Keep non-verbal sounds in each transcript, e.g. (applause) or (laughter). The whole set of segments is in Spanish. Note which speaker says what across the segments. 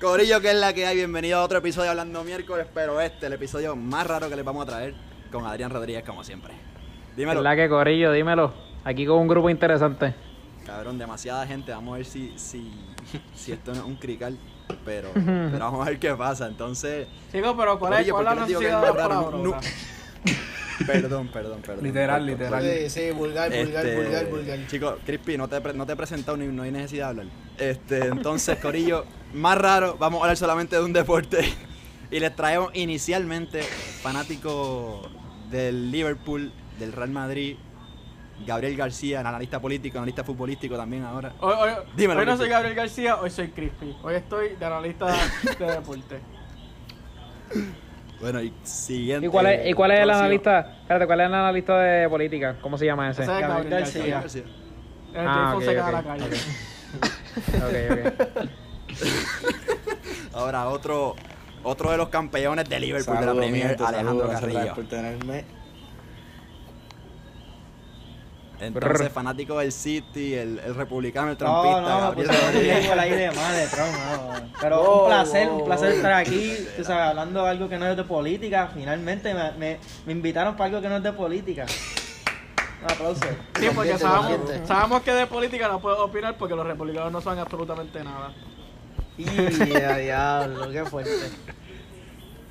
Speaker 1: Corillo, que es la que hay. Bienvenido a otro episodio de Hablando Miércoles, pero este, el episodio más raro que les vamos a traer con Adrián Rodríguez, como siempre. Dímelo.
Speaker 2: ¿Verdad que Corillo? Dímelo. Aquí con un grupo interesante.
Speaker 1: Cabrón, demasiada gente. Vamos a ver si, si, (laughs) si esto no es un crical,
Speaker 3: (laughs)
Speaker 1: pero, pero vamos a ver qué pasa. Entonces,
Speaker 4: Chicos, pero ¿cuál es,
Speaker 1: Corillo,
Speaker 4: cuál
Speaker 1: ¿por
Speaker 4: es la
Speaker 1: qué les digo que es
Speaker 4: necesidad de
Speaker 1: más
Speaker 4: la
Speaker 1: raro?
Speaker 4: palabra?
Speaker 1: No. (laughs) Perdón, perdón, perdón.
Speaker 3: Literal,
Speaker 1: Perdón.
Speaker 3: literal.
Speaker 4: Sí, sí, vulgar, vulgar,
Speaker 1: Este,
Speaker 4: vulgar, vulgar.
Speaker 1: Chicos, Crispy, no te, pre- no te he presentado ni no hay necesidad de hablar. Este, entonces, Corillo, más raro, vamos a hablar solamente de un deporte. Y les traemos inicialmente fanático del Liverpool, del Real Madrid, Gabriel García, analista político, analista futbolístico también ahora.
Speaker 4: Hoy, hoy,
Speaker 1: Dímelo,
Speaker 4: hoy no soy
Speaker 1: Crispy.
Speaker 4: Gabriel García, hoy soy Crispy. Hoy estoy de analista de
Speaker 2: (laughs)
Speaker 4: deporte.
Speaker 1: Bueno, y siguiente.
Speaker 2: ¿Y cuál es, y cuál es el
Speaker 1: conocido-
Speaker 2: analista? Espérate, ¿cuál es el analista de política? ¿Cómo se llama ese?
Speaker 4: Ese es Gabriel
Speaker 1: Gabriel
Speaker 4: García.
Speaker 1: García.
Speaker 4: El
Speaker 2: Ah,
Speaker 4: ah,
Speaker 2: ok,
Speaker 4: Fonseca de la
Speaker 2: ok,
Speaker 4: calle.
Speaker 2: (laughs) Ok,
Speaker 4: (laughs)
Speaker 2: ok.
Speaker 1: Ahora otro otro de los campeones de Liverpool de
Speaker 3: Saludos,
Speaker 1: la Premier,
Speaker 3: miente,
Speaker 1: Alejandro
Speaker 3: saludos, gracias
Speaker 1: Carrillo.
Speaker 3: por tenerme.
Speaker 1: Entonces,
Speaker 2: Brr.
Speaker 1: fanático del City, el, el republicano, el
Speaker 5: No,
Speaker 1: trampista,
Speaker 5: no, me
Speaker 1: Gabriel
Speaker 5: pusieron un
Speaker 1: Rodríguez.
Speaker 5: poco el aire de madre, Trump, no. Pero
Speaker 4: Wow,
Speaker 5: un placer,
Speaker 4: wow,
Speaker 5: un placer
Speaker 4: wow.
Speaker 5: estar aquí, tú sabes, hablando de algo que no es de política. Finalmente me, me, me invitaron para algo que no es de política. Un aplauso.
Speaker 4: Sí, porque
Speaker 5: Ambiente,
Speaker 4: sabemos,
Speaker 5: ambiente.
Speaker 4: sabemos que de política no puedo opinar porque los republicanos no saben absolutamente nada.
Speaker 5: Y a diablo,
Speaker 1: (laughs)
Speaker 5: qué fuerte.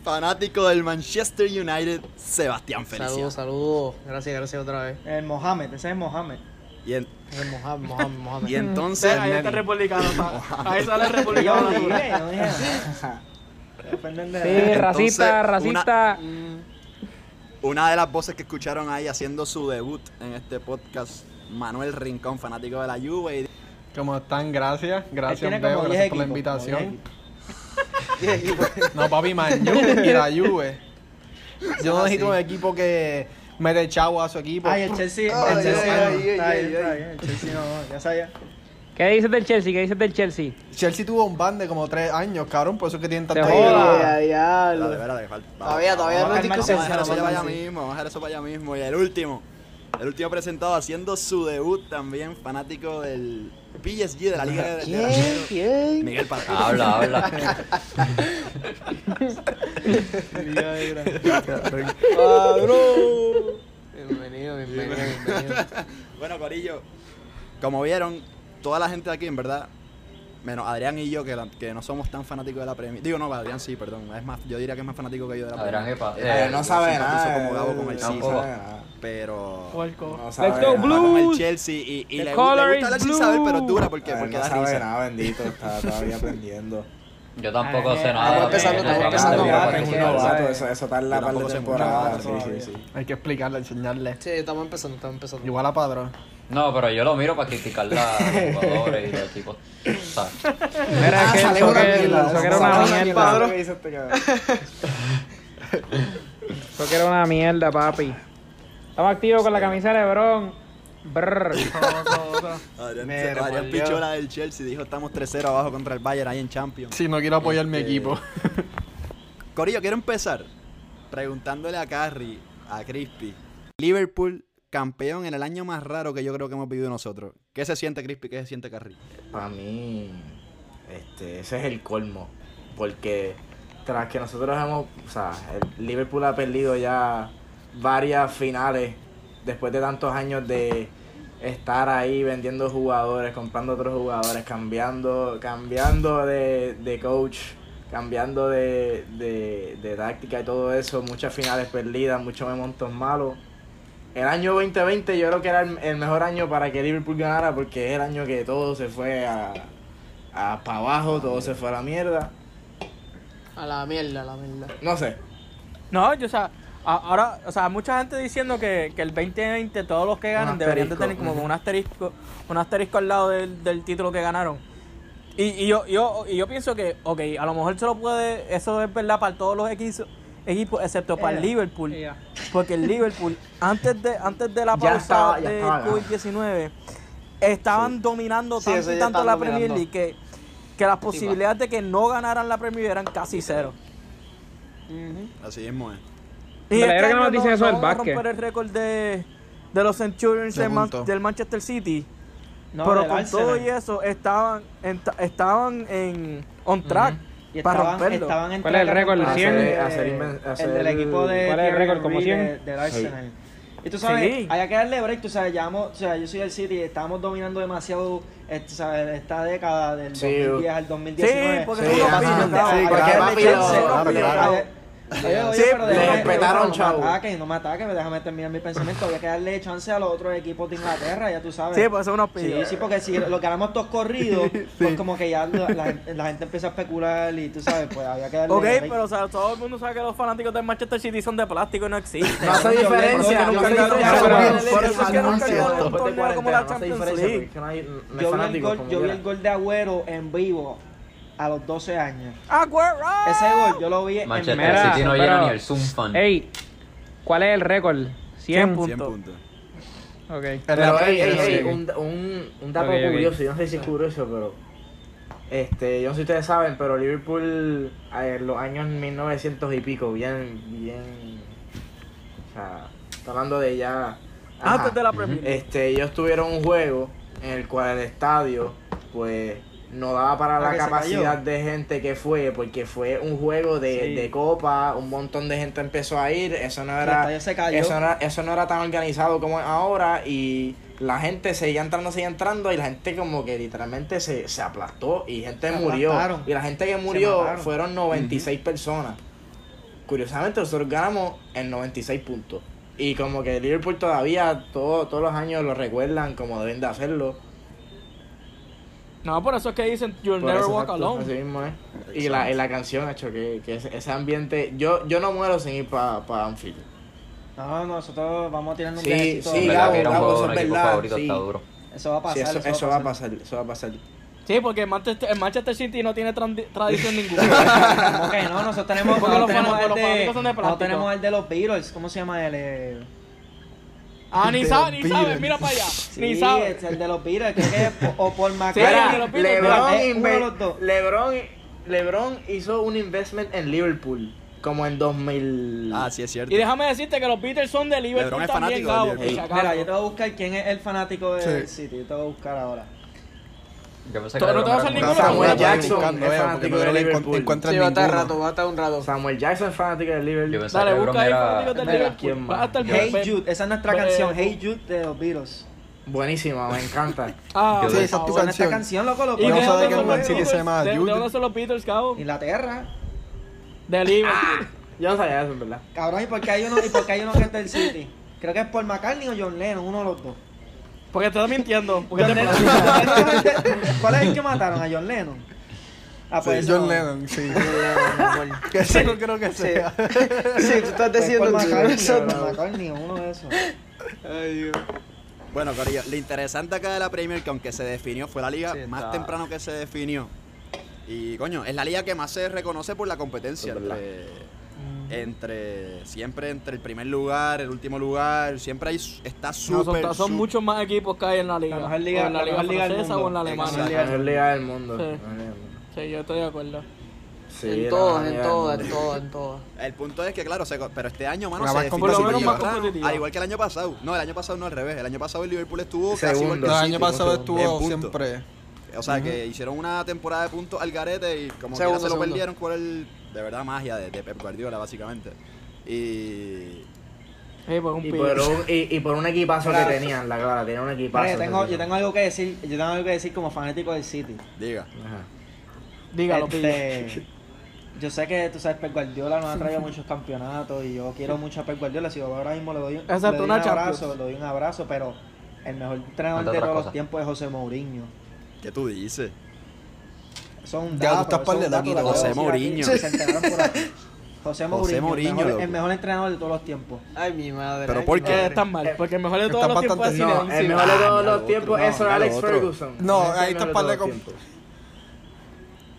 Speaker 1: Fanático del Manchester United, Sebastián Feliciano.
Speaker 6: Saludos, saludos. Gracias, gracias otra vez.
Speaker 5: El Mohamed, ese es Mohamed.
Speaker 1: Y, en-
Speaker 6: Eh, Mohamed, Mohamed, Mohamed.
Speaker 1: y
Speaker 4: Sí,
Speaker 1: entonces,
Speaker 4: ahí está el republicano. sa- Ahí sale el
Speaker 5: Yo
Speaker 4: republicano.
Speaker 5: no dije,
Speaker 4: natural.
Speaker 5: no dije
Speaker 3: (laughs)
Speaker 5: nada. Dependen de
Speaker 2: Sí, racista,
Speaker 1: Entonces, una-
Speaker 2: racista.
Speaker 1: una de las voces que escucharon ahí haciendo su debut en este podcast, Manuel Rincón, fanático de la Juve. y-
Speaker 3: ¿Cómo están? Gracias. Gracias,
Speaker 5: tiene
Speaker 3: Bebo.
Speaker 5: como
Speaker 3: Gracias
Speaker 5: 10
Speaker 3: por la
Speaker 5: equipos, como 10
Speaker 3: invitación. No, papi, Manju y la Juve. Yo no necesito un equipo que me dé chavo a su equipo.
Speaker 5: Ay, el Chelsea,
Speaker 3: Ay,
Speaker 5: el Chelsea
Speaker 3: ay,
Speaker 5: no,
Speaker 3: ay,
Speaker 5: está
Speaker 3: ay,
Speaker 5: bien, está
Speaker 3: ay.
Speaker 5: bien, el Chelsea no, ya sabía.
Speaker 2: ¿Qué dices del Chelsea? ¿Qué dices del Chelsea?
Speaker 3: Chelsea tuvo un ban de como tres años, cabrón, por eso es que tienen
Speaker 2: Se
Speaker 3: tanto
Speaker 2: joda.
Speaker 3: dinero.
Speaker 1: Espérate, espérate, que falta- vamos,
Speaker 6: Todavía, todavía
Speaker 1: vamos a-
Speaker 6: no hay
Speaker 1: Vamos a dejar eso
Speaker 6: discusión.
Speaker 1: para allá mismo, vamos a dejar eso para allá mismo. Y el último, el último presentado haciendo su debut también, fanático del PSG de la Liga de, de la- Miguel Parra.
Speaker 7: Habla, habla.
Speaker 1: (laughs)
Speaker 6: Bienvenido, bienvenido, bienvenido.
Speaker 1: (laughs) Bueno, Corillo, como vieron, toda la gente de aquí, en verdad, menos Adrián y yo, que, la- que no somos tan fanáticos de la Premier. Digo, no, Adrián sí, perdón. Es más, yo diría que es más fanático que yo de la
Speaker 7: Adrián
Speaker 1: Premier.
Speaker 7: es pa-
Speaker 1: Eh,
Speaker 3: Pero
Speaker 1: yo
Speaker 3: no sabe
Speaker 1: simpatizo
Speaker 3: nada.
Speaker 1: como Gabo con el
Speaker 3: no
Speaker 1: City,
Speaker 7: tampoco.
Speaker 3: sabe nada.
Speaker 1: Pero...
Speaker 4: Puerco.
Speaker 3: No sabe
Speaker 2: go,
Speaker 3: nada.
Speaker 2: Blue.
Speaker 1: Con el Chelsea y, y le,
Speaker 2: The
Speaker 1: le gusta
Speaker 2: color is
Speaker 1: hablar sin saber, pero es dura porque,
Speaker 3: Ay,
Speaker 1: porque
Speaker 3: no
Speaker 1: da
Speaker 3: sabe
Speaker 1: risa.
Speaker 3: nada, bendito. Está todavía aprendiendo.
Speaker 7: Yo tampoco sé
Speaker 6: Ah,
Speaker 7: nada.
Speaker 6: voy empezando,
Speaker 7: no sé
Speaker 6: voy
Speaker 7: nada,
Speaker 6: empezando.
Speaker 7: pero
Speaker 6: Ah,
Speaker 3: Es un
Speaker 7: por ejemplo,
Speaker 6: tranquilo,
Speaker 3: novato,
Speaker 5: sabe.
Speaker 3: eso, eso tarda
Speaker 1: Yo
Speaker 3: par de
Speaker 1: tampoco sé mucho
Speaker 3: temporadas.
Speaker 1: nada
Speaker 3: Sí,
Speaker 1: todavía.
Speaker 3: sí, sí. Hay que explicarle, enseñarle.
Speaker 6: Sí, estamos empezando, estamos empezando.
Speaker 3: Igual a Padrón.
Speaker 7: No, pero yo lo miro para criticar la- a los jugadores y los equipos. O sea,
Speaker 2: Mira,
Speaker 4: Ah,
Speaker 2: es que el
Speaker 3: Salió
Speaker 2: soccer, el
Speaker 3: mierda,
Speaker 2: soccer era
Speaker 3: salió una
Speaker 2: una mierda.
Speaker 3: mierda. ¿Qué dice este cabrón?
Speaker 2: El soccer era una mierda, papi. Estamos activos con la camisa de Lebron. Brr.
Speaker 1: Adrián,
Speaker 6: Mira,
Speaker 1: Adrián
Speaker 6: por
Speaker 1: pichó
Speaker 6: Dios.
Speaker 1: la del Chelsea, dijo estamos 3-0 abajo contra el Bayern ahí en Champions.
Speaker 3: Sí, no quiero apoyar mi
Speaker 1: Este, (laughs)
Speaker 8: (laughs)
Speaker 3: equipo.
Speaker 1: Corillo, quiero empezar preguntándole a Carrie, a Crispy. Liverpool, campeón en el año más raro que yo creo que hemos vivido nosotros. ¿Qué se siente Crispy? ¿Qué se siente Carrie?
Speaker 9: Para mí, este, ese es el colmo. Porque tras que nosotros hemos. O sea, el Liverpool ha perdido ya varias finales después de tantos años de estar ahí vendiendo jugadores, comprando otros jugadores, cambiando, cambiando de, de coach, cambiando de, de, de táctica y todo eso, muchas finales perdidas, muchos momentos malos. El año 2020 yo creo que era el, el mejor año para que Liverpool ganara porque es el año que todo se fue a, para abajo, todo se fue a la mierda.
Speaker 6: A la mierda, a la mierda.
Speaker 9: No sé.
Speaker 4: No, yo, o sea, a- ahora, o sea, mucha gente diciendo que, que el 2020 todos los que ganan deberían de tener como un asterisco, un asterisco al lado del, del título que ganaron. Y, y yo, yo, y yo pienso que, ok, a lo mejor se lo puede, eso es verdad para todos los equis- equipos, excepto para el
Speaker 5: Ella,
Speaker 4: Liverpool.
Speaker 5: ella.
Speaker 4: Porque el Liverpool, antes de, antes de la
Speaker 9: Ya
Speaker 4: pausa
Speaker 9: estaba- ya
Speaker 4: del
Speaker 9: estaba ganando.
Speaker 4: COVID-19, estaban dominando
Speaker 6: Sí,
Speaker 4: tanto
Speaker 6: eso
Speaker 4: y
Speaker 6: ya
Speaker 4: tanto
Speaker 6: estaba
Speaker 4: la Premier
Speaker 6: dominando.
Speaker 4: League que, que las posibilidades de que no ganaran la Premier eran casi cero.
Speaker 1: Así mismo es.
Speaker 4: Y
Speaker 2: Me
Speaker 4: este
Speaker 2: alegra que no nos
Speaker 4: año
Speaker 2: dicen eso del
Speaker 4: van a
Speaker 2: básquet.
Speaker 4: romper el récord de, de los Centurions
Speaker 3: De
Speaker 4: del, Man-
Speaker 3: punto.
Speaker 4: del Manchester City.
Speaker 5: No,
Speaker 4: pero
Speaker 5: del
Speaker 4: con todo
Speaker 5: Arsenal.
Speaker 4: y eso estaban en, estaban en on track
Speaker 5: Y
Speaker 4: Para
Speaker 5: estaban,
Speaker 4: romperlo.
Speaker 5: estaban entre
Speaker 2: ¿Cuál es el
Speaker 5: la
Speaker 2: récord?
Speaker 5: competencia
Speaker 2: ¿Cien?
Speaker 5: de-
Speaker 9: Hacer- hacer inven- hacer-
Speaker 5: el del equipo de
Speaker 2: ¿Cuál es el
Speaker 5: Thierry
Speaker 2: récord? ¿Como
Speaker 5: Henry
Speaker 2: cien?
Speaker 5: de- del Arsenal. Y tú sabes,
Speaker 4: Sí.
Speaker 5: hay que darle break, tú sabes, llevamos, o sea, yo soy del City, estábamos dominando demasiado eh, tú sabes, esta década del
Speaker 9: Sí.
Speaker 5: 2010 al 2019.
Speaker 4: Sí, porque
Speaker 9: Sí,
Speaker 4: tú no
Speaker 9: ajá,
Speaker 4: pillas, cabrón.
Speaker 9: sí,
Speaker 5: Hay que
Speaker 9: claro,
Speaker 5: darle
Speaker 9: papi,
Speaker 5: chance.
Speaker 9: lo-
Speaker 5: Oye,
Speaker 9: claro.
Speaker 5: oye, oye,
Speaker 4: Sí,
Speaker 5: pero
Speaker 9: le
Speaker 5: déjame-
Speaker 9: respetaron,
Speaker 5: no me
Speaker 9: chavo.
Speaker 5: ataquen, no me ataquen, déjame terminar mi pensamiento. Había que darle chance a los otros equipos de Inglaterra, ya tú sabes.
Speaker 4: Sí, pues son unos
Speaker 5: Sí,
Speaker 4: pillos.
Speaker 5: sí, porque si lo ganamos todos
Speaker 4: (laughs)
Speaker 5: corridos, pues como que ya la, la gente- la gente empieza a especular y tú sabes, pues había que darle.
Speaker 4: Ok,
Speaker 5: break.
Speaker 4: pero o sea, todo el mundo sabe que los fanáticos del Manchester City son de plástico y no existen.
Speaker 9: (laughs) No hace diferencia.
Speaker 5: Yo
Speaker 9: No
Speaker 5: vi
Speaker 9: hace
Speaker 5: el gol-
Speaker 9: diferencia.
Speaker 2: yo vi el
Speaker 4: gol-
Speaker 9: Por eso es que
Speaker 4: por eso
Speaker 9: nunca
Speaker 4: es que
Speaker 9: ganó
Speaker 4: nunca
Speaker 9: un
Speaker 4: ganó
Speaker 9: torneo
Speaker 4: un
Speaker 9: como la
Speaker 4: torneo
Speaker 9: Champions
Speaker 4: como la
Speaker 9: League. No hay- no hay
Speaker 5: yo, vi el
Speaker 9: fanáticos
Speaker 5: gol,
Speaker 9: como
Speaker 5: yo vi
Speaker 9: quiera.
Speaker 5: el gol de Agüero en vivo a los 12 años.
Speaker 4: ¡Aguero!
Speaker 5: Ese gol yo lo vi en
Speaker 7: Manchester
Speaker 2: Mira,
Speaker 7: City no
Speaker 2: pero-
Speaker 7: llena ni el Zoom fan.
Speaker 2: Ey, ¿cuál es el récord? 100.
Speaker 1: 100
Speaker 4: punto.
Speaker 1: puntos.
Speaker 2: Ok.
Speaker 9: Pero, ey,
Speaker 3: Pero,
Speaker 9: ey, ey,
Speaker 3: sí.
Speaker 9: un, un, un dato
Speaker 2: Ok, ok.
Speaker 9: curioso, yo no sé si es curioso, pero. Este, yo no sé si ustedes saben, pero Liverpool a ver, los años 1900 y pico, bien, bien. O sea, está hablando de ya.
Speaker 2: Ah,
Speaker 9: ajá.
Speaker 4: Ah, Antes de la Premier.
Speaker 9: Este, ellos tuvieron un juego en el cual el estadio, pues, no daba para
Speaker 5: Ah,
Speaker 9: la
Speaker 5: que se
Speaker 9: capacidad
Speaker 5: cayó.
Speaker 9: de gente que fue, porque fue un juego de,
Speaker 5: Sí.
Speaker 9: de copa, un montón de gente empezó a ir, eso no
Speaker 5: El
Speaker 9: era,
Speaker 5: estadio se cayó.
Speaker 9: eso no era, eso no era tan organizado como es ahora y la gente seguía entrando, seguía entrando y la gente como que literalmente se, se aplastó y gente
Speaker 5: Se
Speaker 9: murió
Speaker 5: aplastaron.
Speaker 9: y la gente que
Speaker 5: mataron.
Speaker 9: murió fueron 96 personas. Curiosamente nosotros ganamos en 96 puntos. Y como que Liverpool todavía todo- todos los años lo recuerdan como deben de hacerlo.
Speaker 4: No, por eso es que dicen You'll
Speaker 9: Por
Speaker 4: never
Speaker 9: eso,
Speaker 4: walk
Speaker 9: exacto, así
Speaker 4: alone.
Speaker 9: mismo es. Y la, y la canción, hecho que, que ese, ese ambiente... Yo, yo no muero sin ir para pa Anfield.
Speaker 5: No, nosotros vamos a tirar un
Speaker 9: Sí,
Speaker 5: viajecito.
Speaker 9: sí,
Speaker 7: En verdad
Speaker 9: Gabo,
Speaker 7: que era un
Speaker 9: Gabo,
Speaker 7: juego
Speaker 9: eso
Speaker 7: de un
Speaker 9: es
Speaker 7: equipo
Speaker 9: verdad,
Speaker 7: favorito,
Speaker 9: sí.
Speaker 7: está duro.
Speaker 5: Eso va a pasar. Eh,
Speaker 9: Sí, eso, eso va a pasar, eso va a pasar.
Speaker 4: Sí, porque el Manchester, el Manchester City no tiene tran- tradición ninguna.
Speaker 5: (laughs) ¿Cómo que no? Nosotros tenemos,
Speaker 4: Porque
Speaker 5: nosotros
Speaker 4: los
Speaker 5: tenemos,
Speaker 4: fanáticos-
Speaker 5: el,
Speaker 4: los
Speaker 5: de,
Speaker 4: fanáticos son de
Speaker 5: nosotros
Speaker 4: plástico.
Speaker 5: tenemos el de los Beatles. ¿Cómo se llama el? eh?
Speaker 4: ah, ni
Speaker 3: Te
Speaker 4: sabe, ni
Speaker 3: olvidan.
Speaker 4: sabe, mira para allá. ni
Speaker 5: Sí,
Speaker 4: sabe.
Speaker 5: es el de los Beatles. Creo que es o- o Paul
Speaker 4: Era
Speaker 5: McCartney.
Speaker 4: de los Beatles,
Speaker 9: LeBron,
Speaker 5: ¿verdad? Es eh, uno de
Speaker 9: inve-
Speaker 5: los dos.
Speaker 9: LeBron, LeBron hizo un investment en Liverpool como en 2000.
Speaker 1: Ah, sí, es cierto.
Speaker 4: Y déjame decirte que los Beatles son de Liverpool
Speaker 1: LeBron es
Speaker 4: también,
Speaker 1: fanático
Speaker 4: Gabo.
Speaker 1: del
Speaker 4: por si
Speaker 1: Liverpool.
Speaker 4: acaso.
Speaker 5: Mira, yo te voy a buscar quién es el fanático del City. Yo te voy a buscar ahora.
Speaker 7: Yo pensé
Speaker 4: Todo-
Speaker 7: que
Speaker 4: no te va a
Speaker 7: era
Speaker 4: salir
Speaker 7: como-
Speaker 4: ninguno.
Speaker 9: Samuel
Speaker 3: Samuel
Speaker 9: Jackson
Speaker 3: Jackson
Speaker 9: es
Speaker 3: eh,
Speaker 9: fanático
Speaker 3: porque no
Speaker 9: de
Speaker 3: lo encon-
Speaker 9: Liverpool.
Speaker 3: encuentras
Speaker 6: Sí, va a estar
Speaker 3: ninguno.
Speaker 6: rato, va a estar un rato.
Speaker 9: Samuel Jackson es fanático de
Speaker 7: Yo
Speaker 9: Liverpool.
Speaker 7: pensé que
Speaker 4: Dale,
Speaker 7: LeBron
Speaker 4: busca ahí
Speaker 7: era-
Speaker 4: fanáticos del
Speaker 9: Mira, ¿quién
Speaker 4: Liverpool.
Speaker 9: más?
Speaker 4: Vas hasta el
Speaker 5: Hey
Speaker 4: Pepe.
Speaker 5: Jude, esa es nuestra
Speaker 4: Pero-
Speaker 5: canción, Hey Jude de los Beatles.
Speaker 9: Buenísima, me encanta.
Speaker 4: Ah,
Speaker 7: Yo
Speaker 3: Sí,
Speaker 4: por
Speaker 3: esa es tu
Speaker 4: favor.
Speaker 5: Con esta
Speaker 3: canción.
Speaker 5: canción, loco, lo
Speaker 4: ¿Y
Speaker 3: Pero
Speaker 4: de
Speaker 3: no sabe
Speaker 4: dónde
Speaker 3: que
Speaker 4: son
Speaker 3: el
Speaker 4: los
Speaker 3: Man City
Speaker 4: Beatles?
Speaker 3: se llama
Speaker 4: ¿De- de
Speaker 3: Jude.
Speaker 4: dónde son los Beatles, Gabo?
Speaker 5: Inglaterra.
Speaker 4: De Liverpool.
Speaker 9: Yo no sabía eso, en verdad.
Speaker 5: Cabrón, ¿y por qué hay uno, y por qué hay uno que es del City? Creo que es Paul McCartney o John Lennon, uno de los dos.
Speaker 4: Porque te estás mintiendo. Porque
Speaker 5: John
Speaker 4: te
Speaker 5: Lennon- John Lennon es el de- ¿Cuál es el que mataron? ¿A John Lennon? Ah,
Speaker 3: Sí,
Speaker 5: ese
Speaker 3: John
Speaker 5: no.
Speaker 3: Lennon, sí.
Speaker 6: Amor.
Speaker 3: (laughs) Que ese no creo que sea. (laughs)
Speaker 6: Sí, tú estás
Speaker 5: Pues Paul
Speaker 6: diciendo tú,
Speaker 5: McCartney,
Speaker 6: exacto.
Speaker 5: Paul McCartney, uno de esos.
Speaker 1: Bueno, Corillo, lo interesante acá de la Premier, que aunque se definió, fue la liga
Speaker 6: Sí,
Speaker 1: más
Speaker 6: está.
Speaker 1: temprano que se definió. Y coño, es la liga que más se reconoce por la competencia.
Speaker 9: Es verdad.
Speaker 1: Entre,
Speaker 4: Mm.
Speaker 1: entre- siempre entre el primer lugar, el último lugar, siempre ahí su- está
Speaker 4: No,
Speaker 1: súper.
Speaker 4: son, son
Speaker 1: sup-
Speaker 4: muchos más equipos que hay en la liga.
Speaker 5: La mejor liga-
Speaker 4: o en la,
Speaker 5: la
Speaker 4: liga
Speaker 5: mejor liga del
Speaker 4: francesa
Speaker 5: mundo.
Speaker 4: o en la alemana.
Speaker 9: La mejor liga del mundo.
Speaker 4: Sí.
Speaker 9: La mejor liga del mundo.
Speaker 4: Sí, yo estoy de acuerdo.
Speaker 9: Sí, la
Speaker 6: En todas,
Speaker 9: mejor
Speaker 6: en
Speaker 9: liga del
Speaker 6: todas, en
Speaker 9: mundo.
Speaker 6: todas, en todas.
Speaker 1: El punto es que, claro, se co- pero este año, mano,
Speaker 3: La
Speaker 1: se
Speaker 3: más
Speaker 1: definió
Speaker 3: competitiva. Por
Speaker 1: súper
Speaker 3: lo menos
Speaker 4: más
Speaker 1: temprano,
Speaker 4: competitiva.
Speaker 1: al igual que el año pasado. No, el año pasado no, al revés. El año pasado el Liverpool estuvo casi igual
Speaker 9: Segundo.
Speaker 1: que
Speaker 3: El
Speaker 1: el
Speaker 3: año
Speaker 1: City.
Speaker 3: pasado
Speaker 1: En
Speaker 3: estuvo
Speaker 1: punto.
Speaker 3: siempre.
Speaker 1: O sea, que hicieron una temporada de puntos al garete y como quiera
Speaker 6: Segundo,
Speaker 1: se lo
Speaker 6: segundo.
Speaker 1: perdieron por el, de verdad, magia de, de Pep Guardiola, básicamente. Y...
Speaker 4: Sí, pues un
Speaker 9: Y
Speaker 4: pibe.
Speaker 9: por, un, y, y por un equipazo que
Speaker 5: Claro.
Speaker 9: tenían, la clara, tenían un equipazo.
Speaker 5: Oye, yo tengo,
Speaker 9: ese
Speaker 5: yo tengo algo que decir, yo tengo algo que decir como fanático del City.
Speaker 1: Diga.
Speaker 9: tipo. Ajá.
Speaker 4: Dígalo, pibe.
Speaker 5: Este, yo sé que tú sabes, Pep Guardiola nos ha traído muchos campeonatos y yo quiero mucho a Pep Guardiola. Si yo ahora mismo le doy, un-
Speaker 4: Exacto,
Speaker 5: le doy un
Speaker 4: una Champions.
Speaker 5: abrazo, le doy un abrazo, pero el mejor entrenador
Speaker 7: Ante
Speaker 5: de
Speaker 7: otras
Speaker 5: todos los
Speaker 7: cosas.
Speaker 5: tiempos es José Mourinho.
Speaker 1: ¿Qué tú dices?
Speaker 5: Eso es un
Speaker 3: Ya, tú
Speaker 5: dato.
Speaker 3: estás
Speaker 5: eso es un
Speaker 3: par de
Speaker 5: dato,
Speaker 3: loquito.
Speaker 5: lo
Speaker 1: José
Speaker 5: acabo de decir
Speaker 1: Mourinho.
Speaker 5: aquí, se enteraron por aquí. José Mourinho. el
Speaker 1: Mourinho,
Speaker 5: mejor-
Speaker 1: loco.
Speaker 5: el mejor entrenador de todos los tiempos.
Speaker 6: Ay, mi madre.
Speaker 1: Pero
Speaker 6: ay,
Speaker 1: ¿por
Speaker 6: mi
Speaker 1: qué?
Speaker 4: Eh,
Speaker 6: madre.
Speaker 4: están mal, porque el mejor de
Speaker 3: Está
Speaker 4: todos los
Speaker 3: bastante-
Speaker 4: tiempos es
Speaker 3: no,
Speaker 9: No,
Speaker 4: Zinedine
Speaker 9: el
Speaker 4: Zidane.
Speaker 9: mejor de
Speaker 1: Ah,
Speaker 9: todos
Speaker 1: mira,
Speaker 9: los
Speaker 1: otro.
Speaker 9: tiempos
Speaker 1: No,
Speaker 9: es Sir
Speaker 1: mira,
Speaker 9: Alex
Speaker 1: otro.
Speaker 9: Ferguson.
Speaker 3: No,
Speaker 9: Ese es
Speaker 3: ahí
Speaker 9: el mejor
Speaker 3: estás
Speaker 9: de
Speaker 3: par de
Speaker 9: todos los
Speaker 3: con-
Speaker 9: tiempos.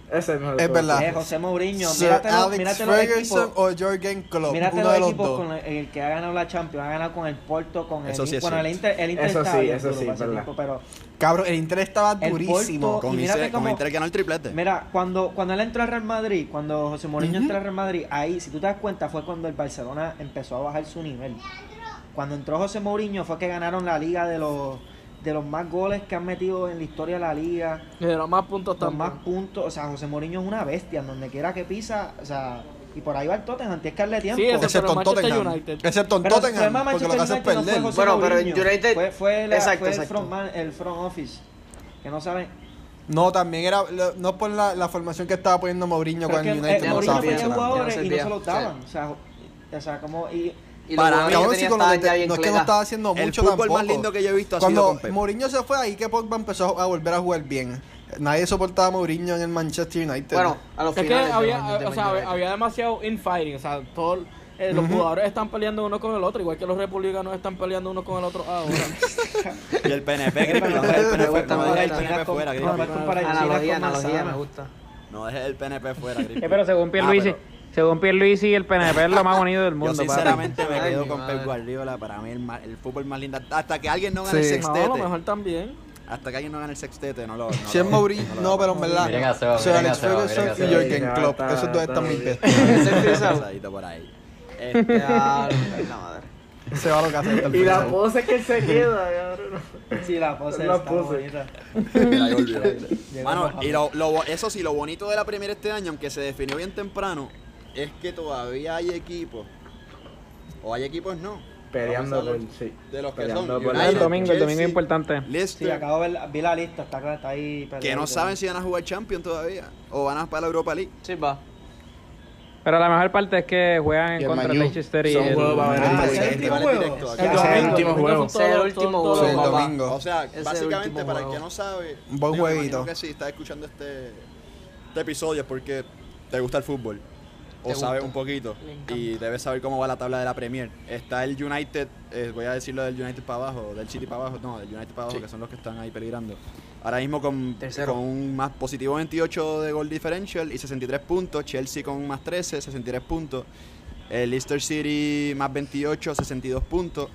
Speaker 9: Ese es el mejor. de
Speaker 3: Es
Speaker 9: todos los
Speaker 3: verdad.
Speaker 5: Eh, José Mourinho.
Speaker 3: Ah, Sir
Speaker 5: mírate los-
Speaker 3: Alex
Speaker 5: mírate los
Speaker 3: Ferguson
Speaker 5: equipos.
Speaker 3: o Jorgen Klopp,
Speaker 5: Mírate
Speaker 3: uno
Speaker 5: los
Speaker 3: de los
Speaker 5: equipos con
Speaker 3: dos.
Speaker 5: el, el que ha ganado la Champions, ha ganado con el Porto, con el
Speaker 1: Eso sí es
Speaker 5: bueno, el
Speaker 1: cierto.
Speaker 5: Inter, el Inter
Speaker 9: Eso
Speaker 5: estaba
Speaker 9: sí,
Speaker 5: bien
Speaker 9: eso
Speaker 5: duro
Speaker 9: sí,
Speaker 5: para ese
Speaker 9: verdad.
Speaker 5: tiempo, pero
Speaker 3: Cabrón, el Inter estaba
Speaker 5: El
Speaker 3: durísimo.
Speaker 5: Porto-
Speaker 1: Con,
Speaker 5: Y mírate
Speaker 1: Inter,
Speaker 5: cómo-
Speaker 1: con Inter ganó el triplete.
Speaker 5: mira, cuando cuando él entró al Real Madrid, cuando José Mourinho entró al Real Madrid, ahí si tú te das cuenta fue cuando el Barcelona empezó a bajar su nivel. Cuando entró José Mourinho fue que ganaron la liga de los de los más goles que han metido en la historia de la liga,
Speaker 4: Y de los más puntos
Speaker 5: los más
Speaker 4: también.
Speaker 5: puntos. O sea, José Mourinho es una bestia, en donde quiera que pisa, o sea, y por ahí va el Tottenham, tienes que darle tiempo.
Speaker 4: Sí, ese-
Speaker 8: Excepto
Speaker 4: pero
Speaker 8: en
Speaker 4: Manchester
Speaker 8: Tottenham.
Speaker 4: United.
Speaker 8: Excepto en
Speaker 5: Pero el problema
Speaker 8: Tottenham,
Speaker 5: de
Speaker 8: porque
Speaker 5: Manchester
Speaker 8: lo que hace
Speaker 5: United no
Speaker 8: es
Speaker 5: fue
Speaker 8: perder.
Speaker 5: José
Speaker 6: Bueno, pero
Speaker 5: Mourinho,
Speaker 6: en United-
Speaker 5: fue, fue, la-
Speaker 6: Exacto,
Speaker 5: fue el
Speaker 6: exacto.
Speaker 5: frontman- el front office, que no saben,
Speaker 8: No, también era. lo- No por la, la formación que estaba poniendo Mourinho
Speaker 5: Pero
Speaker 8: con
Speaker 5: es que,
Speaker 8: el
Speaker 5: eh,
Speaker 8: United. no
Speaker 5: Mourinho
Speaker 8: estaba
Speaker 6: sabía,
Speaker 5: tenía
Speaker 8: funcionando.
Speaker 5: jugadores y no
Speaker 6: sabía.
Speaker 5: se los
Speaker 6: Sí.
Speaker 5: daban. O, sea, o sea, como. Y,
Speaker 6: Y los
Speaker 1: Para
Speaker 6: jugadores
Speaker 1: mí,
Speaker 6: que
Speaker 8: Cabrón,
Speaker 6: tenía
Speaker 8: si con lo
Speaker 6: estaban
Speaker 8: que te-
Speaker 6: ya bien
Speaker 8: no es que no
Speaker 6: cletas.
Speaker 8: estaba haciendo
Speaker 1: El
Speaker 8: mucho
Speaker 1: fútbol
Speaker 8: tampoco.
Speaker 1: más lindo que yo he visto ha sido
Speaker 8: Cuando
Speaker 1: con Pep.
Speaker 8: Mourinho se fue, ahí que Pogba empezó a volver a jugar bien. Nadie soportaba a Mourinho en el Manchester United.
Speaker 6: Bueno, a los
Speaker 4: Es que
Speaker 6: finales.
Speaker 4: había, eh,
Speaker 6: de los
Speaker 4: o sea,
Speaker 6: United.
Speaker 4: había demasiado infighting, o sea, todo, eh, los jugadores están peleando uno con el otro, igual que los republicanos están peleando uno con el otro ahora.
Speaker 1: Y el PNP, Cristo, no dejes el
Speaker 6: Me
Speaker 1: PNP,
Speaker 6: gusta,
Speaker 1: no
Speaker 6: me
Speaker 1: dejes el
Speaker 6: gusta.
Speaker 1: PNP fuera, "Ah, Cristo.
Speaker 6: Analogía, analogía, me gusta.
Speaker 1: No dejes el PNP fuera, Cristo.
Speaker 2: Eh, pero según Pierluisi,
Speaker 1: Ah, pero
Speaker 2: según Pierluisi, el PNP es lo más bonito del mundo.
Speaker 1: Yo
Speaker 2: papi.
Speaker 1: sinceramente me
Speaker 6: Ay,
Speaker 1: quedo
Speaker 6: mi
Speaker 1: con Pep
Speaker 6: madre.
Speaker 1: Guardiola, para mí el, ma- el fútbol más lindo. Hasta que alguien no gane
Speaker 8: Sí.
Speaker 1: el
Speaker 4: No, a lo
Speaker 1: sextete,
Speaker 4: mejor también.
Speaker 1: hasta que alguien no gane el sextete, no lo... no
Speaker 8: si es
Speaker 1: lo-
Speaker 8: Mourinho,
Speaker 1: lo-
Speaker 8: no,
Speaker 1: (laughs)
Speaker 8: pero en
Speaker 7: Miren a Seba,
Speaker 8: verdad, Sir
Speaker 7: miren a
Speaker 8: Alex
Speaker 7: Seba, miren
Speaker 8: Ferguson
Speaker 7: a
Speaker 8: y
Speaker 7: Seba.
Speaker 8: Jürgen Klopp,
Speaker 9: Está-
Speaker 8: esos dos están
Speaker 9: está
Speaker 8: mis
Speaker 9: bien.
Speaker 8: besties.
Speaker 1: (laughs) Pasadito por ahí. Este,
Speaker 6: Ya, la madre.
Speaker 8: (laughs) Se va lo que hace hasta el
Speaker 9: Y la
Speaker 8: final.
Speaker 9: pose que se queda, cabrón.
Speaker 5: Sí, la pose
Speaker 9: La
Speaker 5: está
Speaker 9: pose.
Speaker 5: bonita.
Speaker 1: Mira, ahí volvió. Mano, y lo, lo bo- eso sí, lo bonito de la primera este año, aunque se definió bien temprano, es que todavía hay equipos. O hay equipos no.
Speaker 9: Peleando
Speaker 1: Vamos a
Speaker 9: por.
Speaker 1: hablar
Speaker 9: Sí.
Speaker 1: De los que
Speaker 9: Peleando
Speaker 1: son.
Speaker 9: por
Speaker 2: Ah, el
Speaker 1: United,
Speaker 2: domingo, el domingo
Speaker 1: Chelsea,
Speaker 2: es importante.
Speaker 5: Sí,
Speaker 1: Leicester,
Speaker 5: acabo de ver, vi la lista, está, clara, está ahí.
Speaker 1: que
Speaker 5: peleando.
Speaker 1: no saben si van a jugar Champions todavía. O van a para la Europa League.
Speaker 6: Sí, va.
Speaker 2: Pero la mejor parte es que juegan
Speaker 8: Y
Speaker 2: en
Speaker 8: el
Speaker 2: contra
Speaker 8: Man
Speaker 2: de
Speaker 8: U.
Speaker 2: Leicester y
Speaker 9: Son
Speaker 2: el-
Speaker 9: huevos, va a haber
Speaker 1: Ah,
Speaker 9: el
Speaker 1: ese es el
Speaker 9: directo.
Speaker 1: último
Speaker 5: juego.
Speaker 1: juego.
Speaker 5: Ya,
Speaker 9: Ese es el último
Speaker 4: Domingo son
Speaker 9: juego.
Speaker 6: Ese es el
Speaker 4: todos-
Speaker 6: último
Speaker 4: todos-
Speaker 8: Sí, el
Speaker 6: juego, papá.
Speaker 8: domingo.
Speaker 1: O sea,
Speaker 6: el
Speaker 1: básicamente,
Speaker 6: último
Speaker 1: para el
Speaker 6: juego.
Speaker 1: que no sabe,
Speaker 8: Buen
Speaker 1: yo me imagino
Speaker 8: jueguito.
Speaker 1: que si estás escuchando este, este episodio es porque te gusta el fútbol. O
Speaker 6: Te
Speaker 1: sabes
Speaker 6: gusta.
Speaker 1: un poquito.
Speaker 6: Le encanta.
Speaker 1: Y debes saber cómo va la tabla de la Premier. Está el United, eh, voy a decirlo del United para abajo, del City para abajo, no, del United para abajo, que son los que están ahí peligrando. Ahora mismo con,
Speaker 6: Tercero.
Speaker 1: con un más positivo 28 de goal differential y 63 puntos. Chelsea con un más 13, 63 puntos. El Leicester City más 28, 62 puntos.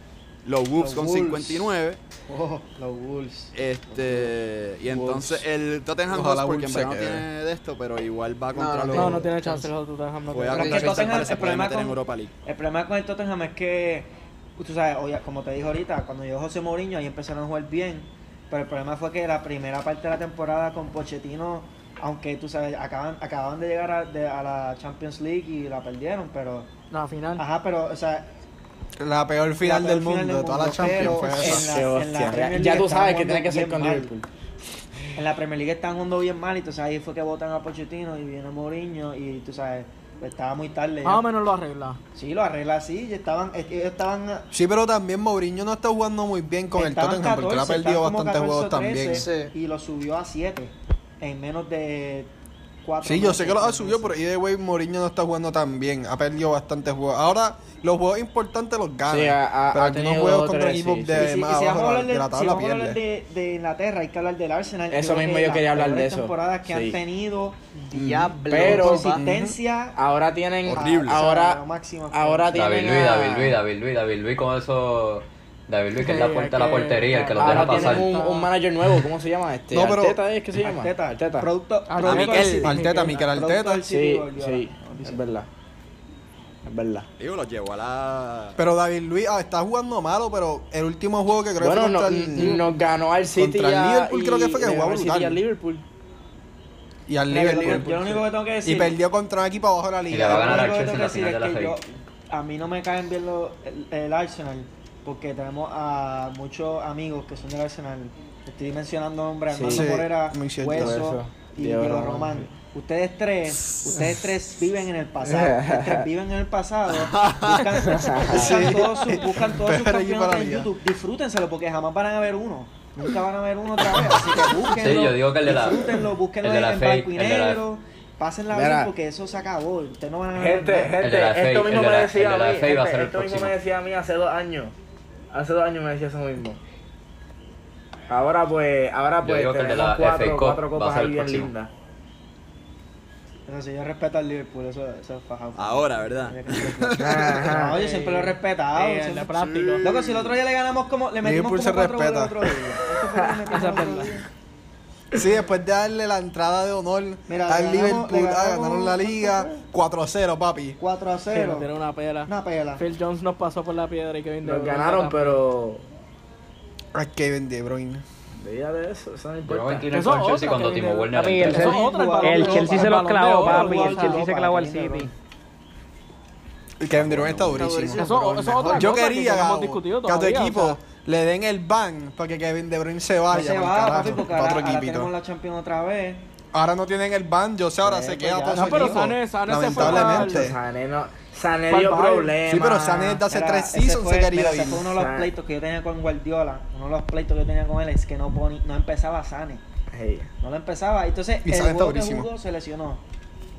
Speaker 1: Los Wolves
Speaker 5: Los
Speaker 1: con
Speaker 5: Wolves.
Speaker 1: 59.
Speaker 5: Oh, los Bulls.
Speaker 1: Este, y entonces el Tottenham
Speaker 8: Ojalá
Speaker 1: Hotspur, que en
Speaker 8: Wolves se
Speaker 1: verdad no
Speaker 8: quede.
Speaker 1: tiene de esto, pero igual va contra
Speaker 6: no
Speaker 1: los...
Speaker 4: No, no tiene chance el Tottenham. No
Speaker 1: Voy a
Speaker 4: tiene-
Speaker 6: Pero
Speaker 1: contra
Speaker 6: es que
Speaker 1: el Tottenham,
Speaker 5: Tottenham-
Speaker 1: se puede
Speaker 5: el problema
Speaker 1: meter en
Speaker 5: con-
Speaker 1: Europa League.
Speaker 5: El problema con el Tottenham es que, tú sabes, oye, como te dije ahorita, cuando llegó José Mourinho ahí empezaron a jugar bien, pero el problema fue que la primera parte de la temporada con Pochettino, aunque tú sabes, acaban, acababan de llegar a, de- a la Champions League y la perdieron, pero...
Speaker 4: La final.
Speaker 5: Ajá, pero, o sea...
Speaker 8: La peor final
Speaker 5: la
Speaker 8: del
Speaker 5: peor final
Speaker 8: mundo de toda la
Speaker 5: mundo,
Speaker 8: Champions fue
Speaker 5: pero
Speaker 8: esa.
Speaker 5: en la- en la
Speaker 9: Hostia,
Speaker 5: Premier
Speaker 9: ya
Speaker 5: League
Speaker 9: tú
Speaker 5: están
Speaker 9: sabes que
Speaker 5: jugando
Speaker 9: tiene que ser
Speaker 5: bien
Speaker 9: con
Speaker 5: mal.
Speaker 9: Liverpool.
Speaker 5: En la Premier League están jugando bien mal, y entonces ahí fue que votan a Pochettino y viene Mourinho y tú sabes, pues, estaba muy tarde.
Speaker 4: Más o
Speaker 5: ya.
Speaker 4: menos lo arregla.
Speaker 5: Sí, lo arregla así, y estaban, est- ellos estaban
Speaker 8: Sí, pero también Mourinho no está jugando muy bien con el
Speaker 5: Estaban
Speaker 8: Tottenham porque le ha
Speaker 5: 14,
Speaker 8: perdido
Speaker 5: estaban como
Speaker 8: bastantes juegos
Speaker 5: 14 o
Speaker 8: también.
Speaker 5: 13,
Speaker 6: Sí.
Speaker 5: Y lo subió a 7 en menos de 4
Speaker 8: Sí, yo sé que lo ha subido, pero either way Mourinho no está jugando tan bien. Ha perdido bastantes juegos. Ahora, los juegos importantes los gana.
Speaker 9: Sí, ha- ha-
Speaker 8: pero
Speaker 9: ha
Speaker 8: algunos
Speaker 9: tenido
Speaker 8: juegos
Speaker 9: dos,
Speaker 8: contra
Speaker 9: tres,
Speaker 8: equipos
Speaker 9: sí, sí.
Speaker 8: de
Speaker 5: y si, y
Speaker 8: más
Speaker 5: si vamos
Speaker 8: abajo
Speaker 5: a
Speaker 8: de la-
Speaker 5: hablar,
Speaker 8: de la
Speaker 5: de, si
Speaker 8: tabla
Speaker 5: vamos a hablar
Speaker 8: pierde.
Speaker 5: de, de Inglaterra, hay que hablar del Arsenal.
Speaker 9: Eso
Speaker 5: Creo
Speaker 9: mismo
Speaker 5: que
Speaker 9: yo
Speaker 5: las
Speaker 9: quería hablar de
Speaker 5: peores
Speaker 9: eso.
Speaker 5: temporadas que
Speaker 9: Sí.
Speaker 5: han tenido
Speaker 6: Diablo.
Speaker 9: Pero-
Speaker 6: papá.
Speaker 5: consistencia
Speaker 9: Ahora tienen.
Speaker 1: Horrible.
Speaker 5: a lo
Speaker 9: Ahora.
Speaker 5: máximo.
Speaker 9: Ahora
Speaker 7: David
Speaker 9: tienen.
Speaker 7: Luis,
Speaker 9: a-
Speaker 7: David Luis, David Luis, David Luis con eso. David Luis, que es la
Speaker 4: Sí,
Speaker 7: puerta de la
Speaker 4: que-
Speaker 7: portería, el que los deja
Speaker 9: Ahora
Speaker 7: pasar.
Speaker 9: tienen un, un manager nuevo. ¿Cómo se llama este?
Speaker 8: No, pero-
Speaker 9: Arteta es que se llama.
Speaker 5: Arteta,
Speaker 9: Arteta.
Speaker 5: Producto,
Speaker 4: Ah,
Speaker 5: producto
Speaker 1: Mikel.
Speaker 5: del City.
Speaker 8: Arteta, Mikel
Speaker 5: Producto
Speaker 8: Arteta.
Speaker 5: del City,
Speaker 9: Sí,
Speaker 5: Guardiola.
Speaker 9: sí. Es verdad. Es verdad.
Speaker 1: Digo, lo llevo a la...
Speaker 8: Pero David Luis ah, está jugando malo, pero el último juego que creo
Speaker 9: Bueno,
Speaker 8: que fue
Speaker 9: no-
Speaker 8: contra el-
Speaker 9: nos ganó al City.
Speaker 8: contra el
Speaker 9: y a-
Speaker 8: Liverpool,
Speaker 9: y-
Speaker 8: creo que fue que
Speaker 9: y
Speaker 8: jugó
Speaker 9: ganó al City
Speaker 8: brutal.
Speaker 9: y al Liverpool.
Speaker 8: y al
Speaker 5: Mira, yo lo-
Speaker 8: Liverpool.
Speaker 5: Yo lo único que tengo que decir.
Speaker 8: Y perdió contra un equipo abajo de la
Speaker 7: le va a
Speaker 8: liga.
Speaker 7: ganar al
Speaker 5: Lo único que
Speaker 7: Chelsea en
Speaker 5: tengo
Speaker 7: la
Speaker 5: que decir
Speaker 7: final
Speaker 5: es
Speaker 7: de
Speaker 5: que
Speaker 7: la
Speaker 5: yo- A mí no me caen bien los- el, el Arsenal porque tenemos a muchos amigos que son del Arsenal. Estoy mencionando nombres,
Speaker 9: Sí.
Speaker 5: Armando
Speaker 8: Sí,
Speaker 5: Morera,
Speaker 8: muy cierto.
Speaker 5: Hueso
Speaker 9: Hueso,
Speaker 5: y
Speaker 9: Diego
Speaker 5: Diego Román.
Speaker 9: Román,
Speaker 5: Ustedes tres, ustedes tres viven en el pasado. Ustedes
Speaker 8: (laughs)
Speaker 5: tres viven en el pasado. Buscan, buscan todos sus, buscan todos sus
Speaker 8: Peor equipo de la
Speaker 5: campeonatos en
Speaker 8: liga.
Speaker 5: YouTube. Disfrútenselo porque jamás van a ver uno. Nunca van a ver uno otra vez. Así que búsquenlo.
Speaker 7: Sí, yo digo que el de la-
Speaker 5: disfrútenlo, búsquenlo
Speaker 7: el de la
Speaker 5: en
Speaker 7: fe-
Speaker 5: blanco y
Speaker 7: el de la-
Speaker 5: negro. Pásenla
Speaker 9: Mira.
Speaker 5: bien porque eso se acabó. Ustedes no van a ver
Speaker 9: Gente,
Speaker 5: nada.
Speaker 7: El de la
Speaker 9: gente,
Speaker 7: FA,
Speaker 9: esto
Speaker 7: el
Speaker 9: mismo
Speaker 7: de
Speaker 9: me
Speaker 7: la-
Speaker 9: decía
Speaker 7: el
Speaker 9: a
Speaker 7: de la
Speaker 9: mí,
Speaker 7: FA va a
Speaker 9: gente,
Speaker 7: ser el
Speaker 9: esto mismo
Speaker 7: próximo.
Speaker 9: me decía a mí hace dos años. Hace dos años me decía eso mismo. Ahora pues, ahora
Speaker 7: Yo
Speaker 9: pues
Speaker 7: digo que el de
Speaker 9: tenemos
Speaker 7: la
Speaker 9: cuatro,
Speaker 7: FA Cup
Speaker 9: cuatro
Speaker 7: va a
Speaker 9: copas
Speaker 7: ser
Speaker 9: ahí
Speaker 7: el
Speaker 9: bien
Speaker 7: próximo.
Speaker 9: lindas.
Speaker 5: Eso sí, yo respeto al Liverpool, eso, eso es fajado.
Speaker 8: Ah, oh.
Speaker 1: Ahora, ¿verdad?
Speaker 8: (laughs)
Speaker 5: No, yo siempre lo he respetado.
Speaker 4: Eh,
Speaker 5: siempre-
Speaker 4: la práctica.
Speaker 5: Loco, si el otro día le ganamos como. Le metimos
Speaker 8: Liverpool
Speaker 5: como
Speaker 8: se
Speaker 5: cuatro goles el
Speaker 8: respeta.
Speaker 5: otro día. Eso fue lo que
Speaker 4: Esa es
Speaker 5: le metimos el otro
Speaker 4: verdad.
Speaker 5: día.
Speaker 8: Sí, después de darle la entrada de honor
Speaker 5: Mira, le
Speaker 8: al
Speaker 5: ganamos- le
Speaker 8: Liverpool, ah,
Speaker 5: ganamos-
Speaker 8: ganaron la liga 4-0, papi.
Speaker 5: 4 a
Speaker 4: Sí, nos
Speaker 5: 0.
Speaker 4: dieron una pela.
Speaker 5: Una pela.
Speaker 4: Phil Jones nos pasó por la piedra y Kevin De
Speaker 9: Nos
Speaker 4: Bruyne
Speaker 9: ganaron,
Speaker 4: también.
Speaker 9: pero
Speaker 8: a Kevin De Bruyne.
Speaker 9: Olvídate de eso, eso no
Speaker 7: Yo me voy a
Speaker 9: importa.
Speaker 7: inclinar
Speaker 4: Eso
Speaker 7: con
Speaker 4: es
Speaker 7: Chelsea
Speaker 4: otra
Speaker 7: cuando
Speaker 4: que
Speaker 7: Timo
Speaker 4: viene-
Speaker 7: Werner
Speaker 2: Papi, el
Speaker 4: Eso
Speaker 7: entre.
Speaker 4: es
Speaker 2: Chelsea,
Speaker 4: otra, el
Speaker 2: el
Speaker 4: balón de
Speaker 2: Chelsea
Speaker 4: oro,
Speaker 2: se los
Speaker 4: el balón de
Speaker 2: clavó,
Speaker 4: oro,
Speaker 2: papi.
Speaker 4: el
Speaker 2: El Chelsea se clavó al
Speaker 5: Tiene
Speaker 2: City.
Speaker 5: razón.
Speaker 8: Y Kevin De Bruyne está durísimo.
Speaker 4: durísimo. Eso-
Speaker 8: pero
Speaker 4: eso
Speaker 8: mejor.
Speaker 4: otra
Speaker 8: Yo
Speaker 4: cosa que
Speaker 8: quería
Speaker 4: no hemos
Speaker 8: Gabo,
Speaker 4: discutido
Speaker 8: que a tu
Speaker 4: todavía, o
Speaker 8: equipo
Speaker 4: sea.
Speaker 8: le den el ban para que Kevin De Bruyne se
Speaker 5: No
Speaker 8: vaya.
Speaker 5: se
Speaker 8: pa'l
Speaker 5: va,
Speaker 8: Ah, carajo,
Speaker 5: papi, porque
Speaker 8: pa'
Speaker 5: ahora,
Speaker 8: otro
Speaker 5: ahora
Speaker 8: equipito.
Speaker 5: tenemos la Champions otra vez.
Speaker 8: Ahora no tienen el ban, yo sé, ahora
Speaker 5: Pues,
Speaker 8: se
Speaker 5: pues, ya.
Speaker 8: queda todo
Speaker 5: No,
Speaker 8: su
Speaker 5: pero
Speaker 8: equipo,
Speaker 4: Sané- Sané se fue
Speaker 8: lamentablemente.
Speaker 9: Sané no. Sané
Speaker 4: Pa'l
Speaker 9: dio
Speaker 4: Bayern.
Speaker 9: problemas.
Speaker 8: sí, pero Sané desde hace
Speaker 5: Mira,
Speaker 8: tres
Speaker 5: ese
Speaker 8: seasons
Speaker 5: fue-
Speaker 8: se
Speaker 5: mira,
Speaker 8: quería ir.
Speaker 5: ese fue uno de los
Speaker 9: Ah.
Speaker 5: pleitos que yo tenía con Guardiola. Uno de los pleitos que yo tenía con él es que no, poni- no empezaba Sane.
Speaker 9: Hey.
Speaker 5: No lo empezaba. Entonces,
Speaker 8: Y
Speaker 5: el
Speaker 8: Sané está
Speaker 5: juego que
Speaker 8: durísimo.
Speaker 5: jugó se lesionó.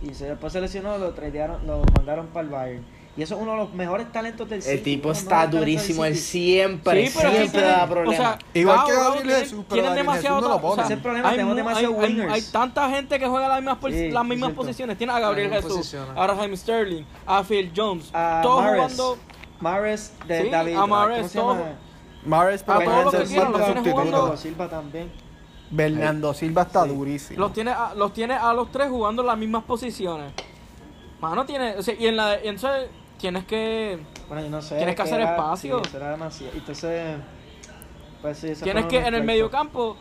Speaker 5: Y se- después se lesionó, lo tradearon, lo mandaron para el Bayern. Y eso es uno de los mejores talentos del City.
Speaker 9: El tipo
Speaker 5: uno de los
Speaker 9: está
Speaker 5: mejores talentos del
Speaker 9: durísimo, él
Speaker 5: City.
Speaker 9: siempre,
Speaker 4: Sí, pero es que
Speaker 9: siempre
Speaker 4: tienen-
Speaker 9: da
Speaker 4: o sea,
Speaker 9: problemas.
Speaker 8: Igual
Speaker 4: Gabo,
Speaker 8: que
Speaker 4: Gabo,
Speaker 8: Gabriel
Speaker 4: tienen-
Speaker 8: Jesús, pero
Speaker 4: tienen
Speaker 8: Gabriel
Speaker 4: demasiado
Speaker 8: Jesús no lo
Speaker 4: otra- o sea,
Speaker 8: ponen. Ese es
Speaker 5: el problema,
Speaker 4: hay
Speaker 5: tenemos
Speaker 4: mu-
Speaker 5: demasiados
Speaker 4: hay- hay-
Speaker 5: wingers.
Speaker 4: hay tanta gente que juega las mismas, pos-
Speaker 5: Sí,
Speaker 4: las mismas
Speaker 5: es cierto.
Speaker 4: posiciones. Tiene a Gabriel
Speaker 6: Las mismas
Speaker 4: Jesús,
Speaker 6: posiciones.
Speaker 4: a Raheem Sterling, a Phil Jones,
Speaker 5: A
Speaker 4: todos
Speaker 5: Ah, Mahrez.
Speaker 4: jugando
Speaker 5: Mahrez de
Speaker 4: Sí,
Speaker 5: David.
Speaker 4: a Mahrez,
Speaker 5: ¿cómo se
Speaker 4: todo.
Speaker 5: llama?
Speaker 8: Mahrez,
Speaker 4: A
Speaker 8: pero
Speaker 4: todos los que
Speaker 8: Bernardo
Speaker 4: quieran,
Speaker 8: Silva
Speaker 4: los
Speaker 8: es
Speaker 4: tienen
Speaker 8: sustituto.
Speaker 4: jugando-
Speaker 5: Bernardo Silva también.
Speaker 8: Bernardo Silva está durísimo.
Speaker 4: Los tiene, a, los tiene a los tres jugando las mismas posiciones. Mano tiene, o sea, y en la y entonces tienes que
Speaker 5: Bueno, yo no sé.
Speaker 4: Tienes que
Speaker 5: es
Speaker 4: hacer
Speaker 5: era-
Speaker 4: espacio.
Speaker 5: sí, eso era demasiado. Entonces, pues sí, ese
Speaker 4: tienes
Speaker 5: fue
Speaker 4: que
Speaker 5: uno de
Speaker 4: en el
Speaker 5: los pleitos.
Speaker 4: mediocampo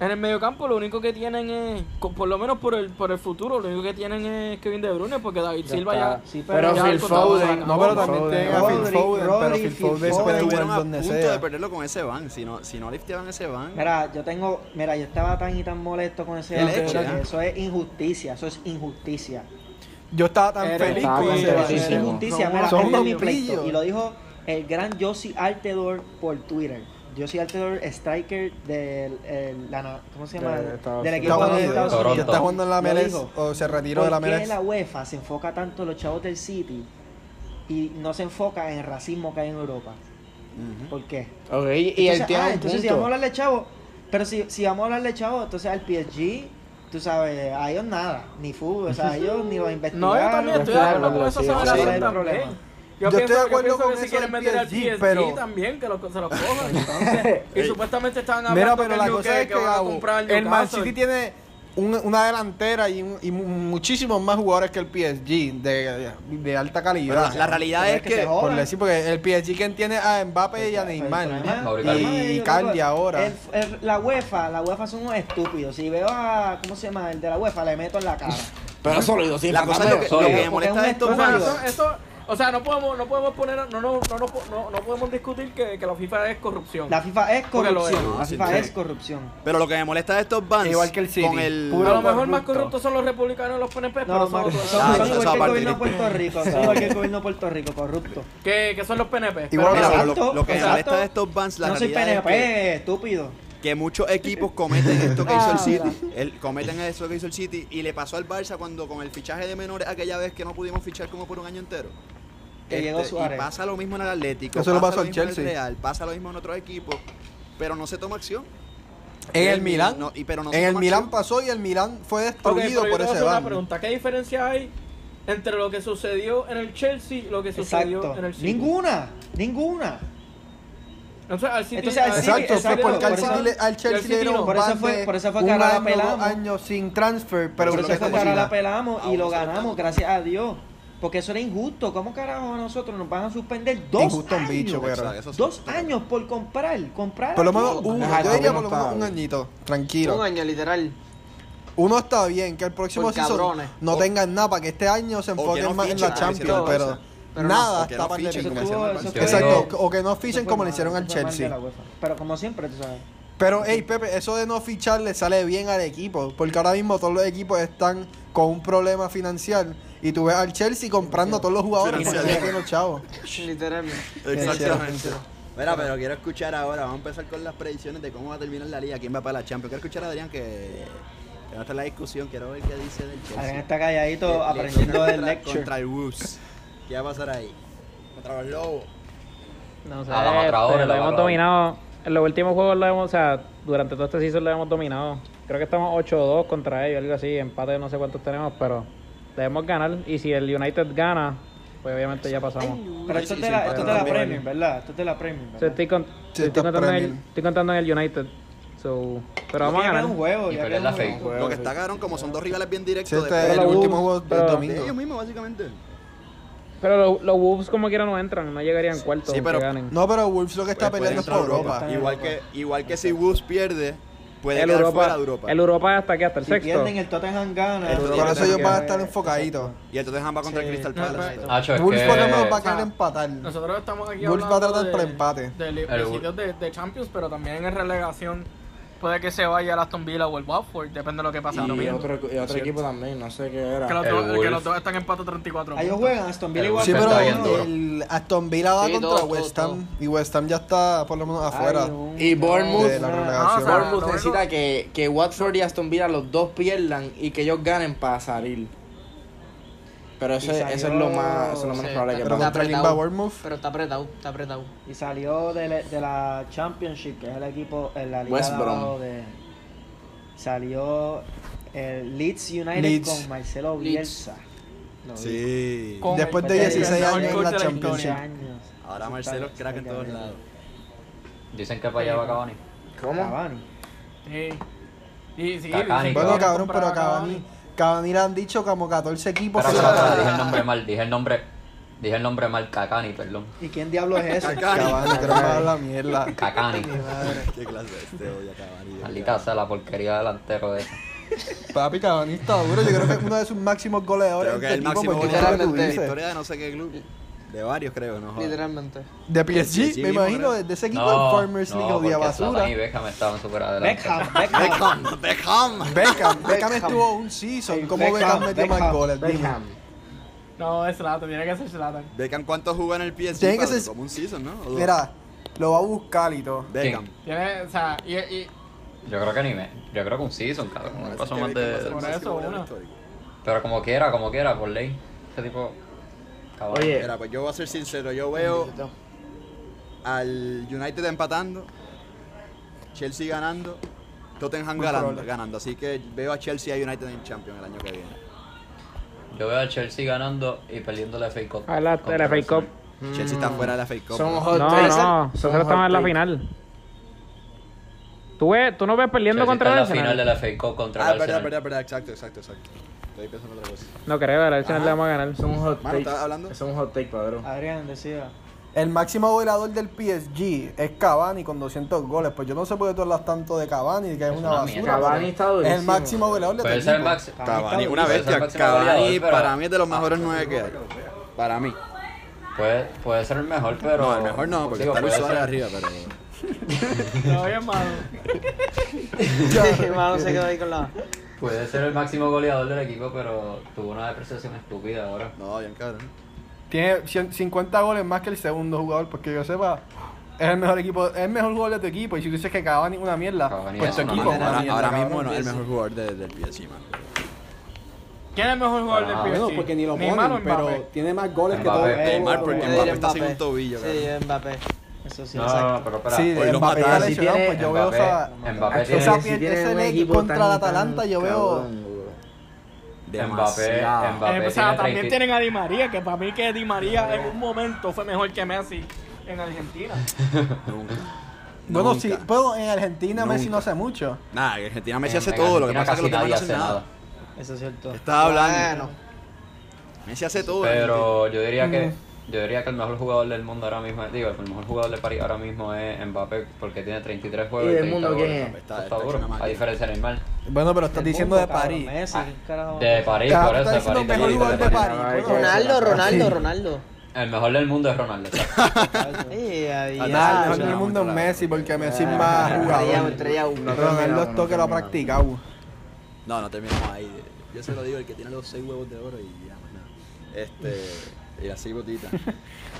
Speaker 4: en el mediocampo lo único que tienen es co- por lo menos por el por el futuro, lo único que tienen es Kevin De Bruyne porque David
Speaker 5: Ya
Speaker 4: Silva
Speaker 5: está.
Speaker 4: ya
Speaker 5: Sí, pero,
Speaker 9: Pero
Speaker 4: ya
Speaker 9: Phil
Speaker 4: el contrato se
Speaker 9: Foden.
Speaker 4: acabó.
Speaker 8: No, pero también
Speaker 9: Foden.
Speaker 8: tienen a Phil
Speaker 5: Rodri,
Speaker 8: Foden, pero
Speaker 5: Rodri, Phil
Speaker 8: Phil Foden
Speaker 5: Foden.
Speaker 8: puede jugar
Speaker 1: Estuvieron a
Speaker 8: donde
Speaker 1: punto
Speaker 8: sea.
Speaker 1: de perderlo con ese van. Si no, si no lifteaban ese van.
Speaker 5: Mira, yo tengo, mira, yo estaba tan y tan molesto con ese
Speaker 1: El
Speaker 5: hombre,
Speaker 1: hecho,
Speaker 5: bro, que
Speaker 1: ya.
Speaker 5: eso es injusticia, eso es injusticia.
Speaker 8: Yo estaba tan
Speaker 4: Eres-
Speaker 8: feliz
Speaker 9: Estaba
Speaker 8: con
Speaker 9: bien
Speaker 8: ese
Speaker 5: Eso
Speaker 8: ban.
Speaker 5: es
Speaker 9: Clarísimo.
Speaker 5: injusticia,
Speaker 4: Son
Speaker 5: mira,
Speaker 8: unos
Speaker 5: este es mi
Speaker 8: pillos.
Speaker 5: pleito. Y lo dijo el gran Josie Altedor por Twitter. Josie Altedor, striker del, el- la na- ¿cómo se llama?
Speaker 9: De Estados
Speaker 5: del
Speaker 9: Unidos.
Speaker 5: equipo de
Speaker 8: Unidos.
Speaker 5: Estados
Speaker 7: Toronto.
Speaker 5: Unidos.
Speaker 8: Y está jugando en la
Speaker 5: Lo
Speaker 8: MLS
Speaker 5: dijo.
Speaker 8: o se retiró de la
Speaker 5: ¿Por qué
Speaker 8: MLS.
Speaker 5: la UEFA se enfoca tanto en los chavos del City y no se enfoca en el racismo que hay en Europa?
Speaker 1: Ujú.
Speaker 5: ¿Por qué?
Speaker 9: Ok, y él
Speaker 5: Entonces,
Speaker 9: tiene
Speaker 5: ah,
Speaker 9: un
Speaker 5: entonces si
Speaker 9: punto.
Speaker 5: vamos a hablarle chavo, pero si, si vamos a hablarle chavo, entonces al PSG, tú sabes, a ellos nada, ni fútbol, o sea, a ellos ni los
Speaker 4: No,
Speaker 5: investigaron.
Speaker 4: yo también estoy de
Speaker 9: Claro,
Speaker 4: acuerdo con
Speaker 9: claro,
Speaker 4: eso,
Speaker 9: sí,
Speaker 4: se
Speaker 9: sí,
Speaker 4: van a
Speaker 5: sí.
Speaker 4: hacer
Speaker 5: No hay
Speaker 4: también.
Speaker 5: problema.
Speaker 4: Yo,
Speaker 8: Yo
Speaker 4: pienso,
Speaker 8: estoy de
Speaker 4: yo
Speaker 8: acuerdo
Speaker 4: pienso
Speaker 8: con
Speaker 4: que si
Speaker 8: eso
Speaker 4: quieren
Speaker 8: del
Speaker 4: meter al
Speaker 8: PSG,
Speaker 4: PSG
Speaker 8: pero-
Speaker 4: también, que lo, se
Speaker 8: (laughs)
Speaker 4: los cojan. entonces. y supuestamente estaban hablando
Speaker 8: Mira,
Speaker 4: que
Speaker 8: pero
Speaker 4: el
Speaker 8: la
Speaker 4: New-
Speaker 8: cosa es que
Speaker 4: van a
Speaker 8: Gabo,
Speaker 4: comprar
Speaker 8: el Man
Speaker 4: Newcastle.
Speaker 8: City tiene un- una delantera y, un- y mu- muchísimos más jugadores que el PSG de, de alta
Speaker 1: Pero
Speaker 8: calidad.
Speaker 1: la, la realidad
Speaker 5: Pero
Speaker 1: es
Speaker 5: es que se
Speaker 1: que.
Speaker 5: joda.
Speaker 8: Por decir, porque el PSG que tiene a Mbappé y a
Speaker 1: Pues,
Speaker 8: Neymar.
Speaker 7: Mauricio
Speaker 8: Y Cardi ahora.
Speaker 5: El- el- la UEFA, la UEFA son unos estúpidos. Si veo a, ¿cómo se llama? El de la UEFA, le meto en la cara.
Speaker 9: Pero sólido, sí,
Speaker 1: La cosa es lo que, lo que me
Speaker 7: Sólido.
Speaker 1: molesta de estos
Speaker 4: O sea, eso,
Speaker 1: fans.
Speaker 4: eso- o sea, no podemos, no podemos poner, no, no, no, no, no- no podemos discutir que, que la FIFA es corrupción.
Speaker 5: La FIFA es
Speaker 4: Porque lo es.
Speaker 5: corrupción. La
Speaker 1: Sí,
Speaker 5: FIFA
Speaker 1: sí.
Speaker 5: es corrupción.
Speaker 1: Pero lo que me molesta de estos bands.
Speaker 8: Igual que el City.
Speaker 1: Con el.
Speaker 4: a lo
Speaker 8: Puro
Speaker 4: mejor más
Speaker 8: corrupto.
Speaker 4: corruptos son los republicanos y los PNP, pero
Speaker 5: No,
Speaker 4: son
Speaker 5: Mario,
Speaker 4: otros.
Speaker 5: son,
Speaker 1: Ah, eso-
Speaker 5: son igual
Speaker 1: eso
Speaker 5: que el
Speaker 1: aparte.
Speaker 5: gobierno de Puerto Rico, son igual que el gobierno de Puerto Rico, corrupto.
Speaker 4: que, que son los PNP.
Speaker 8: Igual
Speaker 1: Mira,
Speaker 8: Exacto,
Speaker 1: pero lo, lo que me
Speaker 5: exacto.
Speaker 1: molesta de estos bands, la
Speaker 5: no soy
Speaker 1: realidad
Speaker 5: PNP,
Speaker 1: es
Speaker 5: estúpido.
Speaker 1: que, que muchos equipos cometen esto que hizo el
Speaker 4: Ah, mira.
Speaker 1: City. El- cometen eso que hizo el City y le pasó al Barça cuando con el fichaje de menores aquella vez que no pudimos fichar como por un año entero. Este,
Speaker 5: Que llegó
Speaker 1: Y
Speaker 5: Suárez.
Speaker 1: pasa lo mismo en el Atlético.
Speaker 8: Eso lo
Speaker 1: pasa
Speaker 8: pasó al
Speaker 1: mismo en el
Speaker 8: Chelsea.
Speaker 1: Real, pasa lo mismo en otros equipos, pero no se toma acción.
Speaker 8: En
Speaker 1: Y
Speaker 8: el Milán.
Speaker 1: no- y- pero no se
Speaker 8: En el
Speaker 1: toma
Speaker 8: Milán
Speaker 1: acción.
Speaker 8: pasó y el Milán fue
Speaker 4: Ok,
Speaker 8: destruido
Speaker 4: pero yo
Speaker 8: por
Speaker 4: te voy a
Speaker 8: ese
Speaker 4: hacer una
Speaker 8: ban.
Speaker 4: pregunta. ¿Qué diferencia hay entre lo que sucedió en el Chelsea y lo que sucedió
Speaker 5: Exacto.
Speaker 4: en el City?
Speaker 5: Ninguna, ninguna.
Speaker 4: Entonces, al City,
Speaker 5: Entonces, al City-
Speaker 8: Exacto, fue
Speaker 5: Ah, exacto,
Speaker 8: porque al
Speaker 5: por
Speaker 8: City
Speaker 5: eso-
Speaker 8: le- al Chelsea le dieron
Speaker 5: por
Speaker 8: por
Speaker 5: eso
Speaker 8: eso
Speaker 5: fue- por eso fue que
Speaker 8: un
Speaker 5: ahora la
Speaker 8: año, dos
Speaker 5: pelamos.
Speaker 8: años sin transfer, pero
Speaker 5: Pero
Speaker 8: con
Speaker 5: eso fue que ahora la
Speaker 8: necesidad.
Speaker 5: pelamos y
Speaker 1: Ahora
Speaker 5: lo
Speaker 1: se la
Speaker 5: ganamos,
Speaker 1: pelamos.
Speaker 5: gracias a Dios. Porque eso era injusto. ¿Cómo carajo a nosotros nos van a suspender dos
Speaker 8: Injusto un
Speaker 5: años?
Speaker 8: bicho, güey.
Speaker 1: Exacto, eso sí.
Speaker 5: Dos años por comprar, comprar.
Speaker 8: Por lo
Speaker 5: aquí.
Speaker 8: menos uno,
Speaker 9: Ajá,
Speaker 8: yo diría
Speaker 9: uno
Speaker 8: por lo menos
Speaker 9: está
Speaker 8: un
Speaker 9: bien.
Speaker 8: añito,
Speaker 6: Un
Speaker 8: tranquilo.
Speaker 6: año, literal.
Speaker 8: Uno está bien, que el próximo
Speaker 6: Por
Speaker 8: season
Speaker 6: cabrones.
Speaker 8: no
Speaker 1: O-
Speaker 8: tengan nada, para que este año se
Speaker 1: o que
Speaker 8: enfoquen
Speaker 1: no
Speaker 8: más en
Speaker 1: fichen,
Speaker 8: la
Speaker 1: ah,
Speaker 8: Champions,
Speaker 1: hicieron
Speaker 8: pero,
Speaker 1: eso.
Speaker 6: Pero
Speaker 8: nada
Speaker 1: no, o que
Speaker 8: está
Speaker 1: no
Speaker 8: para el
Speaker 1: fichen,
Speaker 5: Eso
Speaker 1: como
Speaker 8: Liverpool.
Speaker 1: hacían
Speaker 5: estuvo-
Speaker 1: al
Speaker 5: eso
Speaker 1: Barça.
Speaker 5: fue-
Speaker 8: Exacto,
Speaker 7: Pero-
Speaker 8: o que no
Speaker 5: eso
Speaker 8: fichen
Speaker 5: fue
Speaker 8: como le
Speaker 5: mal,
Speaker 8: hicieron
Speaker 5: eso
Speaker 8: al
Speaker 5: fue mal de
Speaker 8: Chelsea.
Speaker 5: la UEFA. Pero como siempre, tú sabes.
Speaker 8: Pero, hey, Pepe, eso de no fichar le sale bien al equipo. Porque ahora mismo todos los equipos están con un problema financiero. Y tú ves al Chelsea comprando a todos los jugadores porque
Speaker 1: Financiero.
Speaker 8: ya tienen los chavos.
Speaker 6: Literalmente.
Speaker 1: Exactamente. Mira, pero quiero escuchar ahora, vamos a empezar con las predicciones de cómo va a terminar la liga, quién va para la Champions. Quiero escuchar a Adrián que, que no está en la discusión, quiero ver qué dice del Chelsea.
Speaker 5: Adrián está calladito
Speaker 1: Le- le
Speaker 5: aprendiendo
Speaker 1: toca
Speaker 5: del
Speaker 1: contra-
Speaker 5: lecture.
Speaker 1: Contra el Wolves. ¿Qué va a pasar ahí? Contra los Lobos.
Speaker 2: No sé,
Speaker 7: A la matadora,
Speaker 2: este, lo
Speaker 7: la
Speaker 2: hemos
Speaker 7: matadora.
Speaker 2: dominado. En los últimos juegos lo hemos, o sea, durante todo este season lo hemos dominado. Creo que estamos 8-2 contra ellos, algo así, empate no sé cuántos tenemos, pero debemos ganar. Y si el United gana, pues obviamente ya pasamos.
Speaker 5: Pero esto es de la, esto es de la Premier, ¿verdad? Esto es de la Premier.
Speaker 2: So,
Speaker 5: ¿verdad?
Speaker 2: estoy, con- estoy
Speaker 8: está
Speaker 2: contando en el,
Speaker 8: Premier.
Speaker 2: estoy contando en el United. So, pero
Speaker 5: Ya
Speaker 2: vamos a
Speaker 5: queda
Speaker 2: ganar.
Speaker 5: un juego.
Speaker 7: Y
Speaker 5: ya
Speaker 7: perder
Speaker 5: queda un
Speaker 7: la fe.
Speaker 5: juego.
Speaker 1: Lo que está cabrón, como son dos rivales bien
Speaker 8: Sí,
Speaker 1: directos,
Speaker 8: este es
Speaker 1: depende
Speaker 8: el
Speaker 2: Pero-
Speaker 8: último juego del
Speaker 2: pero-
Speaker 1: de ellos
Speaker 8: domingo.
Speaker 1: mismos, básicamente.
Speaker 2: Pero lo- los Wolves como quiera no entran, no llegarían cuartos
Speaker 1: sí,
Speaker 2: aunque
Speaker 1: pero-
Speaker 2: ganen.
Speaker 8: No, pero Wolves lo que está
Speaker 1: Puede
Speaker 8: peleando es por
Speaker 1: entrar
Speaker 8: Europa.
Speaker 1: Igual que, igual que si Wolves pierde, puede
Speaker 2: el
Speaker 1: quedar fuera
Speaker 2: Europa,
Speaker 1: de Europa.
Speaker 2: el Europa hasta que hasta el
Speaker 5: Si
Speaker 2: sexto.
Speaker 5: pierden, el Tottenham gana.
Speaker 1: El Europa
Speaker 8: Por eso ellos
Speaker 1: que-
Speaker 8: van a estar enfocaditos.
Speaker 1: y el Tottenham va contra el
Speaker 5: Sí.
Speaker 1: Crystal
Speaker 5: No,
Speaker 1: Palace.
Speaker 5: pero-
Speaker 7: Nacho, es
Speaker 8: Wolves por lo menos va a
Speaker 4: sea,
Speaker 8: querer empatar.
Speaker 4: Nosotros estamos aquí
Speaker 8: Wolves va a
Speaker 4: hablando
Speaker 8: tratar para
Speaker 4: de-
Speaker 8: empate.
Speaker 4: De, li-
Speaker 7: Pero
Speaker 4: de
Speaker 7: Wolves-
Speaker 4: sitios de, de Champions, pero también en relegación puede que se vaya el Aston Villa o el Watford, depende de lo que pase ahora
Speaker 9: Y
Speaker 4: mismo.
Speaker 9: otro, y otro equipo también, no sé qué era.
Speaker 4: Que los,
Speaker 7: El
Speaker 4: dos, que
Speaker 7: Wolves.
Speaker 4: los dos están en empate 34
Speaker 5: Ellos
Speaker 4: puntos.
Speaker 5: juegan Aston Villa
Speaker 7: El
Speaker 5: igual.
Speaker 8: Sí,
Speaker 7: Wolves
Speaker 8: pero
Speaker 7: está bien duro.
Speaker 8: el Aston Villa va
Speaker 6: Sí,
Speaker 8: contra
Speaker 6: todo, todo,
Speaker 8: West Ham y West Ham ya está por lo menos afuera
Speaker 9: Y Bournemouth.
Speaker 8: de la
Speaker 4: Ah, o sea,
Speaker 8: relegación.
Speaker 9: Bournemouth
Speaker 4: lo
Speaker 9: necesita que, que Watford y Aston Villa los dos pierdan y que ellos ganen para salir. Pero eso,
Speaker 5: Y
Speaker 9: es-
Speaker 5: salió-
Speaker 9: eso es lo más, eso es lo menos
Speaker 6: Sí,
Speaker 9: probable que
Speaker 8: pero
Speaker 9: pase.
Speaker 8: contra el Limba Bournemouth.
Speaker 6: Pero está apretado, está apretado.
Speaker 5: Y salió de, la- de la Championship, que es el equipo en la liga
Speaker 9: West
Speaker 5: de
Speaker 9: Brom.
Speaker 5: abajo de- Salió el Leeds United
Speaker 8: Leeds.
Speaker 5: con Marcelo
Speaker 6: Leeds.
Speaker 5: Bielsa. Lo vi.
Speaker 1: Sí.
Speaker 4: Con
Speaker 8: Después
Speaker 4: el-
Speaker 8: de
Speaker 4: el
Speaker 8: 16
Speaker 4: mejor
Speaker 8: años en
Speaker 4: coach
Speaker 8: la
Speaker 4: de
Speaker 8: Champions.
Speaker 5: Once
Speaker 4: historia.
Speaker 5: años.
Speaker 1: Ahora
Speaker 5: Eso
Speaker 1: Marcelo es
Speaker 5: está-
Speaker 1: crack en
Speaker 5: está
Speaker 1: todos
Speaker 5: cabrón.
Speaker 1: lados.
Speaker 7: Dicen que para allá va Cavani.
Speaker 9: ¿Cómo?
Speaker 5: Cavani.
Speaker 4: Sí. Y, sí, dicen
Speaker 7: Cavani,
Speaker 4: que
Speaker 8: Bueno,
Speaker 7: Cavani.
Speaker 4: quieren
Speaker 8: cabrón,
Speaker 4: comprar
Speaker 8: pero
Speaker 4: a
Speaker 8: Cavani, Cavani le han dicho como 14 equipos.
Speaker 7: Espera,
Speaker 8: que-
Speaker 7: espera, espera, dije el nombre mal, dije el nombre, dije el nombre mal, Cacani, perdón.
Speaker 5: ¿Y quién diablo es ese?
Speaker 8: Cavani, creo que va a la mierda.
Speaker 7: Cacani.
Speaker 1: Qué clase este odia Cavani.
Speaker 7: Maldita sea la porquería delantero de esa.
Speaker 8: Papi, Cavani está duro. Yo creo que es uno de sus máximos goleadores.
Speaker 1: Creo que es
Speaker 8: este
Speaker 1: el
Speaker 8: equipo,
Speaker 1: máximo
Speaker 8: pues, ¿qué
Speaker 1: goleador
Speaker 8: tú
Speaker 1: de la
Speaker 8: dices?
Speaker 1: historia de no sé qué club. De varios, creo, ¿no? jodas.
Speaker 6: Literalmente.
Speaker 8: De PSG,
Speaker 1: Sí,
Speaker 8: me
Speaker 1: mismo,
Speaker 8: imagino,
Speaker 1: creo.
Speaker 8: de ese equipo de Farmers League
Speaker 7: no,
Speaker 8: odia
Speaker 7: porque
Speaker 8: basura.
Speaker 7: Zlatan y Beckham estaban súper adelante.
Speaker 5: Beckham, Beckham.
Speaker 1: Beckham, Beckham.
Speaker 8: Beckham, Beckham estuvo un season. ¿Cómo Beckham, metió más goles? Dime.
Speaker 5: Beckham.
Speaker 4: Cavani. No, es Zlatan, tiene que ser Zlatan.
Speaker 1: Beckham, ¿cuánto jugó en el PSG?
Speaker 8: Tiene que
Speaker 1: Pablo?
Speaker 8: ser-
Speaker 1: Como un season, ¿no? O dos.
Speaker 8: Mira, lo va a buscar y todo.
Speaker 1: Beckham.
Speaker 4: Tiene, o sea, y, y
Speaker 7: Yo creo que ni me, yo creo que un season, cabrón. No pasó más
Speaker 4: Por
Speaker 7: de,
Speaker 4: eso, uno.
Speaker 7: pero como quiera, como quiera, por ley. Ese tipo, cabrón.
Speaker 9: Oye,
Speaker 1: Mira, pues yo voy a ser sincero. Yo veo al United empatando, Chelsea ganando, Tottenham ganando, ganando. Así que veo a Chelsea y a United en Champions el año que viene.
Speaker 7: yo veo a Chelsea ganando y perdiendo la FA Cup.
Speaker 2: Ah, la-
Speaker 7: Contra
Speaker 2: la FA Cup.
Speaker 7: Arsenal.
Speaker 1: Chelsea está fuera de la FA Cup.
Speaker 9: somos
Speaker 1: ¿no?
Speaker 8: Oh,
Speaker 9: hot
Speaker 2: No,
Speaker 9: takes.
Speaker 2: no,
Speaker 9: Somos
Speaker 2: nosotros
Speaker 9: hot
Speaker 2: estamos en la
Speaker 9: takes.
Speaker 2: final. Tú, ves, tú no ves perdiendo
Speaker 7: Chelsea
Speaker 2: contra el
Speaker 7: está en la final de
Speaker 2: Arsenal.
Speaker 7: la FA Cup contra
Speaker 1: Ah,
Speaker 7: el
Speaker 1: verdad,
Speaker 7: Arsenal.
Speaker 1: verdad, verdad. Exacto, exacto, exacto. Estoy pensando en otra cosa.
Speaker 2: No creo, el Arsenal
Speaker 5: Ah.
Speaker 2: le vamos a ganar.
Speaker 9: Somos
Speaker 1: Mano,
Speaker 9: hot takes.
Speaker 1: ¿estás hablando?
Speaker 9: Somos hot take, padrón.
Speaker 5: Adrián, decía.
Speaker 8: El máximo goleador del PSG es Cavani con 200 goles. Pues yo no sé por qué tú hablas tanto de Cavani, que es,
Speaker 7: Es
Speaker 8: una
Speaker 7: una
Speaker 8: basura.
Speaker 7: mierda.
Speaker 9: Cavani está
Speaker 8: pero
Speaker 9: durísimo.
Speaker 8: Es el máximo goleador de tu
Speaker 7: Puede ser el
Speaker 8: equipo.
Speaker 7: Max.
Speaker 1: Cavani,
Speaker 5: está
Speaker 1: una
Speaker 7: durísimo,
Speaker 1: bestia.
Speaker 7: es el máximo
Speaker 1: Cavani
Speaker 7: goleador, pero-
Speaker 1: para mí es de los mejores nueve que hay. Para mí.
Speaker 7: Puede, puede ser el mejor, pero.
Speaker 1: No, el mejor no, porque
Speaker 7: digo,
Speaker 1: está Luis
Speaker 7: puede
Speaker 1: Suárez
Speaker 7: ser-
Speaker 1: arriba, pero...
Speaker 4: no es malo.
Speaker 6: Sí, mano, se quedó ahí con la.
Speaker 7: Puede ser el máximo goleador del equipo, pero tuvo una depreciación estúpida ahora.
Speaker 1: No, bien cabrón.
Speaker 8: Tiene 100 50 goles más que el segundo jugador, porque yo sepa, es el mejor equipo, es el mejor jugador de tu equipo. Y si tú dices que Cavani es una mierda,
Speaker 7: Cavani
Speaker 8: pues
Speaker 7: es
Speaker 8: tu
Speaker 7: una
Speaker 8: equipo es
Speaker 1: Ahora,
Speaker 8: una mierda.
Speaker 1: ahora
Speaker 8: cabrón.
Speaker 1: mismo no es el mejor jugador de- del PSG, mano.
Speaker 4: ¿Quién es el mejor jugador
Speaker 7: Ah,
Speaker 4: del PSG?
Speaker 10: Bueno, porque ni lo
Speaker 4: mi hermano
Speaker 10: ponen,
Speaker 4: Eh,
Speaker 10: pero tiene más goles que
Speaker 7: Mbappé.
Speaker 10: todo.
Speaker 1: Neymar,
Speaker 10: todo-
Speaker 1: porque
Speaker 10: todo-
Speaker 6: Yo
Speaker 1: Mbappé
Speaker 6: diría
Speaker 1: está sin
Speaker 6: Mbappé.
Speaker 1: un tobillo,
Speaker 6: Sí,
Speaker 1: cabrón.
Speaker 6: Mbappé. Eso sí,
Speaker 7: No,
Speaker 6: exacto.
Speaker 7: no, no, pero espera.
Speaker 8: Sí,
Speaker 1: Hoy los
Speaker 8: Mbappé está
Speaker 1: mataron.
Speaker 8: lesionado,
Speaker 9: Si
Speaker 8: pues yo veo esa,
Speaker 7: Mbappé, Mbappé
Speaker 8: esa
Speaker 7: tiene-
Speaker 8: pier- ese leg contra el Atalanta, yo veo...
Speaker 7: Mbappé,
Speaker 1: Demasiado.
Speaker 7: Mbappé
Speaker 4: Eh, o sea,
Speaker 7: tiene
Speaker 4: también
Speaker 7: 30
Speaker 4: tienen a Di María, que para mí que Di María en un momento fue mejor que Messi en Argentina.
Speaker 8: Bueno,
Speaker 1: Nunca.
Speaker 8: sí, pero en Argentina Messi no
Speaker 1: Nunca.
Speaker 8: hace mucho.
Speaker 1: Nada, que Argentina Messi hace
Speaker 7: En
Speaker 1: todo, lo que
Speaker 7: Argentina
Speaker 1: pasa es que los
Speaker 7: casi
Speaker 1: demás no
Speaker 7: nadie
Speaker 1: hacen
Speaker 7: hace
Speaker 1: nada.
Speaker 7: nada.
Speaker 5: Eso es cierto.
Speaker 1: Estaba hablando.
Speaker 6: Bueno,
Speaker 1: Messi hace todo.
Speaker 7: Pero yo diría que
Speaker 4: Mm.
Speaker 7: yo diría que el mejor jugador del mundo ahora mismo, digo, el mejor jugador de París ahora mismo es Mbappé porque tiene 33 juegos
Speaker 9: ¿Y
Speaker 7: y,
Speaker 9: del
Speaker 7: 30
Speaker 9: mundo quién
Speaker 7: goles.
Speaker 9: es?
Speaker 7: Está,
Speaker 1: Está hecho
Speaker 7: duro,
Speaker 1: una máquina.
Speaker 7: a diferencia de Neymar.
Speaker 8: Bueno, pero estás
Speaker 5: El
Speaker 8: diciendo
Speaker 5: mundo,
Speaker 8: de
Speaker 5: cabrón,
Speaker 8: París. Ah,
Speaker 5: Messi, ¿qué carajo?
Speaker 7: De París,
Speaker 8: Claro,
Speaker 7: por eso,
Speaker 8: estás
Speaker 7: de
Speaker 8: diciendo
Speaker 7: París.
Speaker 8: mejor
Speaker 7: de
Speaker 8: jugador de
Speaker 7: París.
Speaker 8: París.
Speaker 9: Ay,
Speaker 8: Bueno,
Speaker 6: Ronaldo, Ronaldo, Ronaldo.
Speaker 7: El mejor del mundo es Ronaldo. exacto.
Speaker 6: Sí, ahí
Speaker 1: Ah,
Speaker 8: Nada,
Speaker 1: nada,
Speaker 8: el
Speaker 6: ya.
Speaker 8: pues. mejor
Speaker 1: no,
Speaker 8: del
Speaker 1: no,
Speaker 8: mundo es
Speaker 1: no,
Speaker 8: Messi,
Speaker 1: no,
Speaker 8: porque Messi es
Speaker 9: no,
Speaker 8: más
Speaker 9: no,
Speaker 6: Estrella,
Speaker 8: jugador. pues.
Speaker 6: estrella uno.
Speaker 8: Ronaldo es todo que lo ha practicado.
Speaker 1: No, no terminamos ahí. Yo se lo digo, el que tiene los seis huevos de oro y ya, más nada. Este. Y así
Speaker 8: (laughs)
Speaker 1: botita.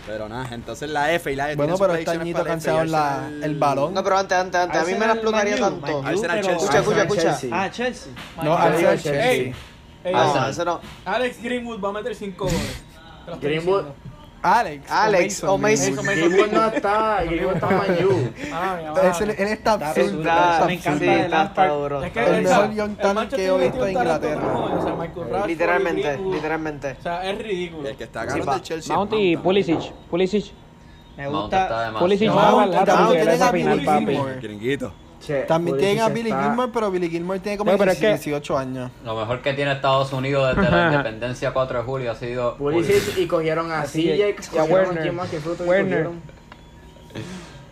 Speaker 1: Pero nada, entonces la F y la E.
Speaker 8: Bueno,
Speaker 1: tienen sus
Speaker 8: pero está
Speaker 1: predicciones
Speaker 8: Ñito
Speaker 1: para la F y
Speaker 8: cansado la-
Speaker 1: Arsenal-
Speaker 8: el balón.
Speaker 6: No, pero antes, antes, antes. A mí me la explotaría tanto.
Speaker 1: Man U. Arsenal,
Speaker 5: pero-
Speaker 1: Chelsea.
Speaker 6: Escucha, escucha,
Speaker 9: Arsenal,
Speaker 6: escucha.
Speaker 5: Ah, Chelsea.
Speaker 9: Yo
Speaker 8: No,
Speaker 9: digo
Speaker 8: Arsenal
Speaker 9: Chelsea.
Speaker 8: Chelsea.
Speaker 4: Ey,
Speaker 6: No,
Speaker 7: Arsenal.
Speaker 6: eso no.
Speaker 4: Alex Greenwood va a meter 5 goles. Te lo estoy
Speaker 9: Greenwood.
Speaker 4: diciendo.
Speaker 8: Alex.
Speaker 6: Alex, o Mason.
Speaker 4: Eso me
Speaker 9: Greenwood no
Speaker 4: sorprende.
Speaker 9: está, Greenwood está en Man U.
Speaker 4: Ah, mira,
Speaker 8: Ese-
Speaker 4: vale.
Speaker 8: Él está
Speaker 5: Está
Speaker 8: absurdo.
Speaker 6: Está,
Speaker 2: Ah,
Speaker 5: Me
Speaker 6: sí,
Speaker 5: encanta
Speaker 6: está,
Speaker 5: el
Speaker 6: está
Speaker 5: Lampard.
Speaker 6: duro.
Speaker 4: Es que
Speaker 8: el mejor
Speaker 4: Sa-
Speaker 8: young
Speaker 4: el
Speaker 8: talent
Speaker 4: Manchester
Speaker 8: que hoy
Speaker 4: United
Speaker 8: está en
Speaker 4: tiene un talento
Speaker 8: Inglaterra.
Speaker 4: como él, o sea, Michael Rashford,
Speaker 6: Literalmente,
Speaker 4: Greenwood.
Speaker 6: literalmente.
Speaker 4: O sea, es ridículo.
Speaker 1: El que está ganando
Speaker 6: pa.
Speaker 1: el Chelsea.
Speaker 2: Mount
Speaker 1: es
Speaker 2: y
Speaker 1: Mount,
Speaker 2: Pulisic, Pulisic.
Speaker 5: Me
Speaker 7: Mount está
Speaker 5: gusta.
Speaker 7: demasiado.
Speaker 2: Pulisic
Speaker 8: No,
Speaker 2: va a
Speaker 8: Mount,
Speaker 2: bajar
Speaker 8: Mount
Speaker 2: porque
Speaker 8: tiene
Speaker 2: esa
Speaker 8: que
Speaker 2: final,
Speaker 8: habilidad,
Speaker 2: papi.
Speaker 8: Mount.
Speaker 1: ¿no? Chiringuito.
Speaker 8: También tienen a Billy
Speaker 9: Gilmore
Speaker 8: Gilmore, pero Billy Gilmore tiene como
Speaker 2: No, pero es
Speaker 8: 18,
Speaker 2: que-
Speaker 8: años.
Speaker 7: Lo mejor que tiene Estados Unidos
Speaker 4: (laughs)
Speaker 7: desde la independencia 4 de julio ha sido.
Speaker 9: Pulisic y cogieron a CJ,
Speaker 2: y a
Speaker 9: cogieron
Speaker 2: Werner.
Speaker 9: a quién más que fruto
Speaker 8: eh.
Speaker 9: y
Speaker 2: Werner.
Speaker 9: cogieron.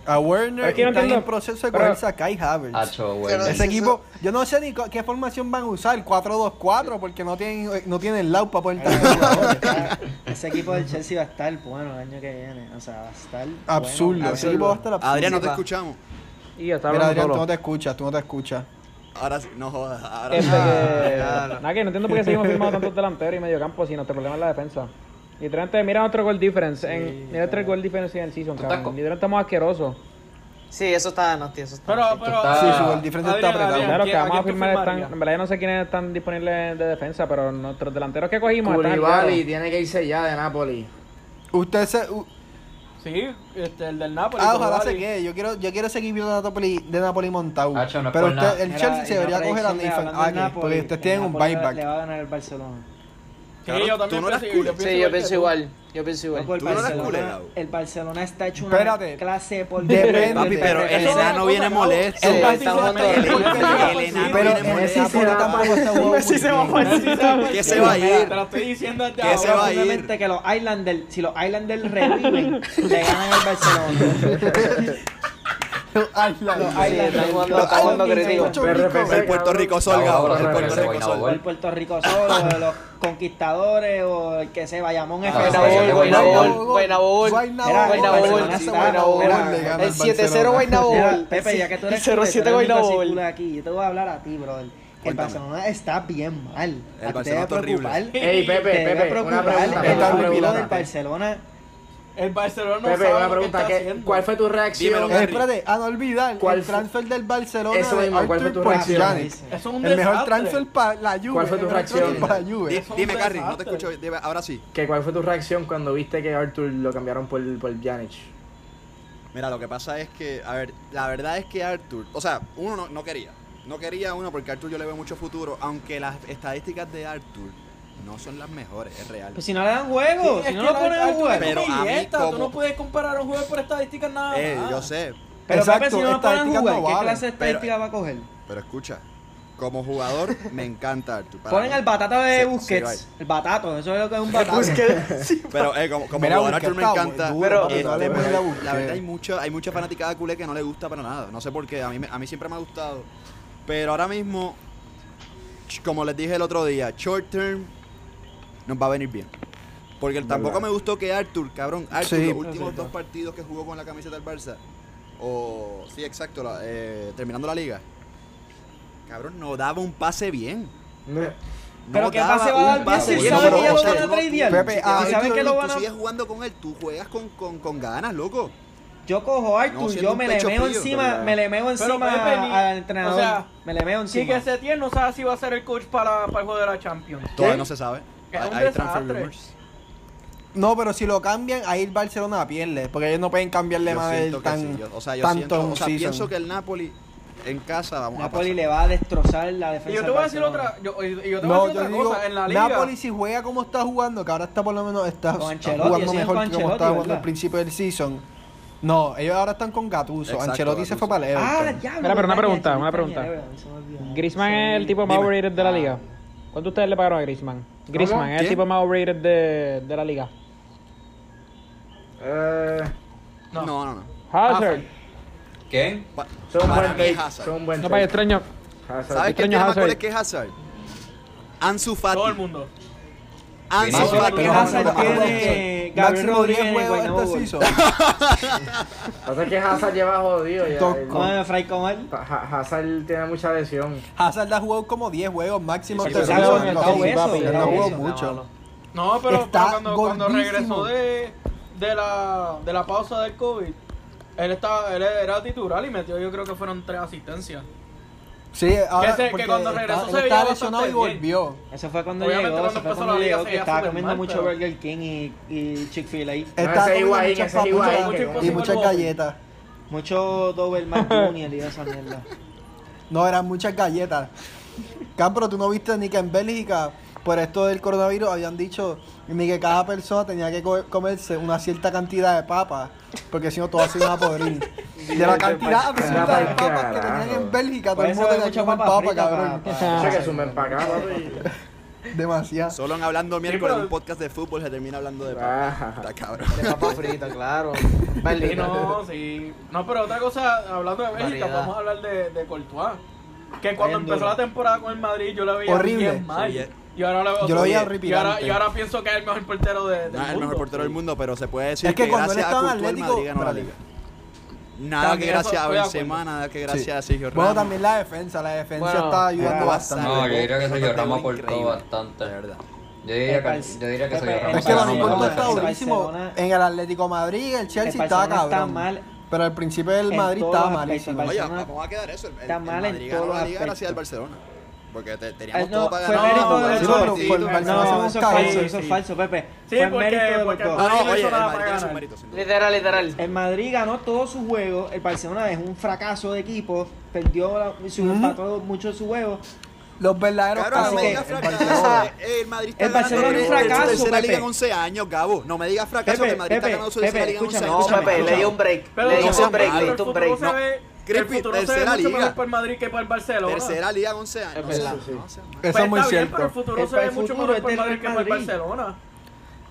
Speaker 8: A
Speaker 2: Pero
Speaker 8: Werner
Speaker 2: es que no
Speaker 8: están en
Speaker 2: entiendo.
Speaker 8: proceso de
Speaker 2: Pero-
Speaker 8: cogerse a Kai Havertz.
Speaker 7: Hacho, güey.
Speaker 8: Ese equipo, yo no sé ni co- qué formación van a usar, 4-2-4, porque no tienen, eh, no tienen el para poder
Speaker 5: (laughs) Ese equipo del Chelsea va a estar bueno el año que viene. O sea, va a estar. bueno.
Speaker 8: Absurdo. Ese equipo va a estar absurdo.
Speaker 1: Adrián, no te escuchamos.
Speaker 2: Y ya está
Speaker 8: Mira,
Speaker 2: hablando
Speaker 8: Adrián, tú
Speaker 2: solo.
Speaker 8: no te escuchas, tú no te escuchas.
Speaker 1: Ahora sí, no jodas. Ahora
Speaker 2: Este
Speaker 1: sí.
Speaker 2: que- Nada, que no entiendo por qué seguimos firmando tantos delanteros y mediocampo si nuestro problema es la defensa. Literalmente, mira nuestro goal difference. en, mira nuestro goal difference en el season,
Speaker 7: estás
Speaker 2: cabrón.
Speaker 7: co-
Speaker 2: Literalmente estamos asquerosos.
Speaker 6: Sí, eso está nasty, eso está
Speaker 4: Pero,
Speaker 6: nasty.
Speaker 4: pero.
Speaker 7: está-
Speaker 8: Sí, su gol diferencia
Speaker 4: Adrián,
Speaker 8: está apretado.
Speaker 4: Adrián.
Speaker 2: Claro
Speaker 4: quién-
Speaker 2: que vamos
Speaker 4: a
Speaker 2: a
Speaker 4: quién tú
Speaker 2: firmar. Están,
Speaker 4: firmarías?
Speaker 2: en verdad, yo no sé quiénes están disponibles de defensa, pero nuestros delanteros que cogimos están
Speaker 9: Koulibaly
Speaker 2: al
Speaker 9: tiene que irse ya
Speaker 4: (laughs)
Speaker 9: de Napoli.
Speaker 8: Usted se. u-
Speaker 4: Sí, este, el del Napoli.
Speaker 8: ah, ojalá se
Speaker 4: Koulibaly.
Speaker 8: quede. Yo quiero, yo quiero seguir viendo a Napoli, de Napoli montado.
Speaker 7: Hacho, no es
Speaker 8: pero
Speaker 7: por
Speaker 8: usted,
Speaker 7: nada.
Speaker 8: el
Speaker 5: Mira,
Speaker 8: Chelsea se
Speaker 5: y una
Speaker 8: debería coger a
Speaker 5: predicción de-
Speaker 8: Nathan
Speaker 5: hablando del
Speaker 8: Ake,
Speaker 5: Napoli,
Speaker 8: porque ustedes
Speaker 5: el
Speaker 8: tienen un
Speaker 5: Napoli le-
Speaker 8: buyback.
Speaker 5: Le va a ganar el Barcelona.
Speaker 1: Claro,
Speaker 4: Sí, yo
Speaker 1: tú
Speaker 4: también
Speaker 1: no eras
Speaker 4: pienso,
Speaker 1: cool.
Speaker 4: yo pienso
Speaker 6: Sí, yo
Speaker 4: igual
Speaker 6: pienso
Speaker 4: que
Speaker 6: igual. Yo pienso igual.
Speaker 5: Loco, el,
Speaker 1: Tú no eres
Speaker 5: Barcelona,
Speaker 1: culero.
Speaker 5: el Barcelona está hecho una
Speaker 8: Espérate.
Speaker 5: clase (laughs) por
Speaker 8: Depende.
Speaker 1: Papi, pero el
Speaker 4: Eso es
Speaker 5: (laughs)
Speaker 1: enano
Speaker 4: una
Speaker 1: viene
Speaker 4: cosa,
Speaker 1: molesto.
Speaker 9: Sí,
Speaker 1: El
Speaker 9: estamos
Speaker 1: enano
Speaker 9: hablando de-
Speaker 1: viene
Speaker 8: Pero
Speaker 1: molesto.
Speaker 8: Messi
Speaker 9: Napoli
Speaker 8: se
Speaker 9: tampoco
Speaker 8: va tampoco está jugando
Speaker 5: Messi
Speaker 8: muy
Speaker 5: Pues se va a
Speaker 8: bien.
Speaker 5: jugar.
Speaker 1: ¿Qué se va a
Speaker 4: tú.
Speaker 1: ir?
Speaker 4: Te lo estoy diciendo desde
Speaker 1: ¿Qué se
Speaker 4: ahora.
Speaker 1: va a ir?
Speaker 5: Profundamente que los Islanders, si los Islanders reviven, (laughs) le ganan al Barcelona.
Speaker 8: Ay, la-
Speaker 5: Los
Speaker 8: Ay,
Speaker 5: Islanders,
Speaker 6: están jugando-
Speaker 5: los
Speaker 6: están jugando
Speaker 5: Islanders,
Speaker 6: creativo.
Speaker 5: mucho-
Speaker 1: El Puerto Rico solga, el
Speaker 7: Ahora,
Speaker 1: Puerto
Speaker 7: ahora,
Speaker 1: Rico
Speaker 7: ahora,
Speaker 1: solga.
Speaker 5: el Puerto Rico solo, los conquistadores o el que se vayamón
Speaker 7: Ah,
Speaker 5: FC.
Speaker 7: Guaynabo,
Speaker 6: Guaynabol,
Speaker 8: Guaynabol,
Speaker 6: Guaynabol. Guaynabol,
Speaker 8: Barcelona
Speaker 6: sí,
Speaker 8: está-
Speaker 6: Guaynabol.
Speaker 8: Mira, le gana al
Speaker 6: El 7-0
Speaker 8: Barcelona.
Speaker 5: Mira,
Speaker 6: Guaynabol.
Speaker 5: Pepe, ya que tú eres
Speaker 6: El
Speaker 5: tú eres
Speaker 6: 07
Speaker 5: el único
Speaker 6: Guaynabol.
Speaker 5: circula aquí, yo te voy a hablar a ti, brother. El
Speaker 1: Cuéntame.
Speaker 5: Barcelona está bien mal.
Speaker 1: El
Speaker 5: A ti te
Speaker 1: Barcelona
Speaker 5: debe
Speaker 1: está horrible.
Speaker 5: preocupar-
Speaker 9: Ey, Pepe,
Speaker 5: te debe
Speaker 9: Pepe, una
Speaker 5: preocupar
Speaker 9: pregunta.
Speaker 5: el
Speaker 8: Pepe, una
Speaker 5: futuro
Speaker 8: pregunta.
Speaker 5: del Barcelona.
Speaker 4: El Barcelona no
Speaker 9: Pepe,
Speaker 4: sabe
Speaker 9: una
Speaker 4: lo que
Speaker 9: pregunta.
Speaker 4: está
Speaker 9: ¿qué-
Speaker 4: haciendo.
Speaker 9: ¿Cuál fue tu
Speaker 1: Dímelo,
Speaker 9: reacción?
Speaker 8: Eh, espérate, a no olvidar,
Speaker 9: ¿Cuál
Speaker 8: el
Speaker 9: fue-
Speaker 8: transfer del Barcelona
Speaker 9: Eso
Speaker 8: de
Speaker 9: mismo, ¿cuál fue
Speaker 8: Arthur
Speaker 9: tu
Speaker 1: Pues
Speaker 9: reacción?
Speaker 8: Porcianis.
Speaker 5: pues,
Speaker 4: Es un
Speaker 8: El mejor
Speaker 4: desastre.
Speaker 8: transfer para la Juve.
Speaker 9: ¿Cuál fue tu
Speaker 8: el mejor transfer
Speaker 9: reacción?
Speaker 8: Para la Juve.
Speaker 1: Di-
Speaker 4: Eso es
Speaker 1: Dime,
Speaker 4: un
Speaker 1: Carrie, no te
Speaker 4: desastre.
Speaker 1: escucho. dime- Ahora sí.
Speaker 9: ¿Qué, ¿Cuál fue tu reacción cuando viste que Arthur lo cambiaron por, por Pjanic?
Speaker 1: Mira, lo que pasa es que, a ver, la verdad es que Arthur, o sea, uno no, no quería. No quería uno porque a Arthur yo le veo mucho futuro, aunque las estadísticas de Arthur no son las mejores, es real.
Speaker 5: Pues si no le dan juego,
Speaker 4: Sí,
Speaker 5: si
Speaker 4: es
Speaker 5: no
Speaker 4: que
Speaker 5: lo
Speaker 4: la-
Speaker 5: ponen a
Speaker 4: la-
Speaker 5: jugar.
Speaker 1: Pero a mí
Speaker 4: Julieta,
Speaker 1: como-
Speaker 4: Tú no puedes comparar un juego por estadísticas nada
Speaker 1: Eh,
Speaker 4: más.
Speaker 1: yo
Speaker 5: Ah.
Speaker 1: sé,
Speaker 5: Pero
Speaker 8: Exacto,
Speaker 5: Pepe, si no lo ponen a
Speaker 8: estadísticas
Speaker 5: jugar,
Speaker 8: no
Speaker 5: ¿qué
Speaker 8: valen.
Speaker 5: clase de
Speaker 1: Pero-
Speaker 5: estadística va a coger?
Speaker 1: pero escucha, como jugador me encanta Arthur. para
Speaker 5: Ponen
Speaker 1: mí.
Speaker 5: al batata de
Speaker 1: Sí, Pues
Speaker 5: Busquets.
Speaker 1: sí,
Speaker 5: el batato, eso es lo que es un batato.
Speaker 1: Pero eh, como, como
Speaker 8: Mira,
Speaker 1: jugador
Speaker 8: Busquets
Speaker 1: Arthur me
Speaker 8: está
Speaker 1: encanta.
Speaker 8: duro, pero-
Speaker 1: este,
Speaker 8: dale,
Speaker 1: pero
Speaker 8: dale,
Speaker 1: hay- la
Speaker 8: Busquets.
Speaker 1: verdad hay mucha, hay mucha fanaticada culé que no le gusta para nada. No sé por qué, a mí, me- a mí siempre me ha gustado. Pero ahora mismo, ch- como les dije el otro día, short term nos va a venir bien. Porque tampoco me gustó que Arthur, cabrón, Arthur,
Speaker 8: Sí.
Speaker 1: los últimos dos partidos que jugó con la camiseta del Barça, o sí, exacto, la- eh, terminando la liga, cabrón, no daba un pase bien. No
Speaker 5: Pero ¿qué
Speaker 1: daba
Speaker 5: pase va a
Speaker 1: un
Speaker 5: dar bien
Speaker 1: pase
Speaker 5: si
Speaker 1: bien.
Speaker 8: sabe que ya lo
Speaker 1: O sea,
Speaker 5: van a
Speaker 1: tú no-
Speaker 5: tradear?
Speaker 8: Pepe,
Speaker 1: si
Speaker 8: ah,
Speaker 1: tú-
Speaker 8: ¿y
Speaker 5: saben
Speaker 1: tú-
Speaker 5: que lo
Speaker 1: tú
Speaker 5: van a-
Speaker 1: sigues jugando con él, tú juegas con, con, con ganas, loco.
Speaker 5: Yo cojo a Arthur,
Speaker 1: No, siendo
Speaker 5: yo
Speaker 1: un
Speaker 5: me le
Speaker 1: pecho
Speaker 5: meo
Speaker 1: frío,
Speaker 5: encima,
Speaker 1: ¿verdad?
Speaker 5: me le meo
Speaker 4: Pero, pues,
Speaker 5: encima
Speaker 4: Pepe, ni-
Speaker 5: al entrenador.
Speaker 4: o sea,
Speaker 5: me le meo
Speaker 4: Sí,
Speaker 5: encima.
Speaker 4: que Setién no sabe si va a ser el coach para, para el juego de la Champions.
Speaker 1: Todavía no se sabe.
Speaker 4: Es
Speaker 1: Hay-
Speaker 4: un
Speaker 1: Hay transfer
Speaker 4: desastre.
Speaker 1: rumors.
Speaker 8: No, pero si lo cambian, ahí el Barcelona pierde. Porque ellos no pueden cambiarle
Speaker 1: Yo
Speaker 8: más
Speaker 1: siento
Speaker 8: el
Speaker 1: que
Speaker 8: tan,
Speaker 1: sí, yo- O sea, yo
Speaker 8: tanto
Speaker 1: siento, o sea,
Speaker 8: season.
Speaker 1: pienso que el Napoli en casa vamos
Speaker 5: Napoli
Speaker 1: a pasar.
Speaker 5: le va a destrozar la defensa.
Speaker 4: Y yo te
Speaker 5: del
Speaker 4: voy a decir
Speaker 5: Barcelona.
Speaker 4: otra, yo, y- y yo te voy a
Speaker 8: No,
Speaker 4: decir
Speaker 8: yo
Speaker 4: otra
Speaker 8: digo,
Speaker 4: cosa. En la liga.
Speaker 8: Napoli si juega como está jugando, que ahora está por lo menos está
Speaker 5: Con
Speaker 8: está
Speaker 5: Ancelotti,
Speaker 8: jugando
Speaker 5: siguen con
Speaker 8: mejor que como
Speaker 5: Ancelotti,
Speaker 8: estaba jugando
Speaker 5: ¿verdad?
Speaker 8: al principio del season. No, ellos ahora están con Gattuso.
Speaker 1: Exacto,
Speaker 8: Ancelotti se
Speaker 1: Gattuso.
Speaker 8: fue para el Everton.
Speaker 5: Ah, ya.
Speaker 2: Mira, pero una pregunta, una pregunta. Griezmann es el tipo más
Speaker 1: Dime.
Speaker 2: overrated de la liga. ¿Cuánto ustedes le pagaron a Griezmann? Griezmann es el
Speaker 1: ¿Quién?
Speaker 2: tipo más overrated de, de la liga.
Speaker 9: Eh,
Speaker 1: No, no, no.
Speaker 2: Hazard.
Speaker 7: ¿Quién?
Speaker 1: Pa-
Speaker 9: son un
Speaker 1: para
Speaker 9: buen
Speaker 1: mí es
Speaker 9: take.
Speaker 1: Hazard.
Speaker 9: Son un buen
Speaker 2: No, para
Speaker 9: take.
Speaker 2: extraño.
Speaker 9: Hazard.
Speaker 1: ¿Sabes quién
Speaker 2: Extraño
Speaker 1: tiene más
Speaker 2: Hazard.
Speaker 1: goles que Hazard? Ansu Fati.
Speaker 4: Todo el mundo.
Speaker 1: Ansu Fati.
Speaker 7: Sí,
Speaker 5: Pero
Speaker 1: es uno de
Speaker 5: Hazard
Speaker 1: los mejores.
Speaker 5: tiene Gabriel
Speaker 8: Máximo 10
Speaker 5: Rodríguez
Speaker 8: juegos
Speaker 5: Guaynabo
Speaker 8: este
Speaker 5: Gol.
Speaker 8: season.
Speaker 9: Pasa que Hazard lleva jodido ya.
Speaker 8: Toc-
Speaker 9: El-
Speaker 5: Bueno, Fray Comal.
Speaker 9: Ha- Ha- Hazard tiene mucha lesión.
Speaker 8: Hazard ha jugado como 10 juegos máximo
Speaker 7: Sí,
Speaker 8: este
Speaker 7: pero
Speaker 8: season.
Speaker 5: no, no,
Speaker 8: Él no
Speaker 5: no, eso, no,
Speaker 8: jugó
Speaker 5: eso,
Speaker 8: mucho.
Speaker 4: No, pero,
Speaker 8: Está
Speaker 4: pero cuando, cuando
Speaker 8: gordísimo.
Speaker 4: regresó de, de, la, de la pausa del COVID, él, estaba, él era titular y metió yo creo que fueron tres asistencias.
Speaker 8: Sí, ahora
Speaker 4: se- que
Speaker 8: porque
Speaker 4: cuando
Speaker 8: está-
Speaker 4: regresó
Speaker 8: él
Speaker 4: se
Speaker 8: estaba
Speaker 4: veía
Speaker 8: lesionado y
Speaker 4: bastante bien.
Speaker 8: volvió.
Speaker 5: Eso fue cuando
Speaker 4: Obviamente
Speaker 5: llegó,
Speaker 4: cuando
Speaker 5: eso fue
Speaker 4: empezó
Speaker 5: cuando
Speaker 4: la liga
Speaker 5: llegó
Speaker 4: se
Speaker 5: que
Speaker 4: veía
Speaker 5: estaba
Speaker 4: súper
Speaker 5: comiendo
Speaker 4: mal,
Speaker 5: mucho
Speaker 4: pero-
Speaker 5: Burger King y, y Chick-fil-A.
Speaker 8: Está
Speaker 9: ese
Speaker 8: comiendo
Speaker 9: Higuaín,
Speaker 8: muchas
Speaker 9: ese Higuaín,
Speaker 8: papuchas
Speaker 4: que-
Speaker 8: y muchas galletas.
Speaker 5: Mucho Doberman Junior y esa mierda.
Speaker 8: No, eran muchas galletas. Campro, tú no viste ni que en Bélgica por esto del coronavirus habían dicho ni que cada persona tenía que co- comerse una cierta cantidad de papas, porque si no todas se iban a podrir. De la cantidad absoluta de papas que tenían en Bélgica, todo
Speaker 5: Por
Speaker 8: el
Speaker 5: eso
Speaker 8: mundo
Speaker 5: hay
Speaker 8: tenía que
Speaker 5: mucha
Speaker 8: comer
Speaker 5: papa
Speaker 8: papas,
Speaker 5: frita
Speaker 8: cabrón.
Speaker 5: para-
Speaker 9: O
Speaker 5: para-
Speaker 9: sea, que
Speaker 5: (laughs)
Speaker 9: sumen para acá,
Speaker 8: (laughs)
Speaker 9: papi.
Speaker 8: Demasiado.
Speaker 1: Solo en hablando miércoles, un podcast de fútbol se termina hablando de papas.
Speaker 9: Ah,
Speaker 1: Está cabrón.
Speaker 5: De papa frita, claro.
Speaker 4: Sí, no, sí. No, pero otra cosa, hablando de Bélgica,
Speaker 5: Variedad.
Speaker 4: vamos a hablar de, de Courtois. Que cuando
Speaker 5: Bien
Speaker 4: empezó
Speaker 5: duro.
Speaker 4: la temporada con el Madrid, yo lo veía
Speaker 8: Horrible.
Speaker 4: bien mal.
Speaker 1: Sí, eh.
Speaker 4: Y ahora lo veo
Speaker 8: Yo lo veía Ah,
Speaker 4: bien. y ahora,
Speaker 8: horripilante.
Speaker 4: y ahora pienso que es el mejor portero de, del
Speaker 1: No es el
Speaker 4: mundo.
Speaker 1: mejor portero del mundo, pero se puede decir
Speaker 8: Es que cuando él
Speaker 1: gracias a
Speaker 8: estaba en
Speaker 1: Courtois, el
Speaker 8: Atlético-
Speaker 1: Madrid ganó la liga.
Speaker 8: espérate.
Speaker 1: Nada que
Speaker 4: También eso
Speaker 1: gracias a
Speaker 4: estoy de acuerdo.
Speaker 1: Benzema, nada que
Speaker 8: Sí.
Speaker 1: gracias a Sergio Ramos.
Speaker 8: Bueno, también la defensa, la defensa
Speaker 5: Bueno,
Speaker 8: está ayudando
Speaker 5: era
Speaker 8: bastante.
Speaker 7: No, yo diría que
Speaker 1: Eso
Speaker 7: Sergio
Speaker 1: está
Speaker 7: Ramos
Speaker 1: muy
Speaker 7: aportó
Speaker 1: increíble.
Speaker 7: bastante.
Speaker 1: De verdad.
Speaker 7: Yo diría que,
Speaker 5: Pepe,
Speaker 7: yo diría que Sergio
Speaker 5: Pepe,
Speaker 7: Ramos
Speaker 8: Es que
Speaker 5: el
Speaker 7: aportó
Speaker 5: Barcelona-
Speaker 8: Don Courtois
Speaker 7: bastante.
Speaker 8: está
Speaker 5: el
Speaker 8: durísimo
Speaker 5: Barcelona-
Speaker 8: en el Atlético de Madrid, el
Speaker 5: El
Speaker 8: Chelsea estaba
Speaker 5: Barcelona
Speaker 8: cabrón.
Speaker 5: está mal.
Speaker 8: Pero al principio el
Speaker 5: en
Speaker 8: Madrid
Speaker 5: todos
Speaker 8: estaba
Speaker 5: los aspectos.
Speaker 8: malísimo.
Speaker 5: El
Speaker 1: Oye,
Speaker 5: Barcelona-
Speaker 1: ¿cómo va a quedar eso? El, el-
Speaker 5: está
Speaker 1: el
Speaker 5: mal en
Speaker 1: Madrid ganó
Speaker 5: todos
Speaker 1: la
Speaker 5: los
Speaker 1: liga gracias al
Speaker 5: aspectos.
Speaker 1: Barcelona. Porque te-
Speaker 5: Eh,
Speaker 1: teníamos
Speaker 5: no,
Speaker 1: todo para
Speaker 5: fue
Speaker 1: ganar.
Speaker 5: mérito
Speaker 4: No,
Speaker 5: del
Speaker 4: sí,
Speaker 5: gol.
Speaker 4: pero fue el
Speaker 8: Barcelona
Speaker 5: No,
Speaker 8: se
Speaker 5: eso es
Speaker 8: busca
Speaker 5: falso,
Speaker 8: eso,
Speaker 5: eso es
Speaker 4: sí.
Speaker 5: falso, Pepe.
Speaker 4: Sí,
Speaker 5: Fue
Speaker 4: porque-
Speaker 5: mérito de los
Speaker 4: porque-
Speaker 5: dos.
Speaker 1: No, no,
Speaker 4: Madrid no
Speaker 1: oye,
Speaker 4: hizo
Speaker 1: el
Speaker 4: nada
Speaker 1: Madrid
Speaker 4: para
Speaker 1: tiene sus
Speaker 4: ganar.
Speaker 1: méritos. sin duda.
Speaker 6: Literal, literal.
Speaker 5: El Madrid ganó todos sus juegos. El Barcelona es un fracaso de equipo. Perdió, la- su, empató mucho de sus juegos.
Speaker 8: Los verdaderos
Speaker 1: Cabrón, no
Speaker 5: Así
Speaker 1: me
Speaker 5: que-
Speaker 1: digas
Speaker 8: el
Speaker 1: fracaso.
Speaker 8: Barcelona-
Speaker 1: Eh, El Madrid está
Speaker 5: El Barcelona
Speaker 1: ganando
Speaker 5: es
Speaker 1: la-
Speaker 5: un
Speaker 1: la
Speaker 5: fracaso,
Speaker 1: tercera liga en
Speaker 5: Pepe.
Speaker 1: 11 años, Gabo. No me digas fracaso, que
Speaker 5: Pepe,
Speaker 1: el Madrid está
Speaker 5: Pepe,
Speaker 1: ganando su tercera
Speaker 5: Pepe,
Speaker 1: liga en 11
Speaker 5: escúchame,
Speaker 1: años.
Speaker 6: No,
Speaker 5: Escúchame,
Speaker 6: Pepe, le
Speaker 5: escúchame.
Speaker 6: dio un break.
Speaker 4: Pero
Speaker 6: le dio
Speaker 1: no seas
Speaker 6: un break,
Speaker 1: malo,
Speaker 6: le
Speaker 4: el
Speaker 6: dio un
Speaker 4: futuro
Speaker 6: break.
Speaker 4: se
Speaker 1: no.
Speaker 4: ve, el
Speaker 1: Creepy,
Speaker 4: futuro se ve
Speaker 1: tercera
Speaker 4: mucho
Speaker 1: liga.
Speaker 4: mejor para el Madrid que para el Barcelona.
Speaker 1: Tercera liga en 11 años.
Speaker 5: Es verdad.
Speaker 1: No, seas malo.
Speaker 8: Eso
Speaker 4: Pues
Speaker 8: es muy
Speaker 4: está bien, pero el
Speaker 8: cierto.
Speaker 4: futuro
Speaker 5: El-
Speaker 4: se ve
Speaker 5: el
Speaker 4: mucho
Speaker 5: futuro
Speaker 4: mejor
Speaker 5: es
Speaker 4: para el
Speaker 5: del
Speaker 4: Madrid que para el
Speaker 5: Madrid.
Speaker 4: Barcelona.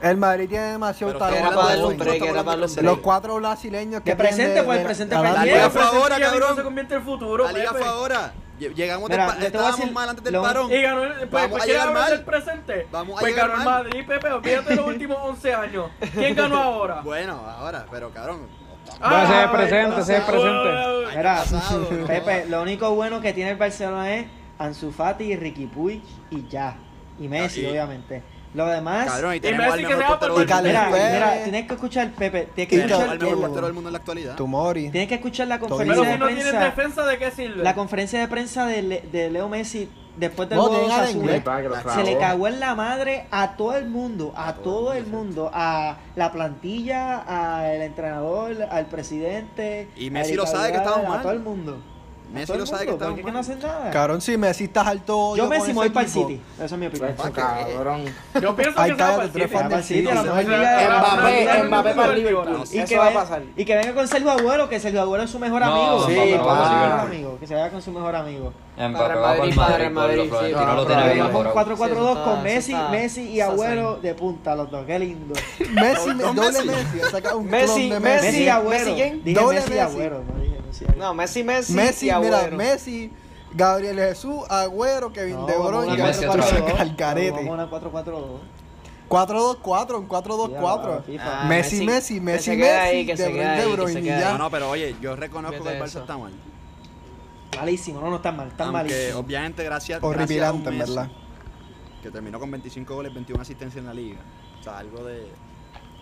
Speaker 8: El Madrid tiene demasiado
Speaker 1: Pero estamos hablando
Speaker 8: talento.
Speaker 6: para
Speaker 1: del
Speaker 6: dar un
Speaker 1: futuro,
Speaker 6: break,
Speaker 1: estamos
Speaker 6: era
Speaker 1: hablando
Speaker 6: para
Speaker 1: del
Speaker 6: dar un
Speaker 1: tercera
Speaker 8: Los
Speaker 1: liga.
Speaker 8: cuatro brasileños que
Speaker 5: Que presente,
Speaker 8: vienen de-
Speaker 5: pues,
Speaker 8: de-
Speaker 5: presente,
Speaker 8: ganando.
Speaker 1: La
Speaker 4: Y
Speaker 1: liga
Speaker 4: el
Speaker 1: fue ahora,
Speaker 4: presente y ahora
Speaker 1: cabrón.
Speaker 4: se convierte el futuro,
Speaker 1: La liga
Speaker 4: Pepe.
Speaker 1: fue ahora. Lle- Llegamos
Speaker 5: Mira,
Speaker 1: despa-
Speaker 5: yo te voy a
Speaker 1: estábamos
Speaker 5: decir
Speaker 1: mal antes del
Speaker 5: lo-
Speaker 1: parón.
Speaker 4: Y ganó el, pues,
Speaker 1: Vamos
Speaker 4: pues,
Speaker 1: a
Speaker 4: ¿quién
Speaker 1: llegar
Speaker 4: ganó
Speaker 1: mal.
Speaker 4: el presente?
Speaker 1: Vamos a
Speaker 4: pues
Speaker 1: llegar
Speaker 4: ganó el
Speaker 1: mal.
Speaker 4: Madrid, Pepe, olvídate los últimos 11 años. ¿Quién ganó ahora?
Speaker 1: Bueno, ahora, pero cabrón. octavo.
Speaker 2: Va a ser
Speaker 4: bueno,
Speaker 2: presente, ser
Speaker 4: bueno.
Speaker 1: Ay, qué
Speaker 5: Era,
Speaker 1: pasado, no.
Speaker 5: Pepe, lo único bueno que tiene el Barcelona es Ansu Fati, Ricky Puig y ya. Y Messi,
Speaker 1: Ah, y-
Speaker 5: obviamente. Lo demás...
Speaker 1: Cabrón, y
Speaker 4: me
Speaker 1: tenemos al
Speaker 4: hace que
Speaker 1: mejor
Speaker 4: sea
Speaker 1: portero
Speaker 4: por-
Speaker 1: del
Speaker 8: Carles
Speaker 5: Mira,
Speaker 1: mundo.
Speaker 8: Pérez.
Speaker 5: mira, tienes que escuchar, Pepe, tienes que
Speaker 1: Tenemos
Speaker 5: escuchar
Speaker 1: al mejor
Speaker 8: Carles-
Speaker 1: portero del mundo en la actualidad.
Speaker 8: Tumori.
Speaker 5: Tienes que escuchar la
Speaker 4: Pero
Speaker 5: conferencia
Speaker 4: si
Speaker 5: de
Speaker 4: no tienen
Speaker 5: prensa.
Speaker 4: defensa, ¿de qué sirve?
Speaker 5: La conferencia de prensa de, Le- de Leo Messi después del
Speaker 8: No,
Speaker 5: gol de
Speaker 8: tienen a
Speaker 5: Osasuna,
Speaker 8: Dengue.
Speaker 9: Para que lo
Speaker 5: se le
Speaker 9: trabó.
Speaker 5: cagó en la madre a todo el mundo, a todo el mundo, a la plantilla, al entrenador, al presidente.
Speaker 1: Y
Speaker 5: a
Speaker 1: Messi
Speaker 5: Erika
Speaker 1: lo sabe que
Speaker 5: Vidal,
Speaker 1: estamos
Speaker 5: A
Speaker 1: mal.
Speaker 5: todo el mundo. A
Speaker 1: Messi
Speaker 5: todo el
Speaker 1: lo sabe que
Speaker 5: mundo,
Speaker 1: estamos
Speaker 5: ¿por qué que no
Speaker 1: mal.
Speaker 5: hacen nada?
Speaker 8: Cabrón, si Messi estás alto.
Speaker 5: yo
Speaker 8: con
Speaker 5: Messi
Speaker 8: ese
Speaker 5: me voy para el
Speaker 8: equipo.
Speaker 5: City. Esa es mi opinión.
Speaker 9: Hecho, cabrón.
Speaker 4: Yo pienso
Speaker 8: Ay,
Speaker 4: que se va para
Speaker 8: cállate,
Speaker 4: el
Speaker 8: tú eres
Speaker 4: City.
Speaker 8: fan del City.
Speaker 5: Para el
Speaker 8: a lo
Speaker 5: City,
Speaker 8: mejor-
Speaker 5: a lo mejor-
Speaker 9: Mbappé, Mbappé para el
Speaker 4: Liverpool.
Speaker 9: Liverpool.
Speaker 5: Y que,
Speaker 9: Eso va a
Speaker 5: venga,
Speaker 9: pasar.
Speaker 5: y que venga con Sergio Agüero, que Sergio Agüero es su mejor
Speaker 7: No,
Speaker 5: amigo.
Speaker 9: sí,
Speaker 5: Que se vaya con su
Speaker 9: papá.
Speaker 5: mejor amigo, que se vaya con su mejor amigo.
Speaker 7: Mbappé
Speaker 6: Para
Speaker 7: va para el
Speaker 6: Madrid, para
Speaker 7: Madrid, por
Speaker 6: el
Speaker 7: los
Speaker 6: Madrid,
Speaker 7: florentinos
Speaker 6: sí,
Speaker 7: lo
Speaker 6: para
Speaker 7: tienen
Speaker 6: el
Speaker 7: bien
Speaker 5: Vamos con
Speaker 6: Madrid.
Speaker 7: mejorado.
Speaker 5: 4-4-2
Speaker 6: Sí, eso
Speaker 5: con
Speaker 6: está-
Speaker 5: Messi,
Speaker 6: eso está-
Speaker 5: Messi y
Speaker 6: eso está
Speaker 5: Agüero de punta, los dos, qué lindo.
Speaker 8: (laughs) Messi,
Speaker 1: Don
Speaker 8: doble
Speaker 1: Messi.
Speaker 8: Messi. ha sacado un
Speaker 6: Messi,
Speaker 8: clon de
Speaker 6: Messi.
Speaker 5: Messi y Agüero.
Speaker 6: ¿Messi quién?
Speaker 5: Dije
Speaker 8: Doble
Speaker 5: Messi y
Speaker 8: Messi.
Speaker 5: Agüero, no dije Messi y Agüero.
Speaker 6: No, Messi, Messi.
Speaker 8: Messi,
Speaker 6: y
Speaker 8: mira,
Speaker 6: Agüero.
Speaker 8: Messi, Gabriel Jesús, Agüero, Kevin
Speaker 5: No,
Speaker 8: De
Speaker 5: vamos a
Speaker 8: Bruyne.
Speaker 5: una
Speaker 7: Y Messi otra
Speaker 5: 4-4-2,
Speaker 8: vez. Al carete.
Speaker 5: Vamos a una 4-4-2.
Speaker 8: 4-2-4, un
Speaker 5: Sí,
Speaker 8: 4-2-4.
Speaker 5: ya,
Speaker 6: Ah,
Speaker 8: Messi, Messi,
Speaker 6: que
Speaker 8: Messi,
Speaker 6: se quede ahí,
Speaker 8: Messi,
Speaker 6: que
Speaker 8: De
Speaker 6: se quede
Speaker 8: Bruyne, De
Speaker 6: ahí, que se
Speaker 8: Bruyne y
Speaker 6: quede
Speaker 8: ya.
Speaker 1: No, no, pero oye, yo reconozco
Speaker 6: Vete
Speaker 1: que el
Speaker 6: eso.
Speaker 1: Barça está mal.
Speaker 5: Malísimo, no, no están mal, están
Speaker 1: Aunque
Speaker 5: malísimos.
Speaker 1: obviamente gracias, gracias a un
Speaker 8: Horripilante, en
Speaker 1: Messi,
Speaker 8: verdad.
Speaker 1: que terminó con 25 goles, 21 asistencias en la liga. O sea, algo de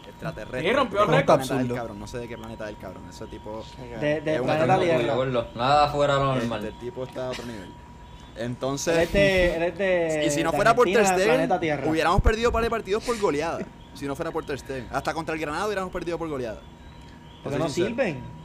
Speaker 1: extraterrestre.
Speaker 4: Y rompió
Speaker 1: De qué
Speaker 8: récord.
Speaker 1: planeta es el
Speaker 8: Absurdo.
Speaker 1: cabrón, no sé de qué planeta es el cabrón. Ese tipo,
Speaker 5: De, de
Speaker 1: Es un
Speaker 5: planeta
Speaker 1: equipo
Speaker 5: Tierra.
Speaker 7: Nada fuera de lo
Speaker 1: este
Speaker 7: normal.
Speaker 1: tipo está a otro nivel.
Speaker 5: Él
Speaker 1: Entonces,
Speaker 5: es de, él es Este de-
Speaker 1: y si no
Speaker 5: de
Speaker 1: fuera por Ter
Speaker 5: Argentina, planeta
Speaker 1: Stegen,
Speaker 5: Tierra.
Speaker 1: hubiéramos perdido par de partidos por goleada. Si no fuera por Ter Stegen. Hasta contra el Granada hubiéramos perdido por goleada.
Speaker 5: Porque
Speaker 1: Te soy
Speaker 5: no
Speaker 1: sincero.
Speaker 5: sirven.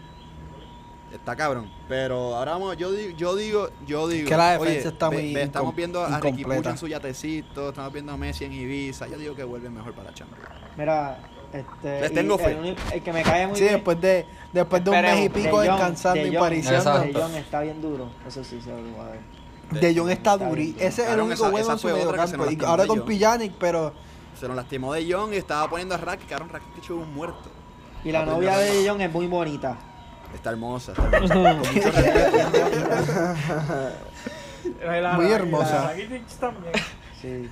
Speaker 1: Está cabrón. Pero ahora vamos, yo digo, yo digo, yo digo.
Speaker 8: que la
Speaker 1: oye,
Speaker 8: defensa está
Speaker 1: ve-
Speaker 8: muy
Speaker 1: ve, estamos
Speaker 8: incom-
Speaker 1: viendo a Ricky
Speaker 8: incompleta.
Speaker 1: Puig en su yatecito, estamos viendo a Messi en Ibiza. Yo digo que vuelven mejor para la Champions.
Speaker 5: Mira, este.
Speaker 1: Les
Speaker 5: y
Speaker 1: tengo fe.
Speaker 5: El, único- el que me cae muy
Speaker 8: Sí,
Speaker 5: bien.
Speaker 8: después de, después de un
Speaker 6: Esperemos.
Speaker 8: mes y pico
Speaker 5: De Jong,
Speaker 8: descansando
Speaker 5: de
Speaker 8: y
Speaker 5: Jong.
Speaker 8: pariciando.
Speaker 7: Exacto.
Speaker 5: De Jong está bien duro. Eso sí, se lo voy a ver.
Speaker 8: De Jong está
Speaker 5: Está
Speaker 8: duri.
Speaker 5: bien,
Speaker 8: Ese es el
Speaker 1: cabrón,
Speaker 8: único
Speaker 1: esa-
Speaker 8: bueno
Speaker 1: esa
Speaker 8: en su
Speaker 1: fue otra
Speaker 8: medio
Speaker 1: que se
Speaker 8: campo.
Speaker 1: nos
Speaker 8: Y
Speaker 1: lastimó
Speaker 8: ahora
Speaker 1: de
Speaker 8: con
Speaker 1: Jong.
Speaker 8: Pijanic, pero
Speaker 1: Se nos lastimó de Jong y estaba poniendo a Rakitic. Cabrón, Rakitic es un muerto.
Speaker 5: Y
Speaker 1: Ah,
Speaker 5: la
Speaker 1: pues,
Speaker 5: novia
Speaker 1: no,
Speaker 5: de
Speaker 1: no.
Speaker 5: John es muy bonita.
Speaker 1: Está hermosa, está hermosa. Con mucho respeto.
Speaker 4: La-
Speaker 8: Muy
Speaker 4: la-
Speaker 8: hermosa.
Speaker 4: la Rakitic también.
Speaker 5: Sí.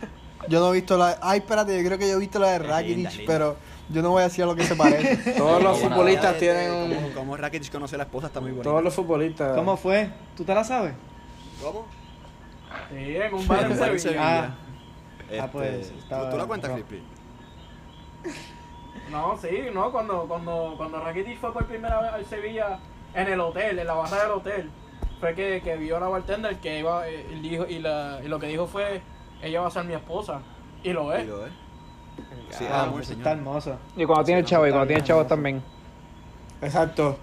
Speaker 8: yo no he visto la. Ay, espérate, yo creo que yo he visto la de
Speaker 1: linda,
Speaker 8: Rakitic,
Speaker 1: linda.
Speaker 8: pero yo no voy a decir a lo que se parece.
Speaker 9: Todos los
Speaker 7: Como una
Speaker 9: futbolistas
Speaker 1: Como-
Speaker 9: tienen
Speaker 1: Como,
Speaker 9: un.
Speaker 1: como Rakitic conoce a la esposa, está muy bonito.
Speaker 9: Todos los futbolistas.
Speaker 5: ¿Cómo fue? ¿Tú te la sabes?
Speaker 1: ¿Cómo?
Speaker 4: Sí, en
Speaker 1: (laughs)
Speaker 4: un bar en
Speaker 1: Sevilla.
Speaker 4: Sevilla.
Speaker 5: Ah,
Speaker 1: Este,
Speaker 5: pues, estaba-
Speaker 1: ¿tú, tú la cuentas,
Speaker 5: no.
Speaker 1: Crispy?
Speaker 4: No, sí, no, cuando, cuando, cuando Rakitic fue por primera vez al Sevilla en el hotel, en la barra del hotel, fue que, que vio a la bartender que iba, eh, y, dijo, y, la, y lo que dijo fue, ella va a ser mi esposa. Y lo es.
Speaker 1: Digo, ¿eh? Sí,
Speaker 5: Ah,
Speaker 1: amor,
Speaker 5: pues,
Speaker 1: señor.
Speaker 5: está hermoso.
Speaker 2: Y cuando tiene
Speaker 5: Sí,
Speaker 2: chavo, y
Speaker 5: está
Speaker 2: cuando tiene
Speaker 5: bien,
Speaker 2: chavos
Speaker 5: hermoso.
Speaker 2: también.
Speaker 8: Exacto.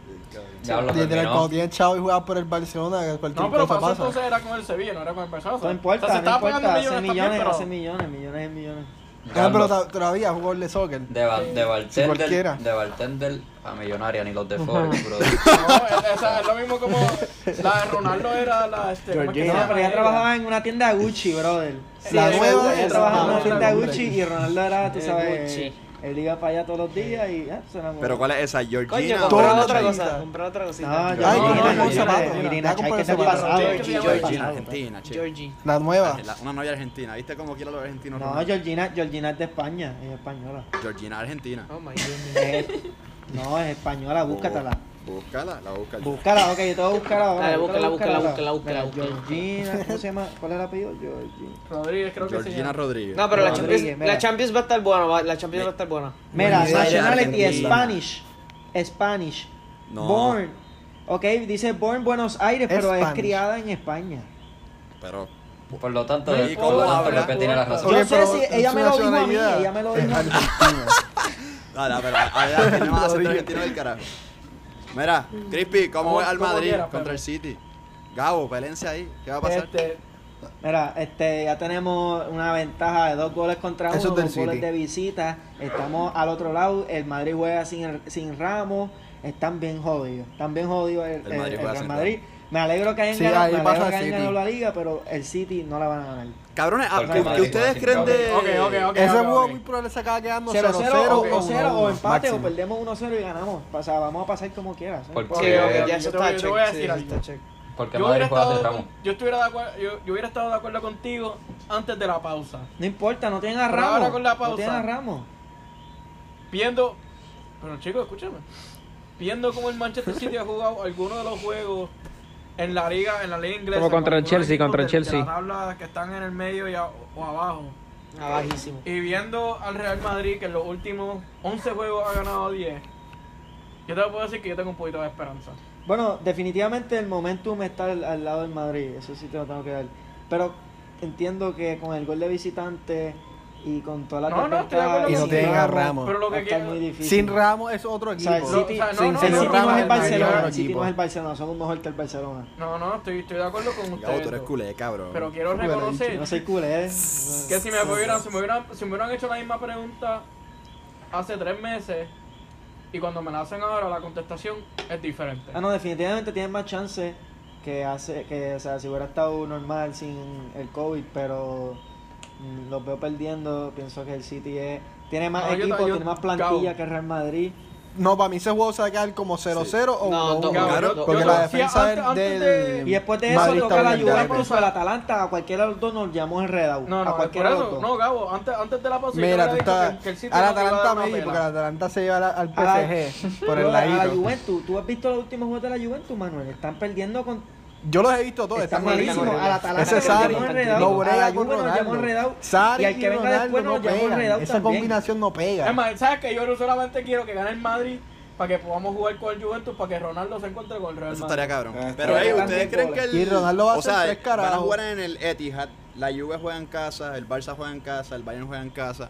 Speaker 7: Ya lo
Speaker 8: Desde el
Speaker 7: terminó.
Speaker 8: cuando tienen chavo y juegan por el Barcelona, cualquier
Speaker 4: No, pero
Speaker 8: cosa
Speaker 4: Paso
Speaker 8: pasa.
Speaker 4: entonces era con el Sevilla, no era con el Barcelona.
Speaker 5: No
Speaker 4: O sea,
Speaker 5: importa,
Speaker 4: se
Speaker 5: no
Speaker 4: estaba
Speaker 5: importa.
Speaker 4: pagando
Speaker 5: Hace
Speaker 4: millones
Speaker 5: millones,
Speaker 4: también,
Speaker 5: hace
Speaker 4: pero...
Speaker 5: millones, millones y millones.
Speaker 8: Ah, pero
Speaker 7: Carlos,
Speaker 8: ta- todavía jugó el de soccer.
Speaker 7: De, ba- de bartender,
Speaker 8: cualquiera.
Speaker 7: de bartender a millonaria, ni los
Speaker 6: (laughs)
Speaker 7: de Forex, bro.
Speaker 4: (laughs) No, es, es- es lo mismo como la de Ronaldo era la... Este, ¿cómo es que se
Speaker 5: No,
Speaker 4: llama
Speaker 5: pero ella
Speaker 4: ella?
Speaker 5: trabajaba en una tienda Gucci, brother.
Speaker 8: Sí, la nueva
Speaker 5: Ella
Speaker 8: es-
Speaker 5: trabajaba en
Speaker 8: ah,
Speaker 5: una tienda
Speaker 8: hombre.
Speaker 5: Gucci y Ronaldo era, tú
Speaker 6: De
Speaker 5: sabes,
Speaker 6: Gucci.
Speaker 5: él iba para allá todos los días y ya, se enamoró.
Speaker 1: Pero ¿cuál es esa?
Speaker 6: Coño,
Speaker 1: Georgina. o
Speaker 6: comprar
Speaker 1: Brenda
Speaker 8: Todo
Speaker 6: otra
Speaker 1: Chávez?
Speaker 6: cosa. Comprar otra
Speaker 5: No,
Speaker 6: cosita.
Speaker 5: yo
Speaker 8: Ay,
Speaker 5: no,
Speaker 8: Irina
Speaker 5: no, no,
Speaker 8: Chávez,
Speaker 5: no,
Speaker 8: Irina,
Speaker 5: Irina Chávez,
Speaker 8: ¿cómo
Speaker 5: que
Speaker 8: se
Speaker 5: se
Speaker 8: llama?
Speaker 5: pasado,
Speaker 4: Georgina,
Speaker 5: Georgina,
Speaker 4: Georgina.
Speaker 1: Georgina,
Speaker 5: pasado.
Speaker 1: Argentina, che.
Speaker 6: Georgie.
Speaker 8: La
Speaker 4: Ah.
Speaker 8: nueva.
Speaker 1: La- Una novia argentina. ¿Viste cómo quieren los argentinos?
Speaker 5: No,
Speaker 1: Ronaldo?
Speaker 5: Georgina, Georgina es de España, es española.
Speaker 1: Georgina argentina.
Speaker 6: Oh my goodness.
Speaker 5: Es- No, es española, búscatela.
Speaker 1: Búscala, la busca.
Speaker 5: Búscala, ok, yo te voy a buscar ahora.
Speaker 6: Dale,
Speaker 5: yo te voy a
Speaker 6: búscala,
Speaker 5: buscar
Speaker 6: búscala,
Speaker 5: ahora.
Speaker 6: búscala, búscala,
Speaker 5: Mira,
Speaker 6: búscala.
Speaker 5: Georgina, ¿cómo se llama? ¿Cuál es el apellido? Georgina.
Speaker 4: Rodríguez creo que se
Speaker 1: Georgina
Speaker 4: llama.
Speaker 1: Rodríguez.
Speaker 6: No, pero la
Speaker 5: Rodríguez,
Speaker 6: Champions,
Speaker 5: mira.
Speaker 6: la Champions va a estar buena. va- La Champions va a estar buena.
Speaker 5: Mira,
Speaker 1: Buena idea.
Speaker 5: nationality,
Speaker 1: Argentina.
Speaker 5: Spanish. Spanish.
Speaker 1: No.
Speaker 5: Born. Ok, dice Born Buenos Aires, pero es
Speaker 8: Spanish.
Speaker 5: criada en España.
Speaker 1: Pero.
Speaker 7: Por lo tanto,
Speaker 1: Ay,
Speaker 7: por lo
Speaker 1: ¿cómo
Speaker 7: tanto,
Speaker 1: habla?
Speaker 7: Pepe tiene la razón.
Speaker 5: Yo
Speaker 8: Oye,
Speaker 5: sé
Speaker 8: pero
Speaker 5: si ella
Speaker 8: su
Speaker 5: me lo dijo a mí,
Speaker 8: nacionalidad
Speaker 5: ella me lo
Speaker 8: es
Speaker 5: dijo a mí.
Speaker 8: argentina.
Speaker 1: No, no, pero ahora tiene más acento argentino del carajo. Mira, Crispy, ¿cómo
Speaker 4: Como-
Speaker 1: voy al
Speaker 4: como
Speaker 1: Madrid
Speaker 4: quiera,
Speaker 1: contra
Speaker 4: Pepe.
Speaker 1: el City? Gabo, pelense ahí. ¿Qué va a pasar?
Speaker 4: Este,
Speaker 5: Mira, este, ya tenemos una ventaja de dos goles contra uno,
Speaker 8: Eso es del
Speaker 5: dos goles
Speaker 8: City.
Speaker 5: de visita. Estamos al otro lado, el Madrid juega sin, sin Ramos, están bien jodidos, están bien jodidos el,
Speaker 1: El
Speaker 5: el-
Speaker 1: Madrid
Speaker 5: el
Speaker 1: juega
Speaker 5: Real
Speaker 1: sin
Speaker 5: Madrid. Me alegro que hayan
Speaker 8: Sí,
Speaker 5: ganado,
Speaker 8: ahí
Speaker 5: me alegro
Speaker 8: pasa
Speaker 5: que hayan
Speaker 8: el
Speaker 5: ganado
Speaker 8: City.
Speaker 5: la liga, pero el City no la van a ganar.
Speaker 1: Cabrones, ¿a-
Speaker 7: Porque
Speaker 1: ¿qué
Speaker 7: Madrid
Speaker 1: ustedes
Speaker 7: juega
Speaker 1: creen
Speaker 7: sin
Speaker 1: de.
Speaker 4: Este, ok, ok, ok.
Speaker 8: Ese
Speaker 4: ok,
Speaker 8: juego
Speaker 4: ok.
Speaker 8: muy probable se acaba quedando
Speaker 5: 0-0 o
Speaker 8: 0-0
Speaker 5: 0 o empate
Speaker 8: máximo.
Speaker 5: o perdemos 1-0 y ganamos. O sea, vamos a pasar como quieras. ¿eh?
Speaker 7: Porque,
Speaker 4: Ok,
Speaker 6: Sí, ok,
Speaker 4: ok,
Speaker 6: ya
Speaker 4: yo
Speaker 6: eso
Speaker 4: te
Speaker 6: está
Speaker 4: voy- yo
Speaker 6: check.
Speaker 4: voy a
Speaker 6: sí,
Speaker 4: decir
Speaker 6: eso
Speaker 4: algo.
Speaker 6: está check.
Speaker 7: porque
Speaker 4: Yo hubiera,
Speaker 7: Madrid juega sin
Speaker 4: estado,
Speaker 7: Ramos.
Speaker 4: yo, estuviera de acuerdo, yo, yo hubiera estado de acuerdo contigo antes de la pausa.
Speaker 5: No importa, no tienen a
Speaker 4: Pero ahora
Speaker 5: Ramos.
Speaker 4: con la pausa.
Speaker 5: No tienen a Ramos.
Speaker 4: Viendo. Pero chicos, escúchame. Viendo cómo el Manchester City ha
Speaker 7: (laughs)
Speaker 4: jugado algunos de los juegos en la liga, en la liga inglesa.
Speaker 2: Como contra el
Speaker 4: algunos
Speaker 2: Chelsea,
Speaker 4: equipos
Speaker 2: contra el
Speaker 4: de- de
Speaker 2: Chelsea.
Speaker 4: la tabla que están en el medio y a- o abajo.
Speaker 6: Abajísimo.
Speaker 4: Y viendo al Real Madrid que en los últimos 11 juegos ha ganado 10. Yo te puedo decir que yo tengo un poquito de esperanza.
Speaker 5: Bueno, definitivamente el momentum está al, al lado del Madrid, eso sí te lo tengo que dar. Pero entiendo que con el gol de visitante y con toda la
Speaker 4: No, no, estoy de acuerdo
Speaker 8: Y no
Speaker 5: sin
Speaker 8: tienen a Ramos.
Speaker 4: Pero lo
Speaker 5: va a
Speaker 4: que
Speaker 5: estar
Speaker 4: quiero-
Speaker 5: muy difícil.
Speaker 8: Sin Ramos es otro
Speaker 5: O
Speaker 8: equipo.
Speaker 5: sea, el
Speaker 4: equipo.
Speaker 5: City,
Speaker 4: O sea, no,
Speaker 5: sin-
Speaker 4: no,
Speaker 5: el
Speaker 4: no,
Speaker 5: City
Speaker 8: Ramos
Speaker 5: no es
Speaker 8: es
Speaker 5: el
Speaker 8: el
Speaker 5: Barcelona,
Speaker 8: mayor
Speaker 5: el City
Speaker 8: equipo.
Speaker 5: no es el Barcelona, somos mejor que el Barcelona.
Speaker 4: No, no, estoy, estoy de acuerdo con ustedes.
Speaker 1: Gabo, tú eres
Speaker 4: dos.
Speaker 1: culé, cabrón.
Speaker 4: Pero quiero reconocer
Speaker 5: No soy culé. ¿eh?
Speaker 4: que si me hubieran, si me hubieran, si me hubieran hecho la misma pregunta hace tres meses y cuando me la hacen ahora la contestación es diferente.
Speaker 5: Ah, no, definitivamente tienen más chance que hace que, o sea, si hubiera estado normal sin el COVID, pero mm, los veo perdiendo. Pienso que el City es, tiene más
Speaker 4: No, yo ta-
Speaker 5: equipo,
Speaker 4: yo-
Speaker 5: tiene más plantilla
Speaker 4: Gabo.
Speaker 5: que el Real Madrid.
Speaker 8: No, para mí ese juego se va a quedar como 0-0 o
Speaker 6: No,
Speaker 8: 1-1.
Speaker 6: no,
Speaker 4: Cabrón, yo-
Speaker 8: Porque
Speaker 4: yo
Speaker 8: la
Speaker 4: te decía
Speaker 8: defensa
Speaker 4: antes-
Speaker 8: del-
Speaker 4: antes
Speaker 8: del-
Speaker 5: Y después de eso
Speaker 8: Madrid
Speaker 5: toca la
Speaker 8: está bien
Speaker 5: Juventus
Speaker 8: grande.
Speaker 5: o el Atalanta, a cualquiera de los dos nos llamó enredado.
Speaker 4: No,
Speaker 5: a
Speaker 4: no, por
Speaker 5: cualquiera de los
Speaker 4: eso,
Speaker 5: dos.
Speaker 4: no, Gabo, antes, antes de la pausa yo te
Speaker 8: Mira,
Speaker 4: había
Speaker 8: tú
Speaker 4: dicho
Speaker 8: estás.
Speaker 4: que- que el City
Speaker 8: A la
Speaker 4: no te iba
Speaker 8: Atalanta
Speaker 4: dar una
Speaker 8: maybe, porque
Speaker 4: pela.
Speaker 8: la Atalanta se lleva al- al
Speaker 5: A la-
Speaker 8: PSG por el
Speaker 5: Pero A la
Speaker 8: ladito.
Speaker 5: Juventus, ¿tú has visto los últimos juegos de la Juventus, Manuel? Están perdiendo con...
Speaker 8: Yo los he visto todos,
Speaker 5: Están
Speaker 8: están
Speaker 5: malísimos.
Speaker 8: malísimos.
Speaker 5: A la Atalanta
Speaker 8: Ese
Speaker 5: nos
Speaker 8: Sari,
Speaker 5: llamó enredado,
Speaker 8: no
Speaker 5: a la
Speaker 8: brega
Speaker 5: Juve
Speaker 8: con
Speaker 5: nos llamó enredado,
Speaker 8: Ronaldo. Sari
Speaker 5: y al que venga
Speaker 8: Ronaldo
Speaker 5: después
Speaker 8: no
Speaker 5: nos llamó enredado
Speaker 8: pegan. Esa
Speaker 5: también.
Speaker 8: combinación no pega.
Speaker 4: Es más, ¿sabes que Yo solamente quiero que gane el Madrid para que podamos jugar con el Juventus para que Ronaldo se encuentre con el Real
Speaker 1: Eso
Speaker 4: Madrid.
Speaker 1: estaría cabrón.
Speaker 9: Ah,
Speaker 1: Pero,
Speaker 5: está
Speaker 1: ey,
Speaker 5: bien.
Speaker 1: ¿ustedes creen que el.
Speaker 8: Y Ronaldo va a
Speaker 1: o sea,
Speaker 8: hacer tres
Speaker 1: Van a
Speaker 8: carajos.
Speaker 1: jugar en el Etihad, la Juve juega en casa, el Barça juega en casa, el Bayern juega en casa.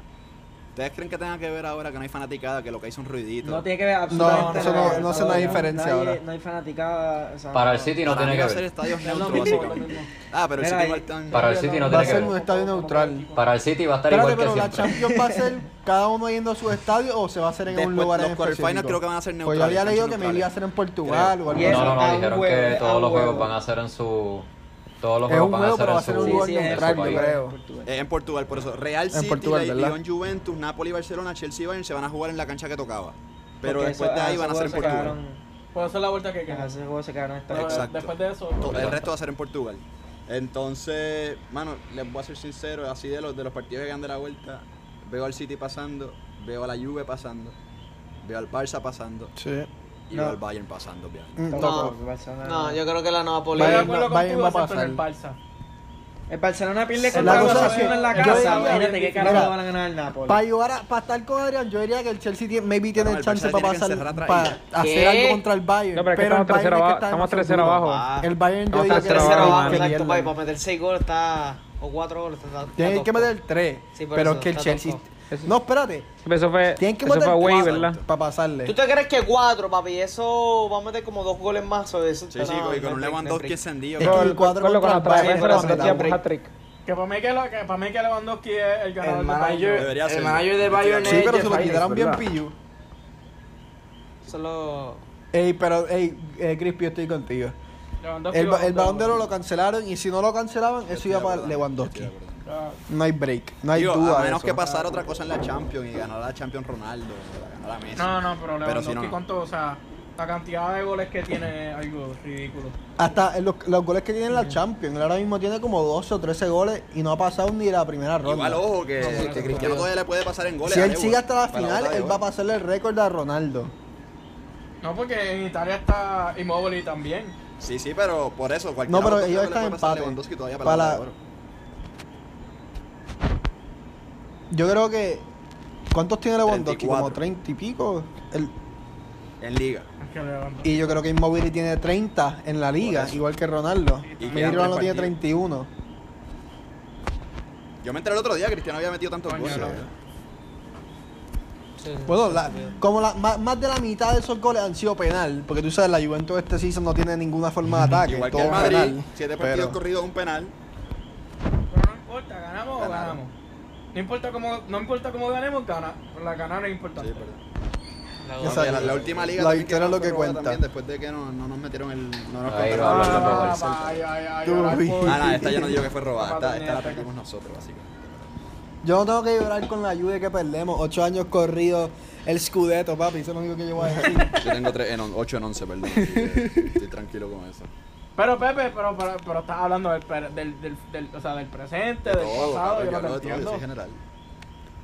Speaker 1: ¿Ustedes creen que tenga que ver ahora que no hay fanaticada, que lo que hay es un ruidito?
Speaker 5: No tiene que ver
Speaker 8: No,
Speaker 5: absolutamente
Speaker 8: eso
Speaker 5: nada.
Speaker 8: no- no hace
Speaker 5: Nadie-
Speaker 8: una diferencia
Speaker 5: nadie-
Speaker 8: ahora.
Speaker 5: No hay fanaticada. o sea,
Speaker 7: Para el
Speaker 5: no.
Speaker 7: City no
Speaker 1: Para
Speaker 7: tiene
Speaker 1: mí
Speaker 7: que
Speaker 1: va a ser
Speaker 7: ver.
Speaker 1: estadios
Speaker 4: Es lo
Speaker 1: neutros,
Speaker 4: mismo, lo
Speaker 1: básicamente.
Speaker 4: mismo.
Speaker 1: Ah, pero el
Speaker 5: Mira
Speaker 1: City
Speaker 5: ahí.
Speaker 1: igual están.
Speaker 7: Para el City no
Speaker 8: Va
Speaker 7: tiene
Speaker 8: a
Speaker 7: que
Speaker 8: ser un
Speaker 7: ver.
Speaker 8: estadio neutral.
Speaker 7: Para el City va a estar
Speaker 8: Espérate,
Speaker 7: igual
Speaker 8: pero la
Speaker 7: que siempre.
Speaker 8: Champions va a ser cada uno yendo a su estadio o se va a hacer en
Speaker 1: Después,
Speaker 8: un lugar
Speaker 1: los
Speaker 8: en
Speaker 1: quarterfinals
Speaker 8: específico.
Speaker 1: creo que van a ser
Speaker 8: Pues
Speaker 1: neutrales.
Speaker 8: yo había leído
Speaker 1: canchas
Speaker 8: que me iba a
Speaker 1: neutrales.
Speaker 8: hacer en Portugal o algo
Speaker 5: Y
Speaker 8: así.
Speaker 5: eso,
Speaker 7: No, no,
Speaker 5: a
Speaker 7: no,
Speaker 5: un
Speaker 7: dijeron
Speaker 5: huevo,
Speaker 7: que
Speaker 5: a
Speaker 7: todos
Speaker 5: un
Speaker 7: los juegos
Speaker 5: huevo.
Speaker 7: van a ser en su. Todos los
Speaker 8: Es
Speaker 7: juegos
Speaker 8: un
Speaker 7: van a
Speaker 8: juego,
Speaker 7: ser
Speaker 8: pero va a
Speaker 7: en
Speaker 8: ser un
Speaker 7: su.
Speaker 8: lugar
Speaker 5: Sí, sí, es
Speaker 7: en su
Speaker 8: neutral, yo
Speaker 7: país.
Speaker 8: creo.
Speaker 1: Eh, en Portugal, por eso. Real City,
Speaker 8: Portugal,
Speaker 1: la-
Speaker 8: ¿verdad?
Speaker 1: Lyon, Juventus, Napoli, Barcelona, Chelsea, Bayern se van a jugar en la cancha que tocaba. Pero
Speaker 5: Porque
Speaker 1: después
Speaker 5: eso-
Speaker 1: de ahí
Speaker 5: ese
Speaker 1: van a ser en
Speaker 5: juego se
Speaker 1: Portugal.
Speaker 5: quedaron-
Speaker 4: Puedo hacer la vuelta que queda.
Speaker 5: Ese juego se
Speaker 4: Pero,
Speaker 5: quedaron
Speaker 4: eh,
Speaker 5: estancado.
Speaker 1: Exacto.
Speaker 4: Después de eso.
Speaker 1: To- El resto va a ser en Portugal. Entonces, mano, les voy a ser sincero, así de los, de los partidos que quedan de la vuelta, veo al City pasando, veo a la Juve pasando, veo al Barça pasando
Speaker 8: Sí.
Speaker 1: y
Speaker 5: No.
Speaker 1: veo al Bayern pasando, obviamente.
Speaker 8: Mm,
Speaker 6: No,
Speaker 8: toco.
Speaker 5: Barcelona-
Speaker 6: No, yo creo que la Napoli.
Speaker 4: Estoy de
Speaker 8: Bayern
Speaker 4: acuerdo
Speaker 8: va- Bayern
Speaker 4: contigo,
Speaker 8: va a
Speaker 4: excepto en el
Speaker 8: pasar.
Speaker 4: Barça.
Speaker 5: El Barcelona pierde
Speaker 4: La
Speaker 5: contra el
Speaker 8: cosa es
Speaker 5: Osasuna
Speaker 8: que-
Speaker 5: en la
Speaker 8: yo
Speaker 5: casa.
Speaker 8: diría-
Speaker 5: Imagínate qué
Speaker 8: Mira,
Speaker 5: carajo van a ganar el Napoli.
Speaker 8: Para ayudar a, para estar con Adrián, yo diría que el Chelsea tiene- maybe tiene
Speaker 1: No, el
Speaker 8: chance
Speaker 1: Barça
Speaker 8: para
Speaker 1: tiene que
Speaker 8: pasar,
Speaker 1: encerrar
Speaker 8: para
Speaker 1: atrás.
Speaker 8: hacer
Speaker 6: ¿Qué?
Speaker 8: algo contra el Bayern.
Speaker 2: No, pero es que estamos
Speaker 8: el Bayern
Speaker 2: 3-0
Speaker 8: es que
Speaker 2: abajo.
Speaker 8: está
Speaker 2: Estamos
Speaker 8: demasiado
Speaker 2: 3-0 abajo.
Speaker 8: duro.
Speaker 1: Ah.
Speaker 8: El Bayern yo
Speaker 6: No,
Speaker 8: diría
Speaker 6: está
Speaker 8: que
Speaker 6: 3-0
Speaker 8: va a
Speaker 6: abajo,
Speaker 8: que
Speaker 6: exacto,
Speaker 8: pierda.
Speaker 6: papi. Para meter 6 goles está. O 4 goles está. está
Speaker 8: Tiene que
Speaker 6: tosco.
Speaker 8: meter el 3.
Speaker 6: Sí, por
Speaker 8: pero
Speaker 6: eso,
Speaker 8: es que el
Speaker 6: está
Speaker 8: Chelsea.
Speaker 6: tosco.
Speaker 8: No, espérate.
Speaker 2: Eso fue,
Speaker 8: Tienen que
Speaker 2: eso
Speaker 8: meter
Speaker 2: fue Wade,
Speaker 8: cuatro
Speaker 2: ¿verdad?
Speaker 8: Para pasarle.
Speaker 6: ¿Tú te crees que cuatro, papi? Eso va a meter como dos goles más. o eso
Speaker 1: Sí,
Speaker 6: está
Speaker 1: sí,
Speaker 6: nada,
Speaker 1: y con un
Speaker 6: no hay break, no hay
Speaker 1: Lewandowski
Speaker 6: break.
Speaker 1: encendido.
Speaker 8: Es que el cuatro
Speaker 2: Con lo con
Speaker 8: contra
Speaker 2: la
Speaker 8: el Bayern
Speaker 2: transferencia,
Speaker 8: no
Speaker 2: la
Speaker 8: da break.
Speaker 2: hat-trick.
Speaker 4: Que para mí que, lo- que, para mí que Lewandowski es el ganador del
Speaker 9: El manager,
Speaker 4: partido.
Speaker 1: Debería
Speaker 9: el
Speaker 1: ser.
Speaker 9: manager de Bayern
Speaker 8: Sí,
Speaker 9: es
Speaker 8: pero
Speaker 9: Jeff
Speaker 8: se lo
Speaker 9: Hines,
Speaker 8: quitaron bien
Speaker 9: ¿verdad?
Speaker 8: pillo.
Speaker 4: Solo
Speaker 8: Ey, pero, ey, eh, Crispy, yo estoy contigo.
Speaker 4: Lewandowski
Speaker 8: El, ba-
Speaker 4: va-
Speaker 8: el balón de oro lo cancelaron y si no lo cancelaban, eso
Speaker 1: Estoy
Speaker 8: iba
Speaker 1: de
Speaker 8: para
Speaker 1: acuerdo,
Speaker 8: Lewandowski.
Speaker 1: estoy de acuerdo.
Speaker 4: Ah,
Speaker 8: No hay break, no hay
Speaker 1: Digo,
Speaker 8: duda.
Speaker 1: a
Speaker 8: de
Speaker 1: menos
Speaker 8: eso.
Speaker 1: que pasara otra cosa en la Champions y ganara la Champions Ronaldo, o la ganara Messi.
Speaker 4: No, no, pero
Speaker 1: Pero si
Speaker 4: Lewandowski
Speaker 1: no, no.
Speaker 4: con todo, o sea, la cantidad de goles que tiene es algo ridículo.
Speaker 8: Hasta en los, los goles que tiene en la Champions, él ahora mismo tiene como 12 o 13 goles y no ha pasado ni la primera ronda.
Speaker 1: Igual, ojo, que,
Speaker 8: sí,
Speaker 1: que Cristiano todavía le puede pasar en goles.
Speaker 8: si
Speaker 1: a
Speaker 8: él
Speaker 1: Lewa,
Speaker 8: sigue hasta la
Speaker 1: para
Speaker 8: final,
Speaker 1: bota de
Speaker 8: él va a
Speaker 1: oro.
Speaker 8: pasarle el récord a Ronaldo.
Speaker 4: No, porque en Italia está Immobile también.
Speaker 1: Sí, sí, pero por eso, cualquier
Speaker 8: No, pero
Speaker 1: otro
Speaker 8: ellos
Speaker 1: que le puede
Speaker 8: están
Speaker 1: pasar a
Speaker 8: empate.
Speaker 1: Lewandowski todavía para,
Speaker 8: Para-
Speaker 1: la bota de oro.
Speaker 8: Yo creo que. ¿Cuántos tiene Lewandowski? Como
Speaker 1: 34.
Speaker 8: 30 y pico. El-
Speaker 1: En liga.
Speaker 4: Es que Lewandowski-
Speaker 8: y yo creo que Immobile tiene 30 en la liga, igual que Ronaldo.
Speaker 1: Y
Speaker 8: Y
Speaker 1: quedan tres
Speaker 8: Ronaldo tiene
Speaker 1: partidos.
Speaker 8: 31.
Speaker 1: Yo me enteré el otro día que Cristiano había metido tantos
Speaker 4: Coño,
Speaker 1: goles.
Speaker 4: no.
Speaker 6: Sí, sí,
Speaker 8: Bueno,
Speaker 6: sí,
Speaker 8: la-
Speaker 6: sí.
Speaker 8: como la- más, más de la mitad de esos goles han sido penal, porque tú sabes, la Juventus este season no tiene ninguna forma de ataque.
Speaker 1: (laughs) Igual Ah, que
Speaker 8: todo
Speaker 1: el
Speaker 8: es
Speaker 1: Madrid,
Speaker 8: penal,
Speaker 1: siete
Speaker 8: pero-
Speaker 1: partidos corridos, un penal.
Speaker 4: Pero no importa, ganamos o
Speaker 1: Ganaron.
Speaker 4: ganamos. No importa cómo, no importa cómo ganemos, gana. La ganar es
Speaker 1: Sí,
Speaker 4: importante. Ah,
Speaker 1: perdón.
Speaker 8: Exacto.
Speaker 1: Porque La, la última liga
Speaker 8: La
Speaker 1: también
Speaker 8: victoria es lo
Speaker 1: quedó
Speaker 8: que
Speaker 1: en prórroga
Speaker 8: cuenta.
Speaker 1: también, después de que no, no nos metieron el... No nos contaron
Speaker 7: Ahí va,
Speaker 1: el-
Speaker 7: hablando por
Speaker 4: Ah,
Speaker 7: el
Speaker 4: va, ay, ay, ay,
Speaker 8: Tú,
Speaker 4: llorar
Speaker 8: Luis.
Speaker 4: por-
Speaker 1: Ah, no, esta yo no digo que fue robada,
Speaker 4: Papá
Speaker 1: esta, esta la
Speaker 4: tenía
Speaker 1: perdimos nosotros, básicamente.
Speaker 8: Yo no tengo que llorar con la Juve que perdemos. Ocho años corridos, el Scudetto, papi. Eso es lo único que yo voy a decir.
Speaker 1: Yo tengo 8 en 11, perdón. así que Estoy tranquilo con eso.
Speaker 4: Pero Pepe, pero, pero, pero estás hablando del, pre- del, del, del- o sea, del presente, del
Speaker 1: Todo,
Speaker 4: pasado,
Speaker 1: cabrón,
Speaker 4: yo
Speaker 1: yo
Speaker 4: no te
Speaker 1: hablo de todo, yo
Speaker 4: entiendo.
Speaker 1: soy general.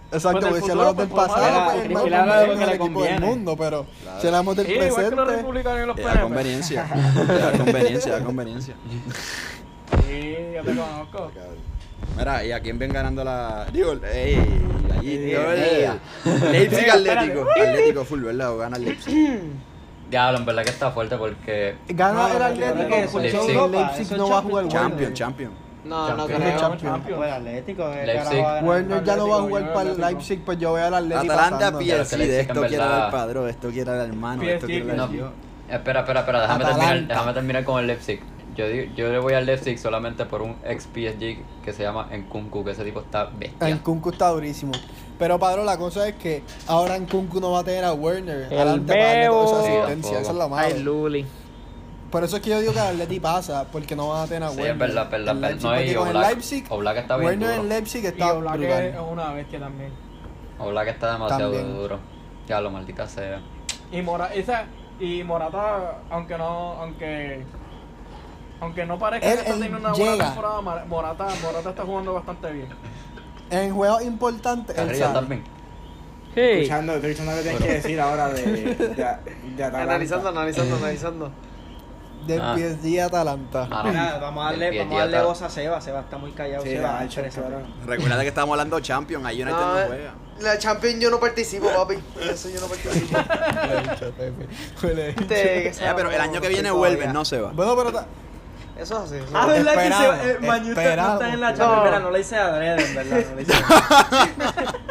Speaker 8: Exacto,
Speaker 4: Pues del
Speaker 8: porque si
Speaker 4: futuro,
Speaker 8: hablamos
Speaker 4: pues,
Speaker 8: del
Speaker 4: pues,
Speaker 8: pasado,
Speaker 4: mala,
Speaker 8: pues, el
Speaker 4: Cristiano
Speaker 8: más
Speaker 4: le habla de lo que
Speaker 8: mejor
Speaker 4: le
Speaker 8: equipo del
Speaker 4: conviene.
Speaker 8: mundo, pero
Speaker 1: Claro.
Speaker 8: si hablamos del
Speaker 4: Sí, igual que los
Speaker 8: presente,
Speaker 4: republicanos y los pues.
Speaker 1: Eh, da
Speaker 4: PNP.
Speaker 1: conveniencia.
Speaker 4: (laughs)
Speaker 1: Da conveniencia, da conveniencia.
Speaker 4: Sí, yo te conozco.
Speaker 1: Cabrón. Mira, ¿y a quién ven ganando la.? Digo, ¡ey! Allí,
Speaker 7: Sí,
Speaker 1: yo-
Speaker 7: ey.
Speaker 1: Leipzig Atlético. Atlético full, ¿verdad? O gana el Leipzig.
Speaker 7: Diablo, en verdad que está fuerte porque
Speaker 8: gana
Speaker 5: No,
Speaker 8: el
Speaker 5: no,
Speaker 8: Atlético,
Speaker 5: que
Speaker 8: porque
Speaker 7: Leipzig.
Speaker 8: el Leipzig
Speaker 5: Eso
Speaker 8: no
Speaker 5: es
Speaker 8: va a jugar
Speaker 1: Champion,
Speaker 8: Werner.
Speaker 1: champion.
Speaker 6: No, no
Speaker 7: Champions.
Speaker 6: creo.
Speaker 5: Fue el Pues, Atlético, el
Speaker 7: Leipzig.
Speaker 5: carajo va a ganar.
Speaker 8: Werner ya no va a
Speaker 4: Atlético,
Speaker 8: jugar
Speaker 4: yo
Speaker 8: para el
Speaker 4: Atlético.
Speaker 8: Leipzig, pues yo voy al Atlético
Speaker 1: Atalanta,
Speaker 8: pasando.
Speaker 7: Pero que
Speaker 1: PSG.
Speaker 7: Leipzig,
Speaker 1: De
Speaker 7: en
Speaker 1: esto quiere
Speaker 7: verdad-
Speaker 1: dar el padro, esto quiere dar el hermano, esto
Speaker 4: PSG,
Speaker 1: quiere
Speaker 7: No.
Speaker 1: dar yo.
Speaker 7: Espera, espera, espera, déjame
Speaker 8: Atalanta.
Speaker 7: terminar, déjame terminar con el Leipzig. Yo, digo- yo le voy al Leipzig solamente por un ex PSG que se llama Nkunku, que ese tipo está bestia.
Speaker 8: En Kunku está durísimo. Pero Pablo, la cosa es que ahora en Kunku no va a tener a Werner.
Speaker 2: El
Speaker 8: adelante para darle toda esa
Speaker 2: Bebo.
Speaker 8: asistencia. Esa es la
Speaker 2: Ay,
Speaker 8: mala.
Speaker 2: Luli.
Speaker 8: Por eso es que yo digo que el Atleti pasa, porque no van a tener a
Speaker 7: Sí,
Speaker 8: Werner.
Speaker 7: es verdad, verdad,
Speaker 8: en
Speaker 7: verdad.
Speaker 8: Leipzig,
Speaker 7: No, y
Speaker 8: porque con el
Speaker 7: Oblak-
Speaker 8: Leipzig,
Speaker 7: Oblak está bien
Speaker 8: Werner en
Speaker 7: duro.
Speaker 8: Leipzig
Speaker 4: Y
Speaker 8: está
Speaker 4: Oblak
Speaker 8: brutal.
Speaker 4: es una bestia también.
Speaker 7: Oblak que está demasiado
Speaker 8: También.
Speaker 7: duro. Ya lo maldita sea.
Speaker 4: Y, Mora, esa, y Morata, aunque no, aunque, aunque no parezca
Speaker 8: Él-
Speaker 4: que está
Speaker 8: él
Speaker 4: teniendo una
Speaker 8: llega.
Speaker 4: buena temporada, Mar- Morata, Morata está jugando bastante bien.
Speaker 8: En juegos importantes, él
Speaker 7: Carrillo
Speaker 8: sale.
Speaker 7: también.
Speaker 2: Sí.
Speaker 9: Escuchando, estoy escuchando lo que tienes que decir ahora de, de, de Atalanta.
Speaker 6: Analizando,
Speaker 9: Eh,
Speaker 6: analizando, analizando.
Speaker 8: Del
Speaker 7: Ah.
Speaker 8: PSG a Atalanta. (laughs)
Speaker 7: Ah,
Speaker 5: Mira, vamos a darle,
Speaker 7: El
Speaker 5: vamos a darle
Speaker 7: idiota.
Speaker 5: voz a Seba. Seba está muy callado.
Speaker 9: Sí,
Speaker 5: Seba,
Speaker 9: la
Speaker 5: no
Speaker 9: Alcho,
Speaker 5: interesa.
Speaker 9: cabrón.
Speaker 1: Recuerda que estábamos hablando champion, ahí United no
Speaker 6: No,
Speaker 1: juega.
Speaker 6: la Champions yo no participo, papi. Eso yo no participo. Este,
Speaker 1: Eh, pero el año que viene vuelve,
Speaker 6: vuelven,
Speaker 1: no se va.
Speaker 8: Bueno, pero ta-
Speaker 6: Eso es así. eso es
Speaker 5: Ah,
Speaker 6: así.
Speaker 5: ¿verdad que
Speaker 8: Esperado,
Speaker 5: se, eh, Mañu está- no
Speaker 8: esperado.
Speaker 5: está en la
Speaker 6: No.
Speaker 5: Champions? Mira, no le hice adrede, en verdad. No le hice
Speaker 8: mira,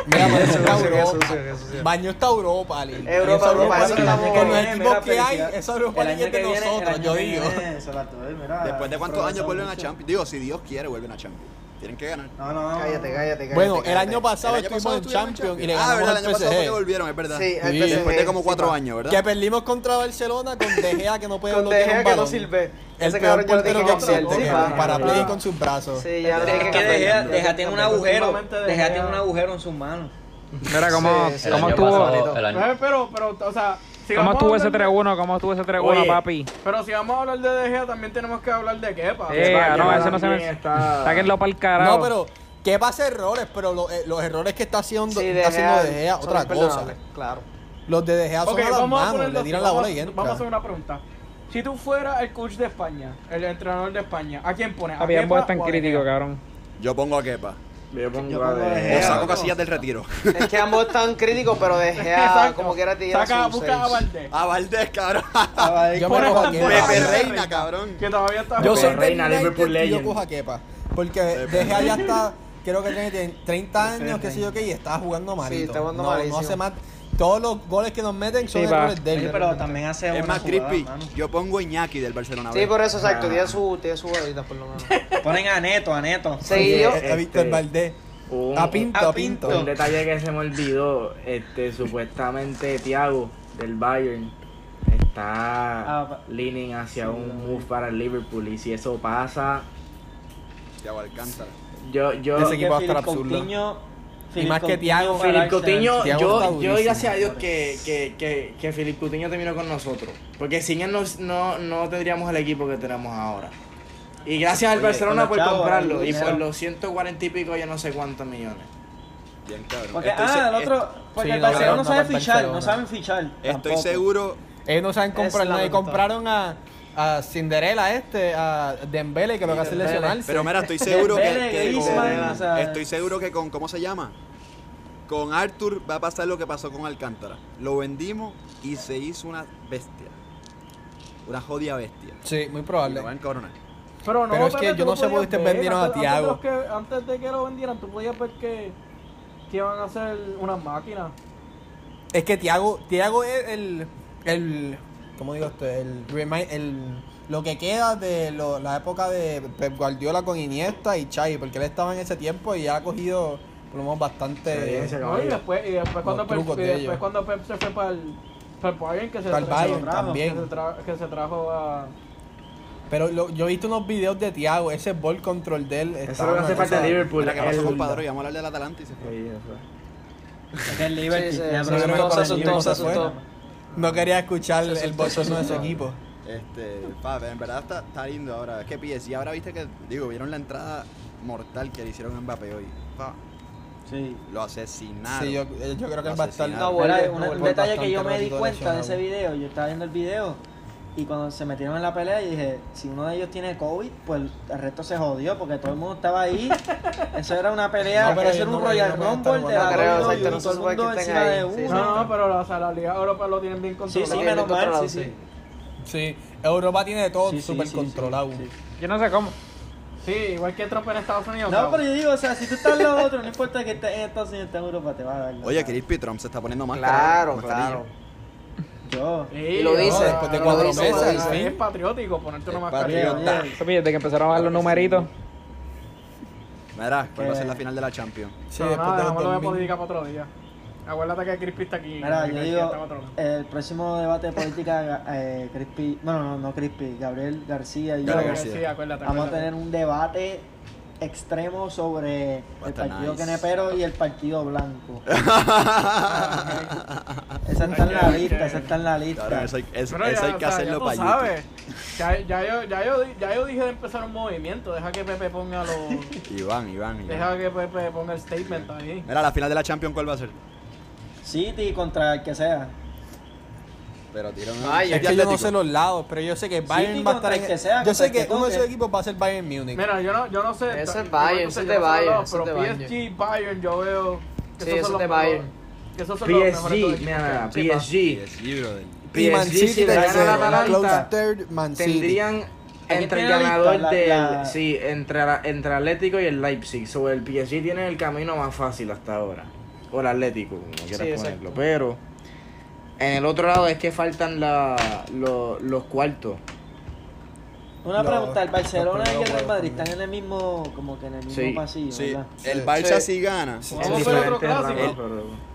Speaker 8: pero eso está
Speaker 6: Eso, eso,
Speaker 8: Europa.
Speaker 6: eso, eso, eso.
Speaker 8: Baño está Europa, Lil.
Speaker 6: Europa,
Speaker 8: Esa
Speaker 6: Europa, eso
Speaker 8: League,
Speaker 6: estamos-
Speaker 8: Con los
Speaker 5: Mira,
Speaker 8: equipos que hay,
Speaker 5: felicidad.
Speaker 8: esa Europa
Speaker 5: El
Speaker 8: League
Speaker 5: año
Speaker 8: es de
Speaker 5: que viene, el
Speaker 8: nosotros,
Speaker 5: año
Speaker 8: yo
Speaker 5: que
Speaker 8: digo.
Speaker 5: (laughs) viene, se la doy, mira,
Speaker 1: Después de cuántos años
Speaker 5: progresa
Speaker 1: vuelven a
Speaker 5: mucho.
Speaker 1: Champions. Digo, si Dios quiere, vuelven a Champions. Tienen que ganar.
Speaker 5: No, no, no.
Speaker 6: Cállate, cállate, cállate.
Speaker 8: Bueno, el
Speaker 6: cállate.
Speaker 8: año pasado
Speaker 1: El año
Speaker 8: estuvimos
Speaker 1: pasado
Speaker 8: en
Speaker 1: estuvieron
Speaker 8: Champions y le
Speaker 1: Ah,
Speaker 8: ganamos
Speaker 1: verdad, el año pasado fue que
Speaker 8: al PSG.
Speaker 1: volvieron, es verdad.
Speaker 6: Sí, al
Speaker 8: Sí.
Speaker 6: PSG,
Speaker 1: Después de como
Speaker 6: sí,
Speaker 1: cuatro
Speaker 6: pa.
Speaker 1: años, ¿verdad?
Speaker 8: Que perdimos contra Barcelona con De Gea que no puede
Speaker 6: Con De
Speaker 8: bloquear
Speaker 6: Gea
Speaker 8: un
Speaker 6: que no
Speaker 8: balón.
Speaker 6: sirve.
Speaker 8: El
Speaker 6: Ese
Speaker 8: peor
Speaker 6: cabrón yo le
Speaker 8: portero
Speaker 6: dije
Speaker 8: que
Speaker 6: que no
Speaker 8: existe,
Speaker 6: sirve.
Speaker 5: sí,
Speaker 8: cabrón,
Speaker 5: pa.
Speaker 8: para
Speaker 5: Sí,
Speaker 8: play
Speaker 5: pa.
Speaker 8: con sus brazos.
Speaker 6: Sí, ya le
Speaker 5: Es
Speaker 6: dije
Speaker 5: que
Speaker 6: que
Speaker 5: Dejea,
Speaker 6: no.
Speaker 5: Dejea tiene un agujero.
Speaker 4: Últimamente Dejea-
Speaker 5: Dejea tiene un agujero en sus manos.
Speaker 2: Mira cómo,
Speaker 6: Sí, sí,
Speaker 7: El
Speaker 2: cómo
Speaker 7: año
Speaker 2: estuvo,
Speaker 7: pasado, el año.
Speaker 4: Eh, Pero, pero, o sea, si
Speaker 2: cómo
Speaker 4: vamos a
Speaker 2: estuvo ese
Speaker 4: hablar de-
Speaker 2: 3-1, cómo estuvo ese 3-1,
Speaker 9: Oye.
Speaker 2: papi.
Speaker 4: Pero si vamos a hablar de De Gea, también tenemos que hablar de Kepa.
Speaker 2: Eh,
Speaker 9: Vaya,
Speaker 2: no, ese no se
Speaker 9: también
Speaker 2: me...
Speaker 9: está-
Speaker 2: Sáquenlo para el carajo.
Speaker 8: No, pero que pasa errores, pero lo- eh, los errores que está haciendo,
Speaker 6: Sí,
Speaker 8: está haciendo De
Speaker 6: Gea
Speaker 8: Gea,
Speaker 6: son
Speaker 8: otra cosa.
Speaker 6: imperdonables, Claro.
Speaker 8: Los de De Gea son
Speaker 4: Ok,
Speaker 8: a las
Speaker 4: vamos a
Speaker 8: manos,
Speaker 4: ponerlo
Speaker 8: le
Speaker 4: así,
Speaker 8: tiran la
Speaker 4: vamos
Speaker 8: bola
Speaker 4: a-
Speaker 8: y entra.
Speaker 4: Vamos a hacer una pregunta. Si tú fueras el coach de España, el entrenador de España, ¿a quién pones? ¿A
Speaker 2: Papi, ambos
Speaker 4: Kepa
Speaker 2: están
Speaker 4: o a De
Speaker 2: críticos,
Speaker 4: Gea?
Speaker 2: cabrón.
Speaker 1: Yo pongo a Kepa.
Speaker 9: Yo pongo
Speaker 5: Yo
Speaker 9: a
Speaker 5: pongo
Speaker 9: De
Speaker 5: de
Speaker 1: O
Speaker 9: Gea.
Speaker 1: saco casillas del retiro.
Speaker 6: Es que ambos están críticos, pero De Gea,
Speaker 4: Exacto.
Speaker 6: como quiera, tira
Speaker 4: Saca,
Speaker 6: su seis.
Speaker 4: busca a Valdés.
Speaker 1: A Valdés, cabrón.
Speaker 8: Yo me
Speaker 4: Pones
Speaker 8: cojo a
Speaker 4: a
Speaker 8: Kepa.
Speaker 4: Kepa.
Speaker 1: Pepe Reina, cabrón.
Speaker 4: Que todavía está
Speaker 8: Yo
Speaker 9: Pepe
Speaker 8: soy del
Speaker 9: Reina,
Speaker 8: United
Speaker 9: Liverpool
Speaker 8: y yo
Speaker 9: legend.
Speaker 8: cojo a Kepa. Porque De Gea ya está
Speaker 11: creo que tiene 30 años, qué sé yo qué, y está jugando malito.
Speaker 12: está jugando
Speaker 11: no,
Speaker 12: malísimo.
Speaker 11: No hace más. Todos los goles que nos meten son
Speaker 2: Sí, va.
Speaker 11: errores de él.
Speaker 5: Oye, pero también hace
Speaker 1: Es
Speaker 5: buenas
Speaker 1: más
Speaker 5: jugadas,
Speaker 1: crispy.
Speaker 5: mano.
Speaker 1: Yo pongo a Iñaki del Barcelona.
Speaker 12: Sí,
Speaker 1: B.
Speaker 12: por eso,
Speaker 11: Ah.
Speaker 12: exacto. Tiene su, tiene su jugadita, por lo menos.
Speaker 5: (laughs) Ponen a Neto, a Neto.
Speaker 8: Eh,
Speaker 12: Sí, yo.
Speaker 11: a Víctor
Speaker 9: Este,
Speaker 11: Valdés.
Speaker 9: Un,
Speaker 11: A Pinto,
Speaker 5: a
Speaker 11: a
Speaker 5: Pinto.
Speaker 11: Pinto.
Speaker 9: un detalle que se me olvidó, este, supuestamente Thiago del Bayern está
Speaker 5: Ah, pa-
Speaker 9: leaning hacia un move para el Liverpool y si eso pasa,
Speaker 1: Thiago Alcántara.
Speaker 9: yo, yo,
Speaker 11: Ese
Speaker 5: Que
Speaker 11: equipo va a estar
Speaker 5: Philip
Speaker 11: absurdo.
Speaker 5: Coutinho-
Speaker 11: Y más que
Speaker 5: Philip
Speaker 11: Thiago,
Speaker 5: Coutinho
Speaker 9: Filip
Speaker 5: para
Speaker 9: Coutinho,
Speaker 11: Thiago está
Speaker 9: yo, yo
Speaker 11: durísimo,
Speaker 9: y gracias a Dios que, que, que, que Filip Coutinho terminó con nosotros. Porque sin él nos- no, no tendríamos el equipo que tenemos ahora. Y gracias al
Speaker 5: Oye,
Speaker 9: Barcelona
Speaker 5: con
Speaker 9: por
Speaker 5: los chavos,
Speaker 9: comprarlo.
Speaker 5: el
Speaker 9: Y por
Speaker 5: dinero.
Speaker 9: los 140 y pico, yo no sé cuántos millones.
Speaker 1: Bien cabrón.
Speaker 5: Porque,
Speaker 1: Estoy se-
Speaker 5: ah, el
Speaker 11: eh,
Speaker 5: otro. Porque
Speaker 8: sí,
Speaker 5: el
Speaker 8: lo
Speaker 5: Barcelona no
Speaker 8: ganaron, no
Speaker 5: sabe
Speaker 8: falta el
Speaker 5: fichar, no
Speaker 8: Barcelona.
Speaker 5: saben fichar.
Speaker 1: Estoy
Speaker 5: tampoco.
Speaker 1: seguro.
Speaker 8: Ellos no saben comprar
Speaker 12: Es la
Speaker 8: nadie.
Speaker 12: ventaja.
Speaker 8: Compraron a, a Cinderella este, a Dembele, que lo que hace es
Speaker 5: Dembele.
Speaker 8: lesionarse.
Speaker 1: Pero mira, estoy seguro que,
Speaker 5: Dembele,
Speaker 1: que
Speaker 5: Griezmann,
Speaker 1: con-
Speaker 5: o sea-
Speaker 1: estoy seguro que con ¿cómo se llama? Con Arthur va a pasar lo que pasó con Alcántara. Lo vendimos y se hizo una bestia. Una jodida bestia.
Speaker 8: Sí, muy
Speaker 1: Y
Speaker 8: probable.
Speaker 1: lo van a coronar.
Speaker 4: Pero,
Speaker 8: Pero es que
Speaker 4: espérate,
Speaker 8: yo
Speaker 4: tú
Speaker 8: no sé por qué
Speaker 4: podías
Speaker 8: ustedes
Speaker 4: ver,
Speaker 8: vendieron a
Speaker 4: antes- antes de
Speaker 8: Thiago.
Speaker 4: que- Antes de que lo vendieran, tú podías ver que, que iban a hacer unas máquinas.
Speaker 8: Es que Tiago, Tiago es el, el, ¿cómo digo esto? El, remi- el- lo que queda de lo- la época de Pep Guardiola con Iniesta y Xavi, porque él estaba en ese tiempo y ha cogido, por lo menos,
Speaker 9: Experiencia,
Speaker 8: bastante...
Speaker 4: No, y después, y después, cuando, Pep,
Speaker 8: trucos
Speaker 4: y
Speaker 8: de
Speaker 4: después
Speaker 8: ellos.
Speaker 4: cuando Pep se fue para el, para el Bayern, que se,
Speaker 8: Para el
Speaker 4: tra- se lo
Speaker 8: Bayern
Speaker 4: trajo,
Speaker 8: también.
Speaker 4: Que, se tra- que se trajo a...
Speaker 8: Pero lo- yo he visto unos videos de Tiago, ese ball control de él.
Speaker 9: Eso es
Speaker 8: estaba
Speaker 9: lo que
Speaker 8: una
Speaker 9: hace falta
Speaker 8: cosa-
Speaker 9: de Liverpool.
Speaker 1: Mira que pasó
Speaker 9: Pues el-
Speaker 1: con Padrón y vamos a hablar del Atalanta y se fue.
Speaker 9: Sí, eso.
Speaker 5: Es el
Speaker 12: Sí,
Speaker 5: Liberty.
Speaker 12: sí,
Speaker 5: el
Speaker 12: sí,
Speaker 8: yo creo que
Speaker 5: problema
Speaker 12: no,
Speaker 5: con
Speaker 12: se
Speaker 5: el
Speaker 8: asustó,
Speaker 12: asustó,
Speaker 5: Liverpool.
Speaker 12: se
Speaker 8: se fue.
Speaker 12: asustó.
Speaker 8: No quería escuchar el bochorno de su equipo.
Speaker 1: Este, pa, en verdad está, está lindo ahora. Es que PSG ahora viste que, digo, vieron la entrada mortal que le hicieron a Mbappé hoy. Pa,
Speaker 5: Sí.
Speaker 1: lo asesinaron.
Speaker 8: Sí, yo, eh, yo creo que él va a estar...
Speaker 1: Asesinaron.
Speaker 5: No,
Speaker 1: Claro,
Speaker 5: bueno,
Speaker 8: él
Speaker 5: un,
Speaker 8: va a
Speaker 5: un
Speaker 8: estar
Speaker 5: detalle que yo me
Speaker 8: bastante
Speaker 5: di
Speaker 8: ratito
Speaker 5: cuenta de ese
Speaker 8: lesionado.
Speaker 5: video, yo estaba viendo el video y cuando se metieron en la pelea y dije, si uno de ellos tiene COVID, pues el resto se jodió porque todo el mundo estaba
Speaker 8: (laughs)
Speaker 5: ahí. Eso era una pelea,
Speaker 8: No, pero
Speaker 5: eso era
Speaker 8: no,
Speaker 5: un
Speaker 8: no,
Speaker 5: Royal
Speaker 8: no pueden estar
Speaker 5: Rumble de la
Speaker 8: jugando. No creo,
Speaker 5: WWE,
Speaker 12: exacto, no se
Speaker 5: todo el
Speaker 12: supone que
Speaker 5: mundo
Speaker 12: estén
Speaker 5: encima
Speaker 12: ahí.
Speaker 5: de
Speaker 12: Sí,
Speaker 5: uno.
Speaker 12: sí.
Speaker 4: No, no, pero la, o sea, la Liga Europa lo tienen bien
Speaker 5: Sí,
Speaker 4: controlado.
Speaker 5: sí,
Speaker 12: bien
Speaker 5: menos mal,
Speaker 12: controlado,
Speaker 5: sí, sí.
Speaker 8: Sí, Europa tiene todo
Speaker 5: Sí, sí,
Speaker 8: súper
Speaker 5: sí,
Speaker 8: controlado.
Speaker 5: sí, sí.
Speaker 2: Yo no sé cómo.
Speaker 4: Sí, igual que Trump en Estados Unidos.
Speaker 5: No,
Speaker 4: cabrón.
Speaker 5: pero yo digo, o sea, si tú estás al lado de otro, no importa que estés en Estados Unidos, estés en Europa, te va a dar. la-
Speaker 1: Oye, Crispy Trump se está poniendo más este
Speaker 12: Claro, claro.
Speaker 5: Yo.
Speaker 4: Sí,
Speaker 12: Y lo
Speaker 4: no,
Speaker 12: dice.
Speaker 8: después de
Speaker 12: lo
Speaker 8: cuatro
Speaker 12: dice,
Speaker 8: meses,
Speaker 12: lo
Speaker 8: al
Speaker 12: dice.
Speaker 8: fin.
Speaker 4: Es patriótico ponerte una
Speaker 1: Es
Speaker 4: mascarilla.
Speaker 1: patriota.
Speaker 5: Oye, oye,
Speaker 2: Papi, desde que empezaron a bajar los numeritos.
Speaker 1: Mira, que va a ser
Speaker 5: Que-
Speaker 1: la final de la Champions.
Speaker 8: Sí,
Speaker 4: No,
Speaker 8: después
Speaker 4: nada,
Speaker 8: de los
Speaker 4: dejamos lo de
Speaker 8: 2000.
Speaker 4: política para otro día. Acuérdate que Crispy está aquí.
Speaker 5: Mira,
Speaker 4: que
Speaker 5: yo
Speaker 4: Crispy
Speaker 5: digo,
Speaker 4: está en otro lado.
Speaker 5: el próximo debate de política, (laughs) eh, Crispy, bueno, no, no Crispy, Gabriel García y yo,
Speaker 1: Gabriel
Speaker 4: Creo que
Speaker 1: García.
Speaker 4: Sí, acuérdate.
Speaker 5: vamos a
Speaker 4: acuérdate.
Speaker 5: tener un debate extremo sobre
Speaker 1: Va a
Speaker 5: el
Speaker 1: estar
Speaker 5: partido
Speaker 1: nice.
Speaker 5: Quenepero y el
Speaker 1: (laughs)
Speaker 5: partido blanco.
Speaker 4: Ah, ok.
Speaker 5: Esa está en la
Speaker 4: Ok,
Speaker 5: lista,
Speaker 4: ok.
Speaker 5: esa está en la
Speaker 1: Claro,
Speaker 5: lista.
Speaker 1: eso hay, eso-
Speaker 4: (laughs) Pero ya,
Speaker 1: eso hay que
Speaker 4: o sea,
Speaker 1: hacerlo
Speaker 4: ya tú
Speaker 1: para YouTube.
Speaker 4: sabes. Ya, ya, yo, ya, yo, di- ya yo dije de empezar un movimiento. Deja que Pepe
Speaker 5: (laughs)
Speaker 4: ponga los.
Speaker 1: Iván, Iván, Iván.
Speaker 4: deja que Pepe ponga el statement ahí.
Speaker 1: Mira, la final de la Champions, ¿cuál va a ser?
Speaker 5: City contra el que sea.
Speaker 1: Pero tiraron
Speaker 12: Ay,
Speaker 8: Es que yo no sé los lados, pero yo sé que Bayern va a estar
Speaker 5: contra el
Speaker 8: en...
Speaker 5: que sea,
Speaker 8: yo
Speaker 5: contra
Speaker 8: sé
Speaker 5: el que
Speaker 8: que uno de esos
Speaker 5: toque.
Speaker 8: equipos va a ser Bayern Múnich.
Speaker 4: Mira, yo no, yo no sé.
Speaker 12: Ese es
Speaker 4: yo-
Speaker 12: Bayern,
Speaker 4: yo no
Speaker 12: ese
Speaker 4: sé,
Speaker 12: es de
Speaker 4: yo no sé
Speaker 12: Bayern,
Speaker 4: los-
Speaker 12: ese es de
Speaker 4: Pero PSG, Bayern, yo veo. que
Speaker 12: Sí, ese
Speaker 4: esos
Speaker 12: es
Speaker 4: son
Speaker 12: de
Speaker 4: los mejores.
Speaker 12: Bayern.
Speaker 4: Que esos son los mejores
Speaker 9: PSG,
Speaker 4: equipos que
Speaker 9: mira, mira,
Speaker 4: hay. Sí, pa.
Speaker 9: PSG.
Speaker 8: y Man
Speaker 9: PSG, si
Speaker 8: City
Speaker 9: le gana
Speaker 8: tercero,
Speaker 9: la Atalanta,
Speaker 8: close third, Man City.
Speaker 9: tendrían
Speaker 5: Aquí
Speaker 9: entre el
Speaker 5: tiene la lista,
Speaker 9: ganador
Speaker 5: la-
Speaker 9: del
Speaker 5: la-
Speaker 9: sí entre la- entre Atlético y el Leipzig sobre el PSG tiene el camino más fácil hasta ahora o el Atlético como quieras
Speaker 12: exacto.
Speaker 9: ponerlo pero en el otro lado es que faltan la, lo- los cuartos
Speaker 5: Una
Speaker 8: Los-
Speaker 5: pregunta, el Barcelona
Speaker 8: los
Speaker 5: y el Real
Speaker 8: primeros
Speaker 5: Madrid
Speaker 8: juegos
Speaker 5: están en el mismo, como que en el mismo
Speaker 9: Sí,
Speaker 5: pasillo,
Speaker 1: Sí,
Speaker 5: ¿verdad?
Speaker 1: el Barça
Speaker 12: Sí.
Speaker 1: sí gana.
Speaker 4: Vamos a
Speaker 9: en
Speaker 4: hacer otro
Speaker 9: diferentes
Speaker 4: clásico.
Speaker 9: ramas, pero-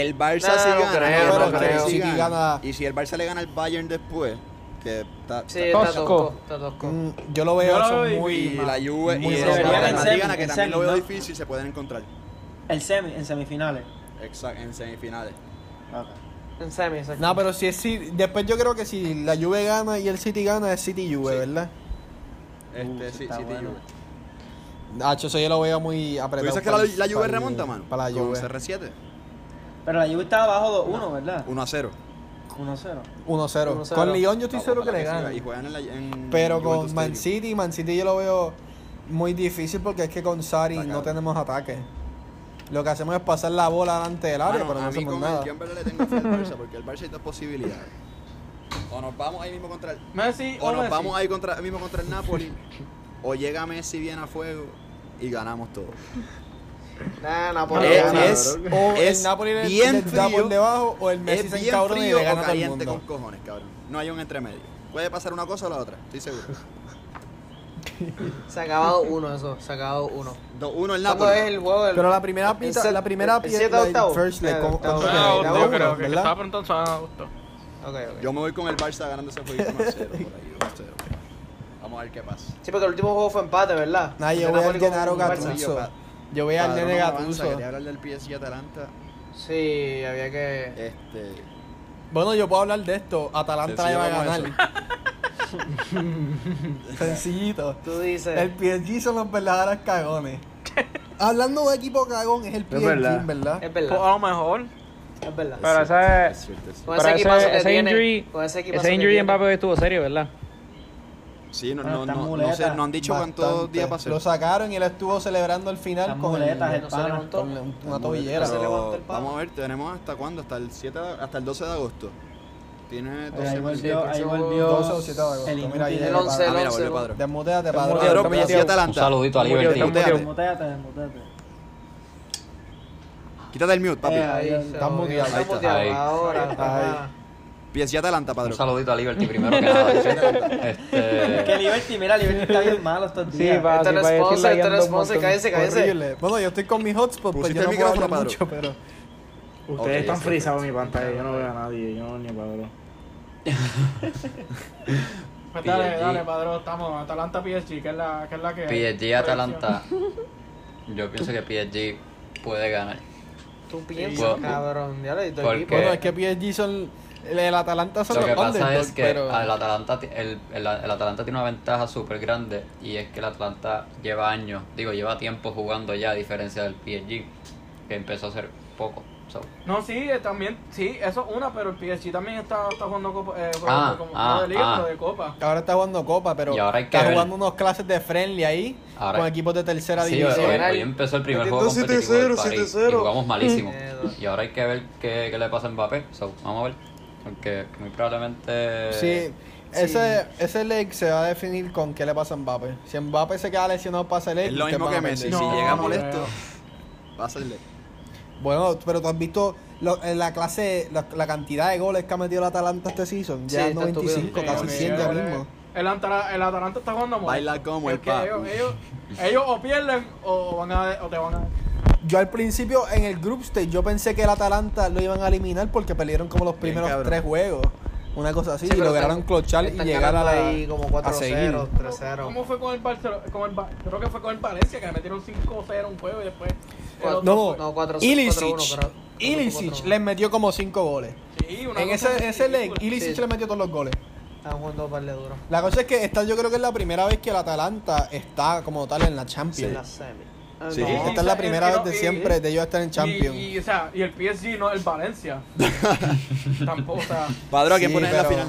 Speaker 1: El Barça
Speaker 12: No,
Speaker 1: sí
Speaker 12: no
Speaker 1: gana.
Speaker 12: creo,
Speaker 1: pero
Speaker 8: no
Speaker 1: el Barça
Speaker 8: creo.
Speaker 1: sí
Speaker 8: City
Speaker 1: gana.
Speaker 8: gana.
Speaker 1: Y si el Barça le gana al Bayern después, que está.
Speaker 12: Sí,
Speaker 1: está-
Speaker 12: está
Speaker 2: Tosco.
Speaker 12: tosco. Está tosco.
Speaker 8: Mm, yo lo
Speaker 4: Yo
Speaker 8: veo
Speaker 4: lo
Speaker 8: son
Speaker 4: veo
Speaker 8: muy...
Speaker 1: y la Juve y
Speaker 8: muy
Speaker 1: el
Speaker 5: debería
Speaker 1: Real
Speaker 5: vencer,
Speaker 1: Madrid gana, que también
Speaker 5: vencer,
Speaker 1: lo veo
Speaker 5: ¿no?
Speaker 1: difícil, se pueden encontrar.
Speaker 5: El semi, en semifinales.
Speaker 1: Exacto, en semifinales.
Speaker 8: Uh,
Speaker 5: Ok.
Speaker 12: En semi, exacto.
Speaker 8: No, pero si es City- después yo creo que si la Juve gana y el City gana es City Juve,
Speaker 1: Sí.
Speaker 8: ¿verdad?
Speaker 1: Este,
Speaker 5: eso
Speaker 1: sí,
Speaker 5: está
Speaker 1: City
Speaker 5: bueno.
Speaker 1: Juve.
Speaker 8: Nacho, eso yo lo veo muy
Speaker 1: ¿Tú
Speaker 8: apretado.
Speaker 1: dices que la,
Speaker 8: para el-
Speaker 1: la Juve
Speaker 8: para el-
Speaker 1: remonta, mano?
Speaker 8: Para la
Speaker 1: Con
Speaker 8: Juve.
Speaker 1: CR7,
Speaker 5: Pero la Juve estaba abajo 2-1, ¿verdad?
Speaker 1: 1 a 0.
Speaker 5: 1-0.
Speaker 8: 1-0.
Speaker 12: 1-0.
Speaker 8: Con Lyon yo estoy seguro que le
Speaker 1: Ojalá
Speaker 8: gana.
Speaker 1: siga. Y juegan en la- en
Speaker 8: Pero
Speaker 1: Juventus
Speaker 8: con Man
Speaker 1: Stadium.
Speaker 8: City, Man City yo lo veo muy difícil porque es que con Sari
Speaker 1: Está
Speaker 8: no
Speaker 1: cabrón.
Speaker 8: tenemos ataque. Lo que hacemos es pasar la bola delante del área,
Speaker 1: Mano,
Speaker 8: pero no
Speaker 1: a mí
Speaker 8: hacemos
Speaker 1: con
Speaker 8: nada.
Speaker 1: el yo en verdad le tengo fe al Barça, porque el Barça hay dos posibilidades. O nos vamos ahí mismo contra el...
Speaker 4: Messi
Speaker 1: O
Speaker 4: o
Speaker 1: nos
Speaker 4: Messi.
Speaker 1: vamos ahí contra, mismo contra el Napoli. o llega Messi bien a fuego. y ganamos todo.
Speaker 5: Nah,
Speaker 12: Ah,
Speaker 5: Napoli
Speaker 12: pues,
Speaker 1: Eh,
Speaker 5: gana,
Speaker 1: es
Speaker 5: bro.
Speaker 8: O
Speaker 1: es
Speaker 8: el Napoli le
Speaker 1: bien
Speaker 8: le da
Speaker 1: frío,
Speaker 8: por debajo o el Messi
Speaker 1: Es
Speaker 8: se
Speaker 1: bien
Speaker 8: encabrona y
Speaker 1: frío
Speaker 8: le
Speaker 1: o
Speaker 8: gana a todo el
Speaker 1: caliente
Speaker 8: mundo.
Speaker 1: con cojones, cabrón. No hay un entremedio. Puede pasar una cosa o la otra, estoy
Speaker 8: (laughs)
Speaker 1: seguro.
Speaker 5: Se ha acabado uno eso, se ha acabado (laughs) uno.
Speaker 1: 2-1 el
Speaker 5: ¿Cuándo es
Speaker 1: Napoli.
Speaker 5: el juego del...
Speaker 8: Pero la primera pita,
Speaker 5: set-
Speaker 8: la primera
Speaker 5: el
Speaker 8: pita,
Speaker 5: siete
Speaker 8: la
Speaker 5: octavo.
Speaker 8: first leg,
Speaker 5: Eh,
Speaker 8: ¿cómo-
Speaker 5: octavo.
Speaker 8: cuánto
Speaker 5: Ah,
Speaker 8: queda?
Speaker 5: octavo,
Speaker 8: Era
Speaker 5: creo
Speaker 8: uno,
Speaker 4: creo que
Speaker 8: ¿verdad?
Speaker 4: estaba preguntando a Augusto.
Speaker 5: Ok, ok.
Speaker 1: Yo me voy con el Barça ganando ese juego 1-0 por ahí, 1-0. Vamos a ver qué pasa.
Speaker 5: Sí, porque el último juego fue empate, ¿verdad?
Speaker 8: Nah,
Speaker 5: Entre
Speaker 8: yo voy al
Speaker 5: Napoli con
Speaker 8: Gennaro
Speaker 5: Barça.
Speaker 1: Gattuso.
Speaker 8: Gattuso. Yo voy al
Speaker 1: Padrón
Speaker 8: nene
Speaker 1: no avanza,
Speaker 8: Gattuso.
Speaker 1: Quería hablar del PSG Atalanta.
Speaker 5: Sí, había que...
Speaker 1: Este,
Speaker 8: Bueno, yo puedo hablar de esto. Atalanta le va a
Speaker 1: Sencillo
Speaker 8: ganar. (laughs) Sencillito.
Speaker 5: Tú dices...
Speaker 8: El PSG son los verdaderos
Speaker 1: (laughs)
Speaker 8: cagones. Hablando de equipo cagón, es el PSG,
Speaker 9: verdad.
Speaker 8: ¿verdad?
Speaker 5: Es
Speaker 13: Pues,
Speaker 5: verdad,
Speaker 13: a lo mejor.
Speaker 5: es verdad.
Speaker 2: Pero esa
Speaker 1: es
Speaker 2: es.
Speaker 1: cierto, es cierto.
Speaker 5: Con
Speaker 2: Pero
Speaker 5: ese
Speaker 2: ese-
Speaker 5: equipazo que
Speaker 2: ese
Speaker 5: tiene,
Speaker 2: injury-
Speaker 5: con ese equipazo
Speaker 2: Ese
Speaker 5: que
Speaker 2: injury
Speaker 5: tiene.
Speaker 2: en Mbappé hoy estuvo serio, ¿verdad?
Speaker 1: Sí, no,
Speaker 14: Bueno,
Speaker 1: no,
Speaker 14: están
Speaker 1: no, no,
Speaker 14: muletas.
Speaker 1: sé, no han dicho cuántos
Speaker 8: Bastante.
Speaker 1: días pasó.
Speaker 8: Lo sacaron y él estuvo celebrando el final
Speaker 14: Las
Speaker 8: con, el-
Speaker 14: muletas, el
Speaker 5: no se
Speaker 14: pana.
Speaker 5: levantó.
Speaker 8: con la- una
Speaker 1: Vamos a ver,
Speaker 8: tobillera.
Speaker 1: pero
Speaker 5: Se levantó el palo.
Speaker 1: Vamos a ver, tenemos hasta cuándo, hasta el 7 de- hasta el 12 de agosto. Tiene
Speaker 14: Ahí
Speaker 1: 12 meses.
Speaker 14: volvió, ahí
Speaker 5: próximo
Speaker 14: volvió.
Speaker 8: 12 o 7 de agosto.
Speaker 14: El
Speaker 8: Mira,
Speaker 14: inútil.
Speaker 8: ahí
Speaker 14: de
Speaker 5: el
Speaker 14: la-
Speaker 5: 11,
Speaker 1: Ah,
Speaker 5: el
Speaker 1: mira,
Speaker 5: 11.
Speaker 1: volvió padrón.
Speaker 8: Desmuteate,
Speaker 1: Padrón,
Speaker 8: padrón.
Speaker 2: Muteado,
Speaker 1: PSG
Speaker 2: muteado.
Speaker 7: Un
Speaker 1: Atalanta.
Speaker 7: saludito a
Speaker 2: Murió,
Speaker 7: Liberty.
Speaker 2: está muteado.
Speaker 1: Muteate.
Speaker 14: Muteate, muteate.
Speaker 1: Quítate el mute, papi.
Speaker 14: Eh,
Speaker 5: Ahí,
Speaker 14: Estamos
Speaker 5: estamos
Speaker 8: muteados.
Speaker 5: muteados. Estamos
Speaker 7: Ahí.
Speaker 5: muteados ahora. papá.
Speaker 1: PSG Atalanta,
Speaker 7: Un
Speaker 1: padrón.
Speaker 7: saludito a Liberty primero que
Speaker 5: (laughs)
Speaker 7: nada.
Speaker 14: Que
Speaker 7: Este,
Speaker 14: Liberty, mira, Liberty está bien malo estos días.
Speaker 2: va. Ah,
Speaker 5: Esto
Speaker 2: sí,
Speaker 5: no
Speaker 2: para decirle
Speaker 5: es sponsor,
Speaker 2: ahí
Speaker 5: esto no es
Speaker 2: anda un
Speaker 5: sponsor. Cállese, cállese.
Speaker 8: Horrible. Bueno, yo estoy con mi hotspot, pues
Speaker 1: Pusiste
Speaker 8: yo no
Speaker 1: el
Speaker 8: puedo
Speaker 1: micrófono,
Speaker 8: hablar mucho, pero...
Speaker 9: Ustedes
Speaker 1: Ok,
Speaker 9: están
Speaker 1: sí,
Speaker 9: frisados en mi pantalla, yo no veo a nadie, yo no veo ni a Pablo.
Speaker 4: Pues dale,
Speaker 7: PSG.
Speaker 4: dale, padrón, estamos. Atalanta PSG, que es la que, es la que
Speaker 7: PSG Atalanta. Yo pienso que PSG puede ganar.
Speaker 5: Tú piensas,
Speaker 7: Bueno.
Speaker 5: cabrón. Ya le di tu
Speaker 7: ¿Por
Speaker 5: equipo.
Speaker 7: qué?
Speaker 8: Bueno, es que PSG son... El, el Atalanta son
Speaker 7: Lo que
Speaker 8: los
Speaker 7: pasa
Speaker 8: underdogs,
Speaker 7: es que
Speaker 8: pero...
Speaker 7: al Atalanta ti- el, el- el Atalanta tiene una ventaja súper grande y es que el Atalanta lleva años, digo, lleva tiempo jugando ya, a diferencia del PSG, que empezó a hacer poco. So,
Speaker 4: No, sí, eh, también, sí, eso es una, pero el PSG también está, está jugando copa, eh,
Speaker 7: Ah,
Speaker 4: como,
Speaker 7: ah,
Speaker 4: no de liga,
Speaker 7: ah.
Speaker 4: pero de copa.
Speaker 8: Ahora está jugando Copa, pero
Speaker 7: Y ahora hay que
Speaker 8: está
Speaker 7: ver.
Speaker 8: jugando unos clases de friendly ahí
Speaker 7: Ahora-
Speaker 8: con equipos de tercera
Speaker 7: sí, hoy,
Speaker 8: división.
Speaker 7: hoy-
Speaker 5: Ganar.
Speaker 7: hoy empezó el primer juego
Speaker 5: Metiendo
Speaker 7: competitivo del París y jugamos malísimo.
Speaker 5: Miedo.
Speaker 7: Y ahora hay que ver qué, qué le pasa a Mbappé. So, vamos a ver, porque muy probablemente...
Speaker 8: Sí, ese, ese leg se va a definir con qué le pasa a Mbappé. Si Mbappé se queda lesionado pasa el leg,
Speaker 1: Es lo
Speaker 8: ustedes
Speaker 1: mismo
Speaker 8: van
Speaker 1: que
Speaker 8: a
Speaker 1: Messi.
Speaker 8: perder.
Speaker 1: Si
Speaker 4: No,
Speaker 1: llega
Speaker 4: no
Speaker 1: molesto, va a serle.
Speaker 8: Bueno, pero tú has visto lo- en la clase, la, la cantidad de goles que ha metido el Atalanta este season.
Speaker 5: Sí,
Speaker 8: Ya
Speaker 5: está
Speaker 8: 95,
Speaker 5: estúpido.
Speaker 8: casi
Speaker 4: Sí,
Speaker 8: 100 ya
Speaker 4: el-
Speaker 8: mismo.
Speaker 4: El, Antara- el Atalanta está jugando mal.
Speaker 1: Baila como el
Speaker 4: que
Speaker 1: papu.
Speaker 4: ellos, ellos, ellos o pierden o, van a, o te van a...
Speaker 8: Yo al principio en el group stage yo pensé que el Atalanta lo iban a eliminar porque perdieron como los
Speaker 1: Bien,
Speaker 8: primeros
Speaker 1: cabrón.
Speaker 8: tres juegos. Una cosa
Speaker 5: Sí,
Speaker 8: así, y
Speaker 5: pero
Speaker 8: lograron
Speaker 5: están-
Speaker 8: clochar y
Speaker 5: están
Speaker 8: llegar a
Speaker 5: ganando
Speaker 8: la...
Speaker 5: ahí como
Speaker 8: a seguir.
Speaker 5: 4-0,
Speaker 4: ¿Cómo
Speaker 5: 3-0.
Speaker 4: fue con el Barcelona? Con el, Ba- creo que fue con el Valencia, que le metieron 5-0 un juego y después... el
Speaker 5: Cuatro-
Speaker 4: otro
Speaker 8: No,
Speaker 4: fue-
Speaker 5: No, 4-0,
Speaker 8: Ilicic.
Speaker 5: 4-1, creo.
Speaker 8: Ilicic
Speaker 5: 4-1.
Speaker 8: les metió como 5 goles.
Speaker 4: Sí, una
Speaker 8: En
Speaker 4: cosa
Speaker 8: ese, ese leg,
Speaker 4: ridícula.
Speaker 8: Ilicic
Speaker 5: Sí.
Speaker 8: le metió todos los goles.
Speaker 5: Están jugando un par de duros.
Speaker 8: La cosa es que esta yo creo que es la primera vez que el Atalanta está como tal en la
Speaker 5: En
Speaker 8: Champions.
Speaker 5: la semi. Ah,
Speaker 1: Sí.
Speaker 5: no.
Speaker 1: Sí,
Speaker 8: Esta es la
Speaker 4: Y-
Speaker 8: primera
Speaker 4: y-
Speaker 8: vez de siempre de ellos estar en Champions.
Speaker 4: Y, y, o sea, y el PSG no el
Speaker 8: (laughs)
Speaker 4: Valencia. Tampoco, o sea...
Speaker 1: Padrón, ¿a quién
Speaker 8: Sí,
Speaker 1: pones en la
Speaker 8: pero-
Speaker 1: final?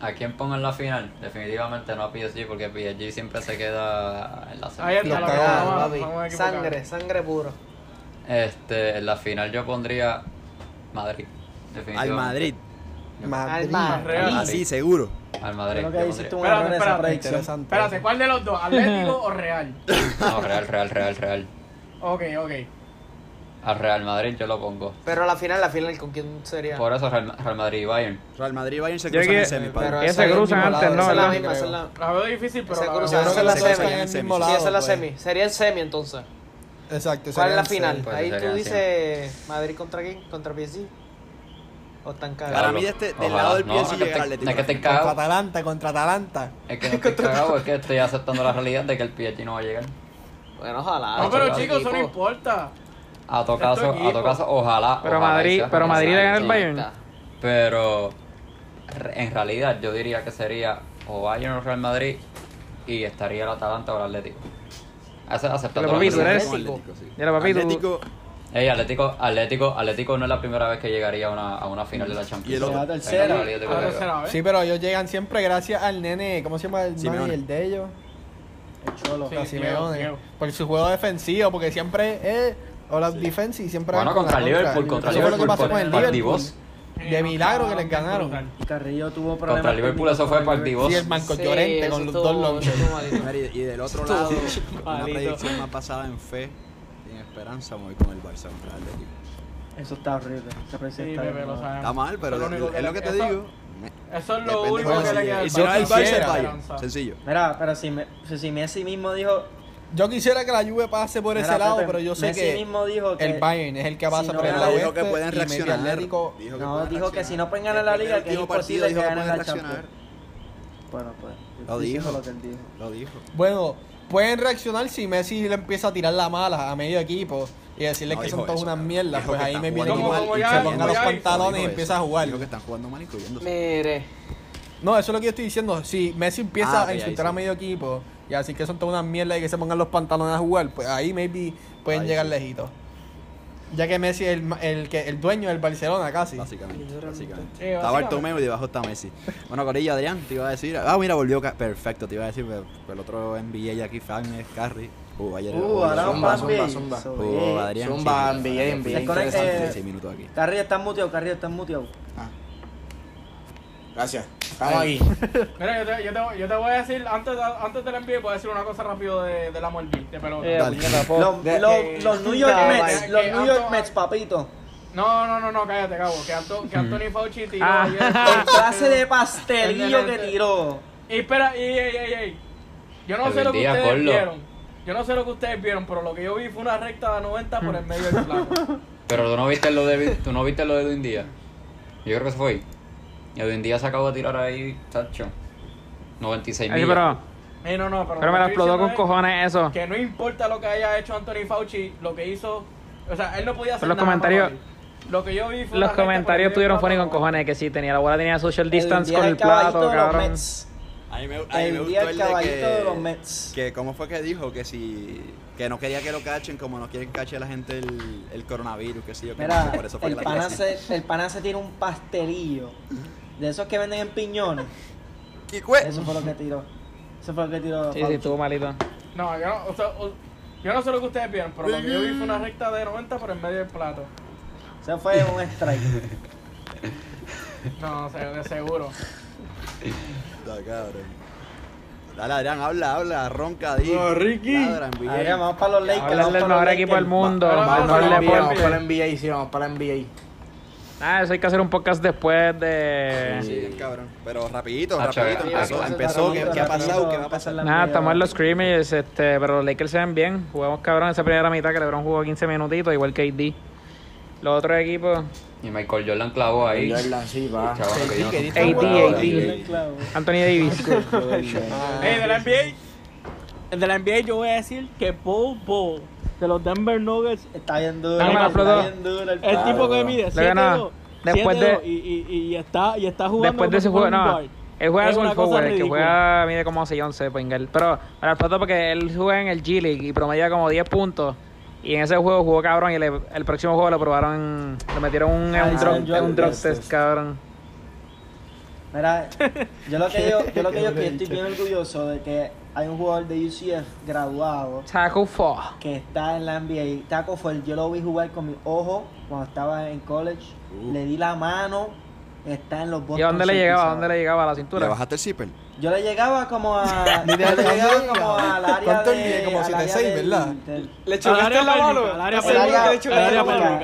Speaker 7: ¿A quién pongo en la final? Definitivamente no a PSG, porque PSG siempre se queda en la
Speaker 4: Ahí está
Speaker 7: semifinal.
Speaker 8: Los
Speaker 4: la
Speaker 5: Ah,
Speaker 8: cagaron,
Speaker 4: verdad,
Speaker 5: papi.
Speaker 4: vamos a equivocar.
Speaker 5: Sangre, sangre puro.
Speaker 7: Este, en la final yo pondría Madrid.
Speaker 1: Al
Speaker 7: definitivamente.
Speaker 1: Madrid.
Speaker 5: Al
Speaker 8: Madrid.
Speaker 5: mar.
Speaker 4: Real.
Speaker 1: Ah, sí, seguro.
Speaker 7: Al Madrid.
Speaker 14: Creo
Speaker 7: yo
Speaker 14: que hiciste un
Speaker 4: Espérate,
Speaker 14: error en esa
Speaker 4: espérate.
Speaker 14: predicción.
Speaker 8: Interesante.
Speaker 4: Espérate, ¿cuál de los dos? ¿Atlético o Real?
Speaker 7: pondría. No, Real, Real, Real, Real.
Speaker 4: Ok, ok.
Speaker 7: Al Real Madrid yo lo pongo.
Speaker 5: Pero la final, la final, ¿con quién sería?
Speaker 7: Por eso Real, Real Madrid y Bayern.
Speaker 1: Real Madrid y Bayern se
Speaker 2: Yo
Speaker 1: cruzan
Speaker 2: que-
Speaker 1: en semi,
Speaker 5: Pero
Speaker 1: padrón.
Speaker 2: Ese
Speaker 5: esa es el
Speaker 2: cruzan
Speaker 5: mismo
Speaker 2: antes,
Speaker 5: lado,
Speaker 2: ¿no?
Speaker 5: Esa es la
Speaker 2: ¿verdad?
Speaker 5: misma, esa es
Speaker 8: Creo.
Speaker 5: la...
Speaker 4: La veo difícil, pero
Speaker 5: Se
Speaker 4: la
Speaker 5: cruza,
Speaker 8: Yo creo
Speaker 5: esa
Speaker 8: que
Speaker 5: es la
Speaker 8: las dos
Speaker 1: cruzan
Speaker 5: semi.
Speaker 8: están en el
Speaker 1: semi,
Speaker 8: mismo
Speaker 1: sí.
Speaker 8: lado.
Speaker 5: Sí, esa es la
Speaker 8: pues.
Speaker 5: semi. Sería el semi entonces.
Speaker 8: Exacto.
Speaker 5: ¿Cuál es la
Speaker 8: serían seis.
Speaker 5: final?
Speaker 7: Pues
Speaker 5: Ahí
Speaker 7: sería
Speaker 5: tú
Speaker 7: el
Speaker 5: dices Madrid contra quién? ¿Contra PSG? ¿O están
Speaker 1: Para
Speaker 5: cagados?
Speaker 1: mí de este- del
Speaker 7: Ojalá.
Speaker 1: lado del
Speaker 7: No,
Speaker 1: PSG
Speaker 7: es que
Speaker 1: llega el
Speaker 7: te-
Speaker 1: Atlético.
Speaker 7: Es que te
Speaker 8: Contra
Speaker 7: cago.
Speaker 8: Atalanta, contra Atalanta.
Speaker 7: Es que no estoy cagado, es que estoy aceptando la realidad de que el PSG no va a llegar.
Speaker 5: Bueno, ojalá.
Speaker 4: No, pero
Speaker 5: ojalá,
Speaker 4: chicos, eso no
Speaker 5: equipo.
Speaker 4: importa.
Speaker 7: A tu caso, a tu caso, ojalá.
Speaker 2: Pero
Speaker 7: ojalá y
Speaker 2: Madrid-
Speaker 7: sea
Speaker 2: pero
Speaker 7: como
Speaker 2: Madrid le
Speaker 7: sea,
Speaker 2: gana al
Speaker 7: sí.
Speaker 2: Bayern.
Speaker 7: Pero re- en realidad yo diría que sería o Bayern o Real Madrid y estaría el Atalanta o el Atlético. Ace-
Speaker 2: Pero
Speaker 7: Aceptando la
Speaker 2: papi, tú
Speaker 7: realidad.
Speaker 2: eres-
Speaker 1: Atlético, sí.
Speaker 2: Ya, papi, tú-
Speaker 1: Atlético
Speaker 7: Ey, Atlético, Atlético, Atlético no es la primera vez que llegaría a una, a una final de la Champions.
Speaker 1: Y el otro.
Speaker 7: Es la
Speaker 14: tercera.
Speaker 7: realidad de
Speaker 2: Ah,
Speaker 4: A la
Speaker 7: Corea.
Speaker 4: tercera vez.
Speaker 8: Sí, pero ellos llegan siempre gracias al nene, ¿cómo se llama el
Speaker 1: Simeone.
Speaker 8: manager de ellos?
Speaker 14: Cholo.
Speaker 4: Sí,
Speaker 8: A
Speaker 4: Diego,
Speaker 8: Simeone.
Speaker 4: Diego.
Speaker 8: Por su juego defensivo, porque siempre es all out defense y siempre van
Speaker 7: Bueno,
Speaker 8: con
Speaker 7: contra el
Speaker 8: la contra.
Speaker 7: Liverpool, contra el
Speaker 8: Eso fue lo que
Speaker 7: Liverpool,
Speaker 8: pasó
Speaker 7: por,
Speaker 8: con el
Speaker 7: por
Speaker 8: Liverpool.
Speaker 7: Divos.
Speaker 8: De milagro que les ganaron.
Speaker 5: Y Carrillo tuvo problemas.
Speaker 7: Contra Liverpool eso fue partido.
Speaker 8: Sí, el Manco
Speaker 15: Sí,
Speaker 8: Llorente
Speaker 15: eso
Speaker 8: con los
Speaker 15: estuvo-
Speaker 8: dos lonches.
Speaker 15: estuvo malito.
Speaker 1: Mira, Y, y del otro
Speaker 15: Todo
Speaker 1: lado, una
Speaker 15: malito.
Speaker 1: predicción más basada en fe y en esperanza, me voy con el Barça contra el Atlético.
Speaker 5: Eso está horrible. Esa prensa
Speaker 4: Sí,
Speaker 5: está
Speaker 4: bebé, lo
Speaker 5: mal.
Speaker 4: sabemos.
Speaker 1: Está mal, pero
Speaker 4: Eso
Speaker 1: es lo,
Speaker 4: único
Speaker 1: que te
Speaker 4: eso-
Speaker 1: digo. me-
Speaker 4: Eso es lo
Speaker 1: depende
Speaker 4: único
Speaker 1: cómo
Speaker 4: que
Speaker 1: se
Speaker 4: le queda
Speaker 1: llegue.
Speaker 4: al
Speaker 1: Y si no es el
Speaker 4: Barça,
Speaker 1: Barça, el
Speaker 4: la
Speaker 1: Bayern.
Speaker 4: esperanza.
Speaker 1: Sencillo.
Speaker 5: Mira, pero si, me, si, si Messi mismo dijo.
Speaker 8: Yo quisiera que la Juve pase por ese
Speaker 5: Mira,
Speaker 8: lado,
Speaker 5: Pepe,
Speaker 8: pero yo sé
Speaker 5: Messi
Speaker 8: que
Speaker 5: mismo dijo que.
Speaker 8: el Bayern es el que pasa
Speaker 5: si no
Speaker 8: por el
Speaker 5: gana-
Speaker 8: lado
Speaker 5: dijo
Speaker 8: este
Speaker 1: que pueden
Speaker 8: y medio
Speaker 1: reaccionar.
Speaker 8: Atlético-
Speaker 1: Dijo que
Speaker 5: No,
Speaker 1: pueden
Speaker 5: dijo que
Speaker 1: reaccionar.
Speaker 5: si no pueden ganar la
Speaker 1: El
Speaker 5: liga, que es
Speaker 1: último partido
Speaker 5: imposible que
Speaker 1: dijo que
Speaker 5: ganen
Speaker 1: pueden
Speaker 5: la
Speaker 1: reaccionar.
Speaker 5: Champions. Bueno, pues. yo
Speaker 1: Lo
Speaker 5: estoy
Speaker 1: dijo.
Speaker 5: diciendo Lo que él dijo.
Speaker 1: Lo dijo.
Speaker 8: Bueno, pueden reaccionar si Messi le empieza a tirar la mala a medio equipo y decirle
Speaker 1: No
Speaker 8: que
Speaker 1: dijo
Speaker 8: son todas
Speaker 1: eso,
Speaker 8: unas
Speaker 1: cabrón.
Speaker 8: mierdas.
Speaker 1: Dijo
Speaker 8: Pues
Speaker 1: que
Speaker 8: ahí
Speaker 1: están
Speaker 8: me viene
Speaker 1: jugando
Speaker 4: Como-
Speaker 8: igual
Speaker 4: como
Speaker 8: y
Speaker 4: ya-
Speaker 8: se ponga
Speaker 4: como
Speaker 8: los
Speaker 4: ya hizo,
Speaker 8: pantalones y
Speaker 1: Dijo
Speaker 8: empieza
Speaker 1: eso.
Speaker 8: a jugar.
Speaker 1: Dijo que están jugando mal incluyéndose.
Speaker 15: Mire,
Speaker 8: No, eso es lo que yo estoy diciendo. Si Messi empieza
Speaker 1: Ah, ok,
Speaker 8: a
Speaker 1: ahí
Speaker 8: insultar a
Speaker 1: sí.
Speaker 8: medio equipo y así que son todas unas mierdas y que se pongan los pantalones a jugar, pues ahí maybe pueden
Speaker 1: Ahí
Speaker 8: llegar
Speaker 1: sí.
Speaker 8: lejitos. Ya que Messi es el, ma- el, que- el dueño del Barcelona casi.
Speaker 1: Ah, Básicamente, básicamente.
Speaker 4: Eh,
Speaker 1: Está Bartomeu y debajo está Messi. Bueno, Corillo, Adrián, te iba a decir. Ah, mira, volvió. Ca- Perfecto, te iba a decir. pero- pero El otro NBA y aquí, Fan, es Carry. Uh, ayer.
Speaker 5: Uh, ahora
Speaker 9: Zumba,
Speaker 5: un pan
Speaker 1: más.
Speaker 9: zumba,
Speaker 5: bien.
Speaker 9: zumba.
Speaker 5: So,
Speaker 1: Uh,
Speaker 5: eh,
Speaker 1: Adrián.
Speaker 9: Zumba,
Speaker 1: sí,
Speaker 9: NBA,
Speaker 1: Adrián,
Speaker 9: NBA,
Speaker 1: interesante,
Speaker 5: interesante.
Speaker 1: 16 minutos aquí.
Speaker 5: Carrillo está muteado, Carrillo está muteado.
Speaker 9: Gracias. Estamos aquí.
Speaker 4: Mira, yo te, yo, te, yo te voy a decir, antes, de- antes del envío, puedo decir una cosa rápido de, de la Morbi, de pelota.
Speaker 2: Eh,
Speaker 1: Dale.
Speaker 2: puñeta, po.
Speaker 5: Los,
Speaker 9: de-
Speaker 5: los-
Speaker 9: que-
Speaker 5: los New York
Speaker 15: No,
Speaker 5: Mets,
Speaker 4: que-
Speaker 5: los
Speaker 4: que
Speaker 5: New York
Speaker 4: Anto-
Speaker 5: Mets, papito.
Speaker 4: No, no, no, no, cállate, cabo. Que, Anto- que Anthony Fauci tiró
Speaker 2: Ah. (laughs)
Speaker 4: ayer.
Speaker 5: El clase de pastelillo que tiró.
Speaker 4: Y espera, y ey, ey, ey. Yo no
Speaker 7: Te
Speaker 4: sé lo que
Speaker 7: vendía,
Speaker 4: ustedes
Speaker 7: ponlo.
Speaker 4: vieron. Yo no sé lo que ustedes vieron, pero lo que yo vi fue una recta de 90 por el medio
Speaker 2: (laughs)
Speaker 4: del flaco.
Speaker 7: Pero tú no viste lo de tú no viste lo de Edwin Díaz. Yo creo que se fue. ahí. Y Edwin Díaz se acabó de tirar ahí, tacho. 96
Speaker 2: Ay,
Speaker 7: mil.
Speaker 2: pero,
Speaker 4: Eh, no, no, pero.
Speaker 2: pero me
Speaker 4: lo
Speaker 2: la
Speaker 4: que estoy
Speaker 2: explotó con
Speaker 4: diciendo es
Speaker 2: cojones eso.
Speaker 4: Que no importa lo que haya hecho Anthony Fauci, lo que hizo. O sea, él no podía hacer
Speaker 2: los
Speaker 4: nada.
Speaker 2: comentarios-
Speaker 4: para Fabi. Lo que yo vi
Speaker 2: Los
Speaker 4: fue. una recta por el medio
Speaker 2: comentarios
Speaker 4: del
Speaker 2: tuvieron
Speaker 4: plato.
Speaker 2: funny con cojones que sí, tenía la bola tenía social distance
Speaker 5: día
Speaker 2: con
Speaker 5: del
Speaker 2: el plato,
Speaker 5: caballito de los
Speaker 2: cabrón.
Speaker 5: Mets.
Speaker 1: A mí me, a mí me
Speaker 5: El
Speaker 1: gustó
Speaker 5: día
Speaker 1: el
Speaker 5: del
Speaker 1: de
Speaker 5: caballito
Speaker 1: que,
Speaker 5: de los Mets.
Speaker 1: que cómo fue que dijo que si que no quería que lo cachen como no quieren que cache la gente el, el coronavirus, que sí, yo que no
Speaker 5: Mira,
Speaker 1: sé, por eso fue
Speaker 5: el
Speaker 1: que la
Speaker 5: pana,
Speaker 1: gente-
Speaker 5: se, el pana se tiró un pastelillo. De esos que venden en piñones.
Speaker 1: ¿Qué cue-
Speaker 5: Eso fue lo que tiró. Eso fue lo que tiró.
Speaker 2: Sí, sí, estuvo malito.
Speaker 4: No, yo no, o sea, o- yo no sé lo que ustedes vieron, pero lo que yo vi fue
Speaker 2: Mm.
Speaker 4: una recta de 90 por el medio del plato.
Speaker 5: Se fue un
Speaker 8: (laughs)
Speaker 5: strike.
Speaker 4: No, no sé, de seguro.
Speaker 1: Da, cabrón. Dale, Adrián, habla, habla, ronca, di. No, Ricky.
Speaker 5: Ahora vamos para los Lakers.
Speaker 2: Hablarle
Speaker 5: vamos
Speaker 2: del
Speaker 5: para los
Speaker 2: mejor equipo del
Speaker 5: Lakers.
Speaker 2: mundo.
Speaker 4: Va- va-
Speaker 9: Vamos
Speaker 4: no,
Speaker 9: para
Speaker 4: no,
Speaker 9: la
Speaker 2: Hablarle
Speaker 9: NBA,
Speaker 4: no,
Speaker 2: por-
Speaker 9: vamos para la NBA, sí, vamos para la NBA.
Speaker 2: Ah, eso hay que hacer un podcast después de...
Speaker 1: Sí, bien cabrón. Pero rapidito,
Speaker 7: Ah,
Speaker 1: rapidito.
Speaker 7: chaval,
Speaker 1: Empezó,
Speaker 7: ah,
Speaker 1: empezó. ¿Qué, qué ha pasado? ¿Qué va a pasar?
Speaker 2: Nada, estamos en los scrimmers, este, pero los Lakers se ven bien. Jugamos cabrón esa primera mitad, que LeBron jugó 15 minutitos, igual que AD. Los otros equipos,
Speaker 7: Y Michael Jordan clavó ahí.
Speaker 9: Jordan, sí, va.
Speaker 7: Chaval, que yo no-
Speaker 8: AD,
Speaker 7: Bravo,
Speaker 2: AD.
Speaker 7: AD.
Speaker 2: Anthony Davis.
Speaker 4: Ey, de la NBA. De la NBA yo voy a decir que Paul Ball de los Denver Nuggets
Speaker 5: Está bien duro.
Speaker 2: Dame la
Speaker 5: Está
Speaker 2: aplaudo.
Speaker 5: bien duro. El
Speaker 4: El
Speaker 5: pana.
Speaker 4: tipo que mide
Speaker 2: Le gana.
Speaker 4: 7'2",
Speaker 2: Después de-
Speaker 4: 7'2", y, y, y está y está jugando
Speaker 2: Después de ese
Speaker 4: como
Speaker 2: juego,
Speaker 4: un
Speaker 2: no.
Speaker 4: guard.
Speaker 2: Él juega
Speaker 4: Es
Speaker 2: small
Speaker 4: una cosa
Speaker 2: forward, el que
Speaker 4: ridícula.
Speaker 2: juega mide como 11 y 11, Pingal. Pero para el plato, porque él juega en el G League y promedia como 10 puntos. Y en ese juego jugó cabrón y le- el próximo juego lo probaron, le metieron un,
Speaker 5: Ah,
Speaker 2: un drug,
Speaker 5: el drug
Speaker 2: un drug
Speaker 9: test,
Speaker 2: test,
Speaker 9: test.
Speaker 2: cabrón. (laughs)
Speaker 5: Mira, yo lo que yo, yo lo que yo que estoy bien orgulloso de que hay un jugador de UCF graduado
Speaker 2: Taco Fall.
Speaker 5: que está en la NBA. Taco fue yo lo vi jugar con mi ojo cuando estaba en college.
Speaker 8: Uh.
Speaker 5: Le di la mano, está en los Boston
Speaker 2: ¿Y a dónde le
Speaker 5: Celtics
Speaker 2: llegaba? ¿A
Speaker 5: ahora.
Speaker 2: dónde le llegaba? ¿A la
Speaker 1: ¿Le
Speaker 2: cintura?
Speaker 1: bajaste el zipper?
Speaker 5: Yo le llegaba como
Speaker 8: (laughs)
Speaker 5: a. yo le
Speaker 8: ¿a dónde
Speaker 5: llegaba
Speaker 8: le
Speaker 5: como
Speaker 8: llegaba?
Speaker 5: al área.
Speaker 8: ¿Cuánto
Speaker 5: de-
Speaker 8: mide? Como
Speaker 5: al
Speaker 8: 7'6",
Speaker 5: área del-
Speaker 8: ¿verdad?
Speaker 5: del-
Speaker 15: ¿le chocaste la
Speaker 4: pélvica,
Speaker 15: mano?
Speaker 4: al área
Speaker 15: ¿Estás seguro
Speaker 4: pélvica,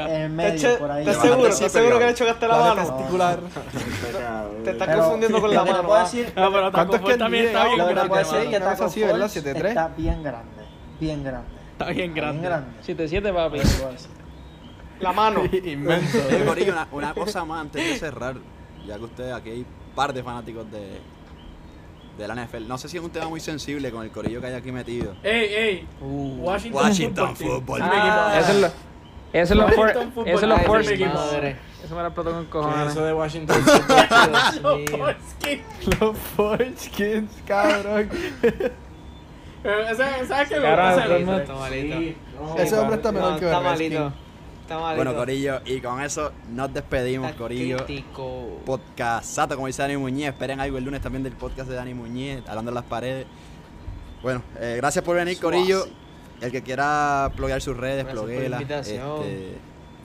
Speaker 15: que le
Speaker 4: al área
Speaker 15: chocaste la
Speaker 4: pélvica.
Speaker 15: mano? ¿Estás
Speaker 5: En medio,
Speaker 15: che- ¿Estás seguro?
Speaker 1: Levanta el
Speaker 5: por ahí.
Speaker 15: ¿Estás
Speaker 1: zipper,
Speaker 15: seguro que le
Speaker 1: cabrón.
Speaker 15: chocaste la
Speaker 8: Dale
Speaker 15: mano? (laughs)
Speaker 8: testicular.
Speaker 15: Te estás
Speaker 5: Pero-
Speaker 15: confundiendo con la
Speaker 5: Lo que te
Speaker 15: mano.
Speaker 5: puedo
Speaker 15: ah.
Speaker 5: decir,
Speaker 4: No, pero Taco
Speaker 8: ¿Cuánto es que
Speaker 4: Fall también
Speaker 8: mide?
Speaker 4: está bien
Speaker 5: Lo que te puedo
Speaker 4: grande,
Speaker 5: decir es que
Speaker 4: mano.
Speaker 8: Una cosa
Speaker 5: Taco
Speaker 8: así, ¿verdad?
Speaker 5: Fall
Speaker 8: 7'3".
Speaker 5: está bien grande. Bien grande.
Speaker 4: Está bien
Speaker 5: Bien
Speaker 4: grande.
Speaker 5: grande.
Speaker 2: 7-7,
Speaker 4: (laughs)
Speaker 2: papi.
Speaker 5: Lo que te puedo decir.
Speaker 15: La mano.
Speaker 2: (laughs)
Speaker 8: Inmenso.
Speaker 15: (laughs)
Speaker 1: Oye, Corillo, una, una cosa más antes de cerrar, ya que ustedes aquí hay un par de fanáticos de, de la NFL. No sé si es un tema muy sensible con el corillo que hay aquí metido.
Speaker 4: Ey, ey. Washington,
Speaker 1: Washington Football
Speaker 4: Football.
Speaker 1: Team.
Speaker 4: Team.
Speaker 15: Ah,
Speaker 2: Eso es lo... Eso es lo
Speaker 4: Washington
Speaker 2: for-
Speaker 4: Football
Speaker 2: Eso es lo
Speaker 4: Team.
Speaker 2: force.
Speaker 4: Ay, mi equipo.
Speaker 2: Eso me la explotó con
Speaker 9: ¿Qué es
Speaker 2: cojones.
Speaker 9: Eso de
Speaker 4: (laughs)
Speaker 9: Washington.
Speaker 4: Los
Speaker 9: Dios mío.
Speaker 4: Porzingis.
Speaker 8: Los Porchkins, cabrón.
Speaker 4: Eh, ¿Sabes sabes qué me
Speaker 2: Cabrón,
Speaker 4: gusta
Speaker 2: todo el
Speaker 4: hacer?
Speaker 2: mundo-
Speaker 15: Está malito.
Speaker 9: No,
Speaker 8: Ese hombre está mejor
Speaker 15: No,
Speaker 8: que
Speaker 15: Está
Speaker 8: Berbeskin.
Speaker 15: malito. Está malito.
Speaker 1: Bueno, Corillo, y con eso nos despedimos,
Speaker 15: Está
Speaker 1: Corillo.
Speaker 15: crítico.
Speaker 1: Podcastato, como dice Dani Muñiz. Esperen algo el lunes también del podcast de Dani Muñiz, hablando de las paredes. Bueno, eh, gracias por venir, Corillo. El que quiera ploguear sus redes,
Speaker 15: Gracias por la
Speaker 1: ploguelas.
Speaker 15: invitación.
Speaker 1: Este,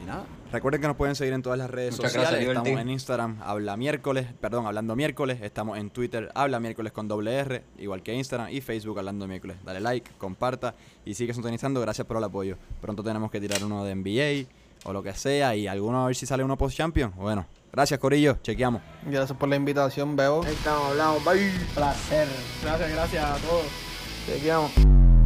Speaker 1: y nada, Recuerden que nos pueden seguir en todas las redes
Speaker 7: Muchas
Speaker 1: sociales.
Speaker 7: gracias,
Speaker 1: estamos
Speaker 7: Liberty.
Speaker 1: en Instagram, habla miércoles, perdón, hablando miércoles. Estamos en Twitter, habla miércoles con doble R, igual que Instagram y Facebook, hablando miércoles. Dale like, comparta y sigue sintonizando. Gracias por el apoyo. Pronto tenemos que tirar uno de NBA o lo que sea y alguno a ver si sale uno post champion. Bueno, gracias Corillo, chequeamos.
Speaker 8: Gracias por la invitación, Bebo.
Speaker 6: Ahí estamos, hablamos. Bye.
Speaker 8: Placer.
Speaker 4: Gracias, gracias a todos.
Speaker 8: Te quedamos.